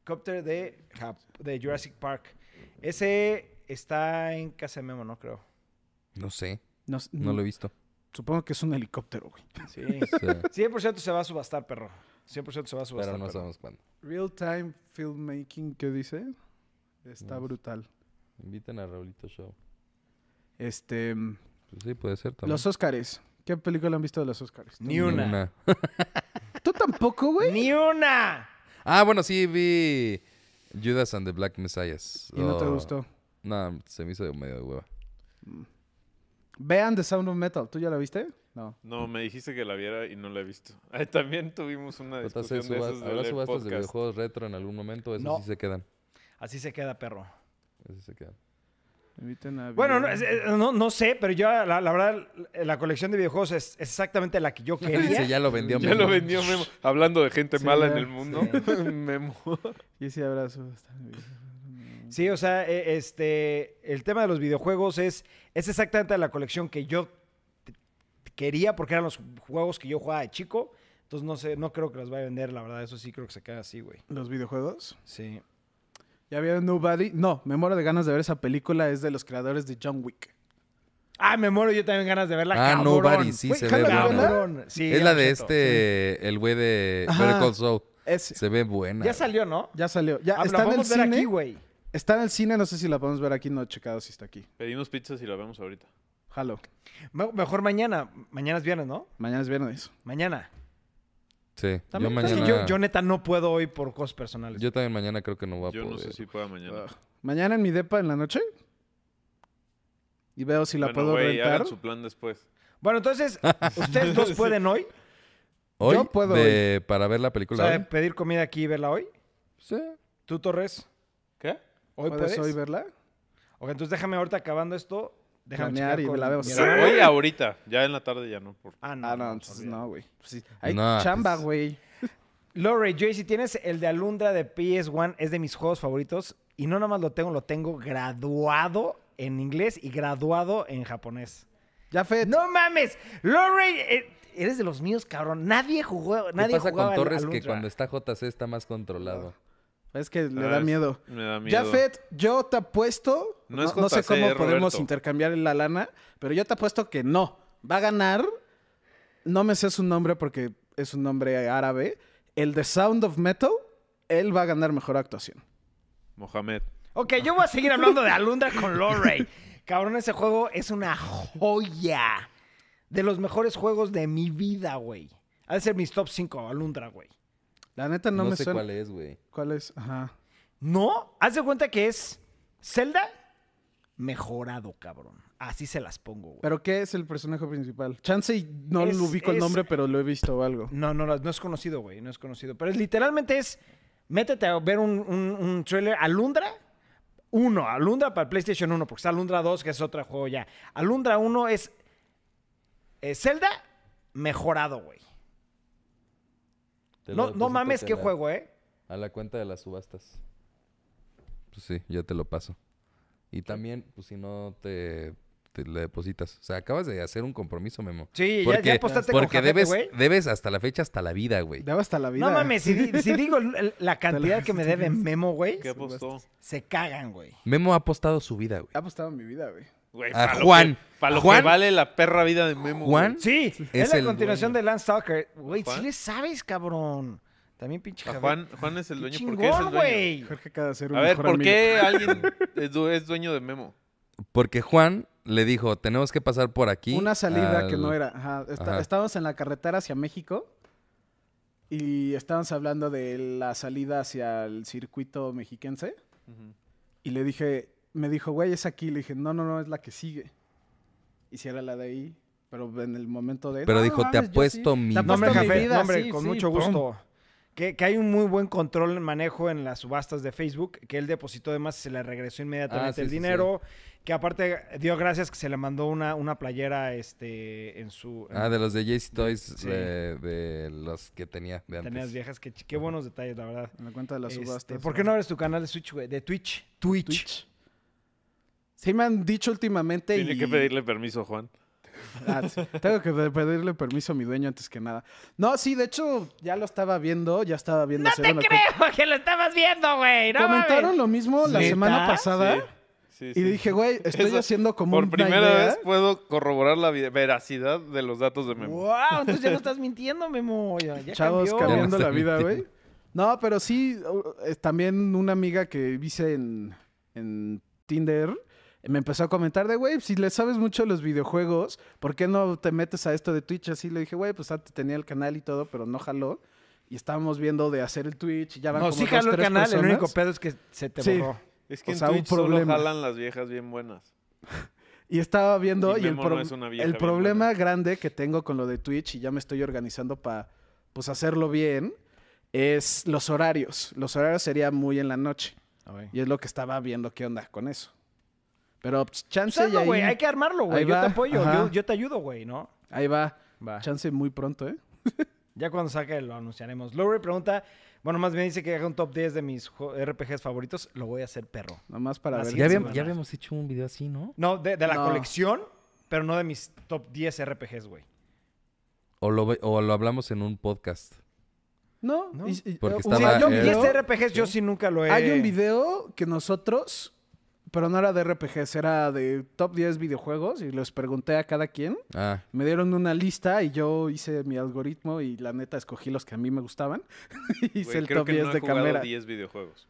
Speaker 1: Copter de, Jap- de Jurassic Park? Ese está en casa de Memo, ¿no? Creo.
Speaker 2: No sé,
Speaker 3: no, s-
Speaker 2: no lo he visto.
Speaker 3: Supongo que es un helicóptero, güey.
Speaker 1: Sí.
Speaker 2: O sea,
Speaker 1: 100% se va a subastar, perro. 100% se va a subastar.
Speaker 2: pero no
Speaker 1: perro.
Speaker 2: sabemos cuándo.
Speaker 3: Real time filmmaking, ¿qué dice? Está
Speaker 2: Yes.
Speaker 3: brutal.
Speaker 2: Inviten a Raulito Show.
Speaker 3: Este, mm,
Speaker 2: Pues sí, puede ser también.
Speaker 3: los Óscares. ¿Qué película han visto de los Óscares?
Speaker 1: Ni una.
Speaker 3: ¿Tú tampoco, güey?
Speaker 1: ¡Ni una!
Speaker 2: Ah, bueno, sí, vi Judas and the Black Messiah.
Speaker 3: Y no te
Speaker 2: Oh,
Speaker 3: gustó.
Speaker 2: No, se me hizo medio de hueva.
Speaker 3: Vean The Sound of Metal. ¿Tú ya la viste? No.
Speaker 4: No, me dijiste que la viera y no la he visto. Ay, también tuvimos una
Speaker 2: Puta,
Speaker 4: discusión
Speaker 2: se
Speaker 4: de
Speaker 2: suba-
Speaker 4: esas
Speaker 2: ¿Habrá
Speaker 4: del
Speaker 2: subastas de
Speaker 4: podcast.
Speaker 2: videojuegos retro en algún momento? Esos
Speaker 1: No.
Speaker 2: sí se quedan.
Speaker 1: Así se queda, perro.
Speaker 2: Esos se quedan.
Speaker 3: Inviten a
Speaker 1: Bueno, no,
Speaker 3: Bill.
Speaker 1: es- es- no, no sé, pero yo, la, la verdad, la colección de videojuegos es, es exactamente la que yo
Speaker 2: Dice,
Speaker 1: quería.
Speaker 2: ya lo vendió.
Speaker 4: Ya
Speaker 2: Memo".
Speaker 4: lo vendió Memo. Hablando de gente
Speaker 3: Sí,
Speaker 4: mala
Speaker 3: ya,
Speaker 4: en el mundo. Memo.
Speaker 3: Y sí habrá subastado.
Speaker 1: Sí, o sea, e- este, el tema de los videojuegos es, es exactamente la colección que yo t- quería porque eran los juegos que yo jugaba de chico. Entonces, no sé, no creo que los vaya a vender, la verdad. Eso sí creo que se queda así, güey.
Speaker 3: ¿Los videojuegos?
Speaker 1: Sí.
Speaker 3: ¿Ya vieron Nobody? No, me muero de ganas de ver esa película. Es de los creadores de John Wick.
Speaker 1: Ah, me muero yo también ganas de verla,
Speaker 2: Ah,
Speaker 1: cabrón.
Speaker 2: Nobody, sí,
Speaker 3: Güey,
Speaker 2: se ve
Speaker 3: jala la
Speaker 2: buena.
Speaker 3: bola.
Speaker 1: Cabrón. Sí,
Speaker 2: es la
Speaker 1: ya,
Speaker 2: de
Speaker 1: cierto.
Speaker 2: este, el güey de Better
Speaker 3: Ajá.
Speaker 2: Call Saul.
Speaker 3: Ese.
Speaker 2: Se ve buena.
Speaker 1: Ya salió, ¿no?
Speaker 3: Ya salió. Ya
Speaker 1: Ah,
Speaker 3: está
Speaker 1: la
Speaker 3: en el
Speaker 1: podemos ver
Speaker 3: cine.
Speaker 1: aquí, güey.
Speaker 3: Está en el cine, no sé si la podemos ver aquí, no he checado si está aquí.
Speaker 4: Pedimos pizzas y la vemos ahorita.
Speaker 3: Jalo.
Speaker 1: Me- Mejor mañana. Mañana es viernes, ¿no?
Speaker 3: Mañana es viernes.
Speaker 1: Mañana.
Speaker 2: Sí. Yo
Speaker 1: También, pues, es que
Speaker 2: mañana.
Speaker 1: yo, yo
Speaker 2: yo,
Speaker 1: neta no puedo hoy por cosas personales.
Speaker 2: también mañana creo que no voy a
Speaker 4: Yo
Speaker 2: poder.
Speaker 4: no sé si pueda mañana.
Speaker 3: Ugh. Mañana en mi depa en la noche. Y veo si la
Speaker 4: Bueno,
Speaker 3: puedo
Speaker 4: güey,
Speaker 3: rentar.
Speaker 4: hagan su plan después.
Speaker 1: Bueno, entonces, ¿ustedes dos pueden hoy?
Speaker 2: Hoy,
Speaker 3: Yo puedo
Speaker 2: de- para ver la
Speaker 1: O
Speaker 2: película.
Speaker 1: sea,
Speaker 2: hoy.
Speaker 1: pedir comida aquí y verla hoy.
Speaker 2: Sí.
Speaker 1: ¿Tú, Torres?
Speaker 4: ¿Qué?
Speaker 1: ¿Hoy puedes?
Speaker 3: ¿Puedes hoy verla?
Speaker 1: Ok, entonces déjame ahorita acabando esto. Déjame
Speaker 3: Planear
Speaker 1: checar
Speaker 3: y
Speaker 1: con
Speaker 3: la vemos.
Speaker 1: mi
Speaker 3: Sí.
Speaker 1: hermano.
Speaker 4: Hoy ahorita. Ya en la tarde ya no. Por...
Speaker 1: Ah, no.
Speaker 3: Ah, no,
Speaker 1: vamos,
Speaker 3: entonces
Speaker 1: olvídalo.
Speaker 3: no, güey. Pues sí, Hay
Speaker 2: No,
Speaker 3: chamba,
Speaker 2: pues-
Speaker 3: güey.
Speaker 1: Lore, Jay, si tienes el de Alundra de PS1, es de mis juegos favoritos. Y no nada más lo tengo, lo tengo graduado en inglés y graduado en japonés.
Speaker 3: Ya Fed.
Speaker 1: No mames. Lorray, eh, eres de los míos, cabrón. Nadie jugó.
Speaker 2: ¿Qué
Speaker 1: Nadie
Speaker 2: pasa
Speaker 1: jugaba
Speaker 2: con
Speaker 1: al-
Speaker 2: Torres
Speaker 1: al
Speaker 2: que
Speaker 1: Ultra?
Speaker 2: cuando está JC está más controlado?
Speaker 3: Es que le
Speaker 4: Ah,
Speaker 3: da
Speaker 4: es-
Speaker 3: miedo.
Speaker 4: me da miedo.
Speaker 3: Ya Fed, yo te apuesto.
Speaker 4: No
Speaker 3: No,
Speaker 4: es
Speaker 3: no sé
Speaker 4: JC,
Speaker 3: cómo podemos
Speaker 4: Roberto.
Speaker 3: intercambiar la lana, pero yo te apuesto que no. Va a ganar. No me sé su nombre porque es un nombre árabe. El de Sound of Metal, él va a ganar mejor actuación.
Speaker 4: Mohamed.
Speaker 1: Ok, yo voy a seguir hablando de Alundra con Lorray. Cabrón, ese juego es una joya. De los mejores juegos de mi vida, güey. Ha de ser mis top 5, Alundra, güey.
Speaker 3: La neta no,
Speaker 2: No,
Speaker 3: me
Speaker 2: sé
Speaker 3: suena.
Speaker 2: cuál es, güey.
Speaker 3: ¿Cuál es? Ajá.
Speaker 1: ¿No? Haz de cuenta que es Zelda mejorado, cabrón. Así se las pongo, güey.
Speaker 3: ¿Pero qué es el personaje principal? Chance y no
Speaker 1: Es-
Speaker 3: lo ubico el
Speaker 1: es-
Speaker 3: nombre, pero lo he visto o algo.
Speaker 1: No, no, no es conocido, güey. No es conocido. Pero es- literalmente es. Métete a ver un, un, un trailer. Alundra 1. Alundra para el PlayStation 1. Porque está Alundra 2, que es otro juego ya. Alundra 1 es. eh, Zelda mejorado, güey.
Speaker 2: Te lo
Speaker 1: No, no
Speaker 2: deposito
Speaker 1: mames,
Speaker 2: a
Speaker 1: qué
Speaker 2: la-
Speaker 1: juego, ¿eh?
Speaker 2: A la cuenta de las subastas. Pues sí, ya te lo paso. Y también, pues si no te, te le depositas. O sea, acabas de hacer un compromiso, Memo.
Speaker 1: Sí, ya- ya
Speaker 3: ¿Este
Speaker 1: apostaste con
Speaker 2: Porque
Speaker 1: Jafet,
Speaker 2: debes,
Speaker 1: güey.
Speaker 2: debes hasta la fecha, hasta la vida, güey.
Speaker 3: Daba hasta la vida.
Speaker 1: No mames, si, di- si digo el- el- la cantidad que me debe Memo, güey,
Speaker 4: ¿Qué apostó?
Speaker 1: se cagan, güey.
Speaker 2: Memo ha apostado su vida, güey.
Speaker 3: Ha apostado mi vida, güey.
Speaker 4: Güey,
Speaker 2: A
Speaker 4: pa' lo que-
Speaker 2: Ah, Juan.
Speaker 4: pa' lo
Speaker 2: Juan.
Speaker 4: que vale la perra vida de Memo. güey.
Speaker 2: Juan.
Speaker 1: Sí,
Speaker 2: Es
Speaker 1: es la
Speaker 2: el
Speaker 1: continuación de Lance Stalker. Güey, sí
Speaker 4: Juan.
Speaker 1: le sabes, cabrón. También pinche
Speaker 4: A
Speaker 1: Jafet.
Speaker 4: Juan, Juan es el
Speaker 1: Qué
Speaker 4: dueño
Speaker 1: chingón,
Speaker 4: porque es el dueño.
Speaker 1: güey.
Speaker 3: Jorge cada ser un
Speaker 4: A ver,
Speaker 3: mejor
Speaker 4: ¿por
Speaker 3: amigo.
Speaker 4: qué alguien es, du- es dueño de Memo?
Speaker 2: Porque Juan le dijo, tenemos que pasar por aquí.
Speaker 3: Una salida que
Speaker 2: al-
Speaker 3: no era. Ajá. Está-
Speaker 2: Ajá.
Speaker 3: Estábamos en la carretera hacia México y estábamos hablando de la salida hacia el circuito mexiquense. Y le dije, me dijo, güey, es aquí. Le dije, no, no, no, es la que sigue. Y si era la de ahí, pero en el momento de.
Speaker 2: Pero
Speaker 3: "No,
Speaker 2: dijo,
Speaker 3: no
Speaker 2: te
Speaker 3: mames, yo
Speaker 2: apuesto
Speaker 3: sí".
Speaker 2: mi
Speaker 3: Te
Speaker 2: vida.
Speaker 1: Nombre,
Speaker 3: apuesto mi
Speaker 1: Jafet,
Speaker 3: vida,
Speaker 1: nombre,
Speaker 3: sí,
Speaker 1: con
Speaker 3: sí,
Speaker 1: mucho
Speaker 3: pum.
Speaker 1: gusto. Que, que hay un muy buen control, manejo en las subastas de Facebook, que él depositó de más, se le regresó inmediatamente
Speaker 2: Ah, sí,
Speaker 1: el
Speaker 2: sí,
Speaker 1: dinero, que aparte dio gracias que se le mandó una, una playera este, en su... en-
Speaker 2: Ah, de los de Jaycee Toys,
Speaker 1: sí.
Speaker 2: de, de los que tenía de antes.
Speaker 1: tenías viejas, que ch- qué buenos detalles, la verdad.
Speaker 3: En la cuenta de las
Speaker 1: Este,
Speaker 3: subastas.
Speaker 1: ¿Por qué no abres tu canal de Switch, güey? De Twitch. Twitch.
Speaker 3: Twitch. Sí, me han dicho últimamente.
Speaker 4: Tiene
Speaker 3: y-
Speaker 4: que pedirle permiso, Juan.
Speaker 3: Ah, sí. Tengo que pe- pedirle permiso a mi dueño antes que nada. No, sí, de hecho, ya lo estaba viendo, ya estaba viendo.
Speaker 1: ¡No
Speaker 3: hacer
Speaker 1: te
Speaker 3: una
Speaker 1: creo que lo estabas viendo, güey!
Speaker 3: cu-
Speaker 1: ¡No
Speaker 3: Comentaron
Speaker 1: mames!
Speaker 3: lo mismo la
Speaker 1: ¿Neta?
Speaker 3: semana pasada
Speaker 4: Sí, sí,
Speaker 3: y
Speaker 4: sí.
Speaker 3: dije, güey, estoy
Speaker 4: Eso-
Speaker 3: haciendo como
Speaker 4: Por
Speaker 3: una
Speaker 4: primera
Speaker 3: idea.
Speaker 4: vez puedo corroborar la vi- veracidad de los datos de Memo.
Speaker 1: ¡Wow! Entonces ya no estás mintiendo, Memo. Ya, ya
Speaker 3: Chavos,
Speaker 1: cambió.
Speaker 3: cambiando
Speaker 2: Ya
Speaker 3: la
Speaker 2: no
Speaker 3: vida,
Speaker 2: estoy
Speaker 3: güey. No, pero sí, uh, eh, también una amiga que hice en, en Tinder eh, me empezó a comentar de, güey, si le sabes mucho a los videojuegos, ¿por qué no te metes a esto de Twitch? Así le dije, güey, pues antes tenía el canal y todo, pero no jaló. Y estábamos viendo de hacer el Twitch, y ya van
Speaker 1: No,
Speaker 3: como
Speaker 1: sí
Speaker 3: dos,
Speaker 1: jaló el
Speaker 3: tres
Speaker 1: canal, el único
Speaker 3: personas.
Speaker 1: pedo es que se te
Speaker 3: Sí.
Speaker 1: borró.
Speaker 4: Es que
Speaker 3: O
Speaker 4: en
Speaker 3: sea, un
Speaker 4: Twitch
Speaker 3: problema.
Speaker 4: solo jalan las viejas bien buenas.
Speaker 3: Y estaba viendo,
Speaker 4: Y
Speaker 3: y, el,
Speaker 4: Memo
Speaker 3: pro-
Speaker 4: no es una vieja
Speaker 3: el
Speaker 4: bien
Speaker 3: problema
Speaker 4: buena.
Speaker 3: grande que tengo con lo de Twitch, y ya me estoy organizando para pues, hacerlo bien, es los horarios. Los horarios sería muy en la noche. Y es lo que estaba viendo qué onda con eso. Pero pues, chance y
Speaker 1: Usalo,
Speaker 3: ahí,
Speaker 1: güey. Hay que armarlo, güey.
Speaker 3: ahí
Speaker 1: Yo te
Speaker 3: va,
Speaker 1: apoyo.
Speaker 3: ajá.
Speaker 1: Yo, yo te ayudo, güey, ¿no?
Speaker 3: ahí va.
Speaker 1: Va.
Speaker 3: Chance muy pronto, ¿eh?
Speaker 1: Ya cuando saque lo anunciaremos. Lowry pregunta, bueno, más bien dice que haga un top 10 de mis jo- RPGs favoritos. Lo voy a hacer perro.
Speaker 3: Nomás para
Speaker 1: La
Speaker 3: ver.
Speaker 2: Ya,
Speaker 1: siguiente
Speaker 2: habíamos, ya
Speaker 1: semana.
Speaker 2: habíamos hecho un video así, ¿no?
Speaker 1: No, de, de la
Speaker 3: No.
Speaker 1: colección, pero no de mis top 10 RPGs, güey.
Speaker 2: O lo, ve- o lo hablamos en un podcast.
Speaker 3: No,
Speaker 1: No.
Speaker 3: y- y-
Speaker 2: Porque
Speaker 3: o-
Speaker 1: O
Speaker 2: estaba
Speaker 1: sea, yo
Speaker 3: hay, un
Speaker 2: él.
Speaker 1: este
Speaker 3: video,
Speaker 1: RPGs yo sí nunca lo he...
Speaker 3: eh. hay un video que nosotros, pero no era de RPGs, era de top 10 videojuegos y les pregunté a cada quien.
Speaker 2: Ah,
Speaker 3: Me dieron una lista y yo hice mi algoritmo y la neta escogí los que a mí me gustaban. hice
Speaker 4: Güey,
Speaker 3: el
Speaker 4: creo
Speaker 3: top
Speaker 4: que
Speaker 3: 10
Speaker 4: no he
Speaker 3: de
Speaker 4: jugado
Speaker 3: Camera.
Speaker 4: 10 videojuegos.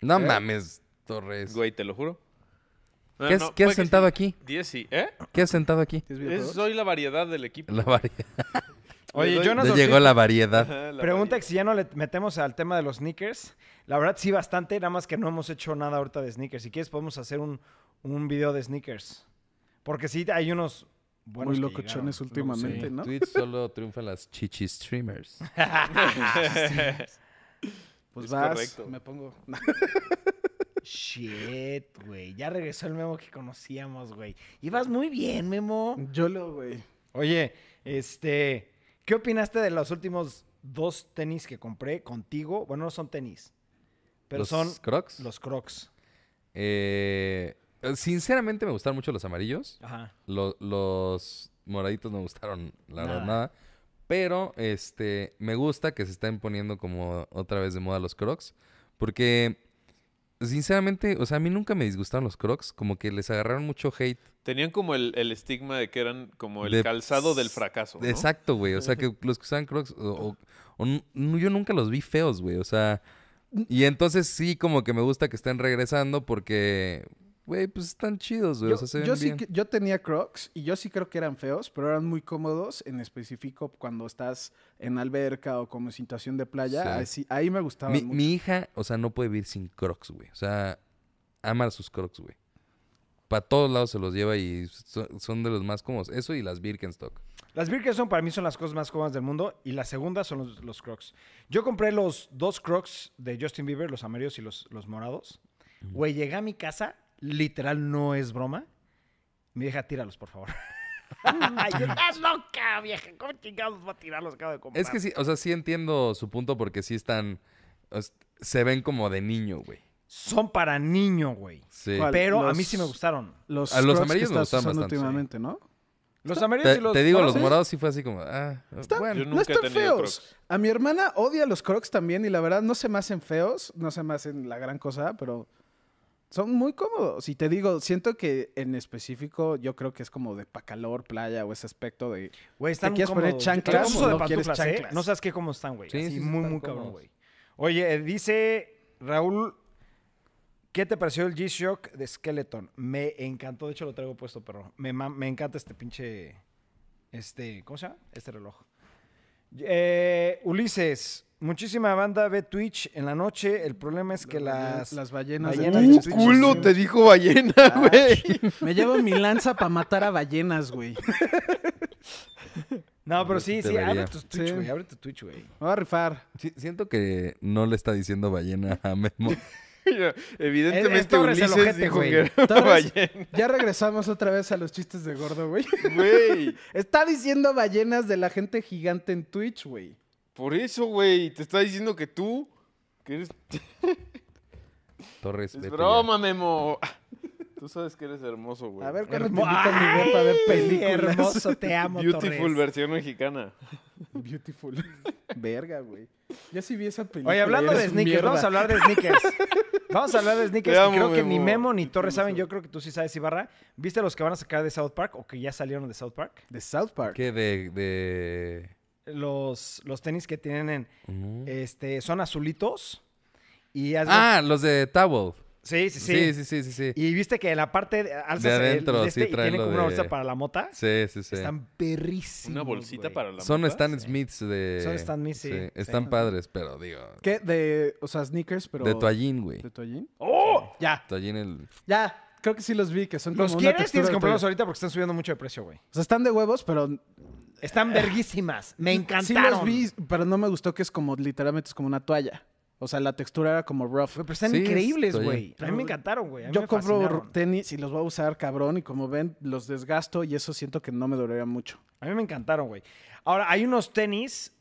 Speaker 2: no
Speaker 4: ¿Eh?
Speaker 2: mames, Torres.
Speaker 4: Güey, te lo juro. No,
Speaker 2: ¿Qué, has-
Speaker 4: no,
Speaker 2: qué has
Speaker 4: puede que
Speaker 2: sentado
Speaker 4: sí.
Speaker 2: aquí?
Speaker 4: 10 sí, ¿eh?
Speaker 2: ¿Qué has sentado aquí?
Speaker 3: 10
Speaker 4: Es-
Speaker 3: videojuegos.
Speaker 4: soy la variedad del equipo.
Speaker 2: La vari-
Speaker 1: Oye,
Speaker 4: Le doy-
Speaker 1: Jonas
Speaker 2: Ya
Speaker 1: Ortiz
Speaker 2: llegó la variedad.
Speaker 4: Ajá, la
Speaker 1: pregunta
Speaker 4: variedad.
Speaker 1: que si ya no le metemos al tema de los sneakers. La verdad sí bastante, nada más que no hemos hecho nada ahorita de sneakers. Si quieres podemos hacer un, un video de sneakers. Porque sí hay unos buenos
Speaker 3: Muy
Speaker 1: que
Speaker 3: locochones
Speaker 1: llegaron.
Speaker 3: últimamente,
Speaker 2: En
Speaker 3: ¿no?
Speaker 2: Twitch solo triunfan las chichi streamers.
Speaker 3: Pues
Speaker 4: Es
Speaker 3: vas,
Speaker 4: correcto.
Speaker 3: me pongo...
Speaker 1: Shit, güey. Ya regresó el Memo que conocíamos, güey. Ibas muy bien, Memo.
Speaker 3: Yolo, güey.
Speaker 1: Oye, este, ¿qué opinaste de los últimos dos tenis que compré contigo? Bueno, no son tenis, pero
Speaker 2: ¿Los
Speaker 1: son
Speaker 2: Crocs?
Speaker 1: los Crocs.
Speaker 2: Eh, Eh, Sinceramente me gustaron mucho los amarillos.
Speaker 1: Ajá.
Speaker 2: Lo- los moraditos no me gustaron, la
Speaker 1: Nada.
Speaker 2: verdad, nada. Pero este, me gusta que se están poniendo como otra vez de moda los crocs. Porque, sinceramente, o sea, a mí nunca me disgustaron los crocs. Como que les agarraron mucho hate.
Speaker 4: Tenían como el, el estigma de que eran como el
Speaker 2: De-
Speaker 4: calzado del fracaso. ¿no?
Speaker 2: Exacto, güey. O sea, que los que usaban crocs, o, o- o n- no, yo nunca los vi feos, güey. O sea, y entonces sí como que me gusta que estén regresando porque, güey, pues están chidos, güey.
Speaker 3: Yo,
Speaker 2: O sea, se
Speaker 3: yo
Speaker 2: ven
Speaker 3: sí
Speaker 2: bien.
Speaker 3: que- yo tenía Crocs y yo sí creo que eran feos, pero eran muy cómodos, en específico cuando estás en alberca o como en situación de playa.
Speaker 2: Sí.
Speaker 3: así- ahí me gustaban
Speaker 2: Mi,
Speaker 3: mucho.
Speaker 2: mi hija, o sea, no puede vivir sin crocs, güey. O sea, ama sus crocs, güey. Para todos lados se los lleva y so- son de los más cómodos. Eso y las Birkenstock.
Speaker 1: Las Birkenstock para mí son las cosas más cómodas del mundo y la segunda son los, los Crocs. Yo compré los dos Crocs de Justin Bieber, los amarillos y los, los morados. Güey, llegué a mi casa, literal no es broma. Mi vieja, tíralos, por favor. Ay, yo, estás loca, vieja. ¿Cómo chingados va a tirarlos? Acabo de comprar.
Speaker 2: Es que sí, o sea, sí entiendo su punto porque sí están... os- se ven como de niño, güey.
Speaker 1: Son para niño, güey.
Speaker 2: Sí.
Speaker 3: ¿Cuál?
Speaker 1: Pero a
Speaker 3: Los-
Speaker 1: mí sí me gustaron.
Speaker 3: Los,
Speaker 2: A los
Speaker 3: Crocs que
Speaker 2: amarillos me gustaban
Speaker 3: estás usando
Speaker 2: bastante, sí.
Speaker 3: últimamente, ¿no?
Speaker 1: Los amarillos
Speaker 2: Te,
Speaker 1: y los
Speaker 2: te digo, los
Speaker 1: morados.
Speaker 2: morados sí fue así como... Ah, bueno.
Speaker 4: Yo
Speaker 3: no
Speaker 4: nunca he
Speaker 3: están
Speaker 4: tenido
Speaker 3: feos.
Speaker 4: Crocs.
Speaker 3: A mi hermana odia los Crocs también y la verdad no se me hacen feos, no se me hacen la gran cosa, pero son muy cómodos. Y te digo, siento que en específico yo creo que es como de pa' calor, playa o ese aspecto de...
Speaker 1: Güey, están
Speaker 3: quieres
Speaker 1: cómodos.
Speaker 3: poner chanclas
Speaker 1: Yo uso
Speaker 3: o
Speaker 1: de
Speaker 3: no quieres
Speaker 1: pantuflas, ¿eh?
Speaker 3: chanclas?
Speaker 1: No sabes qué cómo están, güey.
Speaker 2: Sí,
Speaker 1: Así
Speaker 2: sí, sí
Speaker 1: muy,
Speaker 2: están
Speaker 1: muy cabrón,
Speaker 2: cómodos.
Speaker 1: güey. Oye, eh, dice Raúl, ¿qué te pareció el G-Shock de Skeleton? Me encantó. De hecho, lo traigo puesto, perro. Me, ma- me encanta este pinche... Este, ¿cómo se llama? Este reloj. Eh, Ulises, muchísima banda ve Twitch en la noche. El problema es que las...
Speaker 3: las ballenas... de
Speaker 1: ballenas
Speaker 3: Twitch
Speaker 1: de
Speaker 4: ¡Uh,
Speaker 3: están
Speaker 1: Twitch.
Speaker 4: culo!
Speaker 3: chidas.
Speaker 4: Te dijo ballena, güey.
Speaker 3: Me llevo mi lanza para matar a ballenas, güey.
Speaker 1: No, pero sí, sí,
Speaker 2: Debería.
Speaker 1: abre tu Twitch,
Speaker 3: Sí.
Speaker 1: güey. Abre tu Twitch, güey.
Speaker 3: Me voy a rifar.
Speaker 2: Sí, siento que no le está diciendo ballena a Memo.
Speaker 4: eh, Evidentemente
Speaker 1: Es- es Eh, Torres el
Speaker 4: Ulises
Speaker 1: ojete,
Speaker 4: dijo
Speaker 1: güey.
Speaker 4: que era una
Speaker 3: Torres-
Speaker 4: ballena.
Speaker 3: Ya regresamos otra vez a los chistes de gordo, güey.
Speaker 4: Güey,
Speaker 3: Está diciendo ballenas de la gente gigante en Twitch, güey.
Speaker 4: por eso, güey, te está diciendo que tú... Que eres...
Speaker 2: Torres, Pues vete
Speaker 4: Es
Speaker 2: ya.
Speaker 4: broma, Memo. Tú sabes que eres hermoso, güey.
Speaker 3: A ver cuándo te
Speaker 1: Hermo-
Speaker 3: invito a mi ver para ver
Speaker 1: ¡Ay!
Speaker 3: películas.
Speaker 1: Hermoso, te amo,
Speaker 4: Beautiful
Speaker 1: Torres.
Speaker 4: versión mexicana.
Speaker 3: Beautiful. Verga, güey. Yo sí vi esa película.
Speaker 1: Oye, hablando
Speaker 3: eres
Speaker 1: de
Speaker 3: un
Speaker 1: sneakers,
Speaker 3: mierda.
Speaker 1: vamos a hablar de sneakers. vamos a hablar de sneakers.
Speaker 4: Te
Speaker 1: que
Speaker 4: amo,
Speaker 1: creo que ni
Speaker 4: Memo.
Speaker 1: Memo ni Torres saben. Yo creo que tú sí sabes, Ibarra. ¿Viste los que van a sacar de South Park o que ya salieron de South Park?
Speaker 3: De South Park.
Speaker 2: ¿Qué de...? de...
Speaker 1: Los, los tenis que tienen en,
Speaker 2: Ujú.
Speaker 1: este, son azulitos. Y haz-
Speaker 2: Ah, los de Towel.
Speaker 1: sí, sí, sí,
Speaker 2: Sí, sí, sí, sí. Sí,
Speaker 1: Y viste que la parte de, alzas
Speaker 2: De
Speaker 1: el-
Speaker 2: adentro,
Speaker 1: de
Speaker 2: sí,
Speaker 1: este, y
Speaker 2: traen
Speaker 1: tienen
Speaker 2: lo
Speaker 1: como una
Speaker 2: de-
Speaker 1: bolsita para la mota.
Speaker 2: sí, sí. sí.
Speaker 1: Están perrísimos.
Speaker 4: Una bolsita
Speaker 1: güey.
Speaker 4: para la
Speaker 2: Son
Speaker 4: mota.
Speaker 2: Stan
Speaker 1: Sí.
Speaker 2: Smiths de...
Speaker 1: Son Stan Smiths, sí, sí.
Speaker 2: Están padres, pero digo...
Speaker 3: ¿Qué? De, o sea, sneakers, pero...
Speaker 2: De toallín, güey.
Speaker 3: ¿De toallín?
Speaker 1: ¡Oh! Ya.
Speaker 2: Toallín el...
Speaker 3: Ya, creo que sí los vi, que son como
Speaker 1: ¿Los
Speaker 3: una
Speaker 1: quieres?
Speaker 3: textura
Speaker 1: Tienes
Speaker 3: de
Speaker 1: que comprarlos
Speaker 3: toallín.
Speaker 1: ahorita porque están subiendo mucho de precio, güey.
Speaker 3: O sea, están de huevos, pero...
Speaker 1: Están verguísimas. Me encantaron.
Speaker 3: Sí los vi, pero no me gustó que es como, literalmente, es como una toalla. O sea, la textura era como rough.
Speaker 1: Güey, pero están
Speaker 2: Sí,
Speaker 1: increíbles,
Speaker 2: estoy-
Speaker 1: güey. A mí
Speaker 3: Pero
Speaker 1: me encantaron, güey. A mí
Speaker 3: Yo
Speaker 1: me
Speaker 3: compro
Speaker 1: fascinaron.
Speaker 3: tenis y los voy a usar cabrón y como ven, los desgasto y eso siento que no me dolería mucho.
Speaker 1: A mí me encantaron, güey. Ahora, hay unos tenis.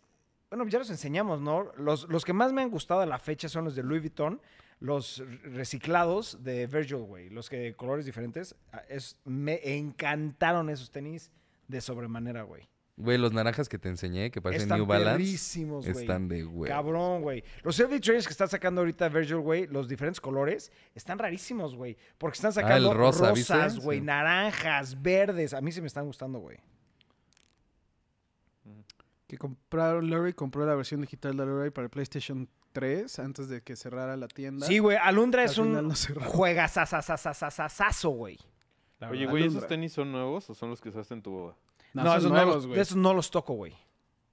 Speaker 1: Bueno, ya los enseñamos, ¿no? Los, los que más me han gustado a la fecha son los de Louis Vuitton, los re- reciclados de Virgil, güey. Los que de colores diferentes. Ah, Es, me encantaron esos tenis de sobremanera, güey.
Speaker 2: Güey, los naranjas que te enseñé, que parecen
Speaker 1: Están
Speaker 2: Pues New Balance,
Speaker 1: perrísimos, güey.
Speaker 2: están de güey.
Speaker 1: Cabrón, güey. Los Heavy Trainers que están sacando ahorita Virgil, güey, los diferentes colores, están rarísimos, güey. Porque están sacando
Speaker 2: Ah, el rosa, ¿viste?
Speaker 1: rosas, güey,
Speaker 2: Sí.
Speaker 1: naranjas, verdes. A mí se me están gustando, güey.
Speaker 3: Que compraron, Larry compró la versión digital de Larry para el PlayStation 3 antes de que cerrara la tienda.
Speaker 1: Sí, güey. Alundra
Speaker 3: Al
Speaker 1: es un
Speaker 3: final no cerró.
Speaker 1: juegazazazazazazazazo, güey. La
Speaker 4: Oye,
Speaker 1: verdad.
Speaker 4: güey,
Speaker 3: Alumbra.
Speaker 4: ¿esos tenis son nuevos o son los que usaste en tu boda?
Speaker 1: No,
Speaker 3: son
Speaker 1: esos, no
Speaker 3: nuevos,
Speaker 1: los,
Speaker 3: güey.
Speaker 1: esos no los toco, güey.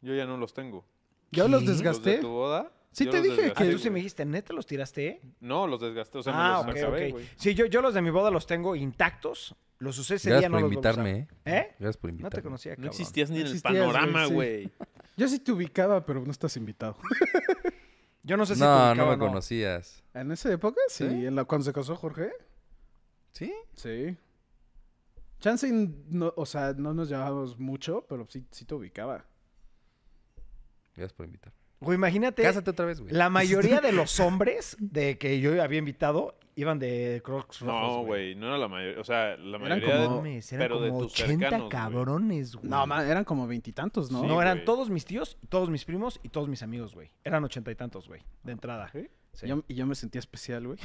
Speaker 4: Yo ya no los tengo.
Speaker 3: Yo
Speaker 1: ¿Qué?
Speaker 3: los
Speaker 4: ¿Los de
Speaker 3: desgasté.
Speaker 4: tu boda?
Speaker 3: Sí
Speaker 4: yo
Speaker 3: te
Speaker 4: los
Speaker 3: dije que-
Speaker 1: Ah,
Speaker 4: desgasté,
Speaker 1: tú sí me
Speaker 4: güey.
Speaker 1: dijiste, ¿neta los tiraste? eh?
Speaker 4: No, los desgasté, o sea, me
Speaker 1: ah,
Speaker 4: los
Speaker 1: ok,
Speaker 4: acabé,
Speaker 1: ok.
Speaker 4: güey.
Speaker 1: Sí, yo, yo los de mi boda los tengo intactos. Los usé ese
Speaker 2: Gracias
Speaker 1: día, no
Speaker 2: por
Speaker 1: los vuelvo a usar.
Speaker 2: invitarme, ¿eh?
Speaker 1: ¿Eh?
Speaker 2: Gracias
Speaker 1: No
Speaker 2: por invitarme.
Speaker 1: te conocía, cabrón.
Speaker 4: No existías ni
Speaker 3: No
Speaker 4: en el
Speaker 3: existías, güey,
Speaker 4: panorama,
Speaker 3: sí.
Speaker 4: güey.
Speaker 3: Yo sí te ubicaba, pero no estás invitado.
Speaker 1: Yo no sé si te
Speaker 2: No,
Speaker 1: ubicaba
Speaker 2: no
Speaker 1: o
Speaker 2: me conocías.
Speaker 3: ¿En esa época? Sí.
Speaker 2: ¿Sí?
Speaker 3: ¿En la, cuando se casó Jorge?
Speaker 2: ¿Sí?
Speaker 3: Sí. Chance, y no, o sea, no nos llevábamos mucho, pero sí, sí te ubicaba.
Speaker 2: Gracias por invitarme.
Speaker 1: Güey, imagínate.
Speaker 2: Cásate otra vez, güey.
Speaker 1: La mayoría de los hombres de que yo había invitado iban de Crocs rojos.
Speaker 4: No, güey, no era la mayoría. O sea, la
Speaker 3: Eran
Speaker 4: mayoría de-
Speaker 1: No
Speaker 3: como-
Speaker 1: mames, eran
Speaker 4: pero de
Speaker 1: como
Speaker 4: tus
Speaker 1: 80
Speaker 4: cercanos, güey.
Speaker 1: cabrones, güey.
Speaker 3: No, man, eran como veintitantos, ¿no?
Speaker 4: Sí,
Speaker 1: No, eran
Speaker 4: güey.
Speaker 1: todos mis tíos, todos mis primos y todos mis amigos, güey. Eran ochenta y tantos, güey, de entrada.
Speaker 4: ¿Sí?
Speaker 1: Sí.
Speaker 3: Yo- y yo me sentía especial, güey.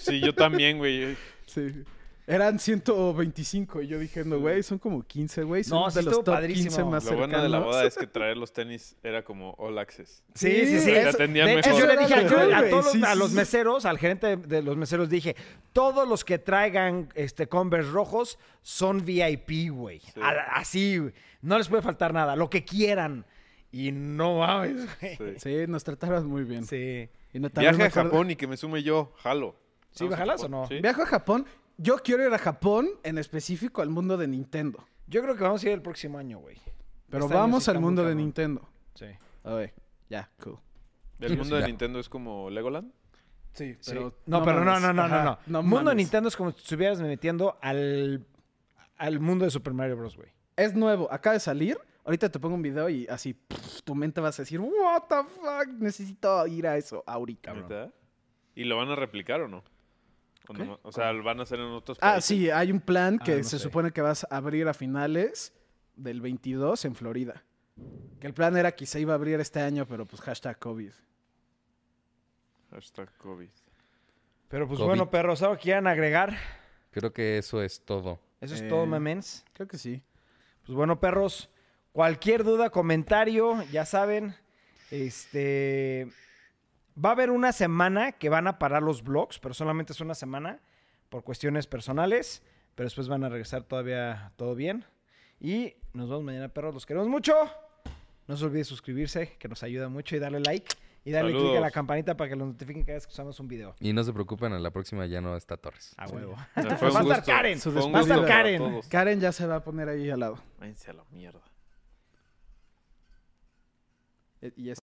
Speaker 4: Sí, yo también, güey.
Speaker 3: Sí. Eran 125 y yo dije, no, güey, son como 15, güey. Son
Speaker 1: No, sí
Speaker 3: de los
Speaker 1: estuvo
Speaker 3: top
Speaker 1: padrísimo.
Speaker 3: 15 más
Speaker 4: Lo bueno de la
Speaker 3: cercanos.
Speaker 4: boda es que traer los tenis era como all access.
Speaker 1: Sí, sí, sí.
Speaker 4: Te
Speaker 1: eso-
Speaker 4: atendían
Speaker 1: de hecho,
Speaker 4: mejor.
Speaker 1: yo le dije a-
Speaker 3: Eso era
Speaker 1: yo- a,
Speaker 3: lo
Speaker 1: todos
Speaker 3: cool, güey,
Speaker 1: a
Speaker 3: sí,
Speaker 1: los
Speaker 3: sí.
Speaker 1: meseros, al gerente de, de los meseros, dije: todos los que traigan este Converse rojos son VIP, güey. A- Así, güey. no les puede faltar nada, lo que quieran. Y no mames, güey.
Speaker 4: Sí.
Speaker 3: Sí, nos trataron muy bien.
Speaker 1: Sí.
Speaker 3: Y no, también
Speaker 4: Viaje
Speaker 3: me
Speaker 4: a
Speaker 3: acuerdo-
Speaker 4: Japón ¿eh? y que me sume yo, jalo.
Speaker 1: ¿Sí,
Speaker 4: Vamos a
Speaker 1: jalas
Speaker 4: Japón,
Speaker 1: o no?
Speaker 4: sí.
Speaker 3: Viajo a Japón. Yo quiero ir a Japón, en específico al mundo de Nintendo.
Speaker 1: Yo creo que vamos a ir el próximo año, güey.
Speaker 3: Pero
Speaker 1: Este año
Speaker 3: vamos
Speaker 1: sí está
Speaker 3: al
Speaker 1: muy
Speaker 3: mundo de
Speaker 1: cabrón.
Speaker 3: Nintendo.
Speaker 1: Sí.
Speaker 3: A ver, ya, cool.
Speaker 4: ¿El mundo de
Speaker 2: Ya.
Speaker 4: Nintendo es como Legoland?
Speaker 3: Sí,
Speaker 1: Sí. no, pero no,
Speaker 3: mames.
Speaker 1: no, no, no,
Speaker 3: Ajá,
Speaker 1: no. Mundo de
Speaker 3: mames.
Speaker 1: Nintendo es como si estuvieras metiendo al, al mundo de Super Mario Bros, güey.
Speaker 3: Es nuevo, acaba de salir. Ahorita te pongo un video y así pff, tu mente vas a decir, what the fuck, necesito ir a eso ahorita. bro".
Speaker 4: ¿Neta? ¿Y lo van a replicar o no? O,
Speaker 1: ¿Qué?
Speaker 4: no- o sea, ¿lo van a hacer en otros
Speaker 3: Ah,
Speaker 4: países?
Speaker 3: sí, hay un plan que
Speaker 1: Ah, no
Speaker 3: se
Speaker 1: sé.
Speaker 3: supone que vas a abrir a finales del 22 en Florida. Que el plan era que se iba a abrir este año, pero pues hashtag COVID.
Speaker 4: Hashtag COVID.
Speaker 1: Pero pues
Speaker 2: COVID.
Speaker 1: bueno, perros, ¿algo quieran agregar?
Speaker 2: Creo que eso es todo.
Speaker 1: Eso es
Speaker 3: Eh,
Speaker 1: todo, mamens.
Speaker 3: Creo que sí.
Speaker 1: Pues bueno, perros, cualquier duda, comentario, ya saben, este va a haber una semana que van a parar los vlogs, pero solamente es una semana por cuestiones personales, pero después van a regresar todavía todo bien. Y nos vemos mañana, perros, los queremos mucho. No se olvide suscribirse, que nos ayuda mucho y darle like y darle click a la
Speaker 4: Saludos.
Speaker 1: campanita para que los notifiquen cada vez que usamos un video.
Speaker 2: Y no se preocupen, a la próxima ya no está Torres.
Speaker 1: A huevo.
Speaker 4: No,
Speaker 1: Va a estar Karen.
Speaker 4: Fue un
Speaker 1: Va a estar
Speaker 4: gusto para
Speaker 1: Karen.
Speaker 4: todos.
Speaker 3: Karen ya se va a poner ahí al lado.
Speaker 4: Váyanse a la mierda.
Speaker 3: Eh, Y es-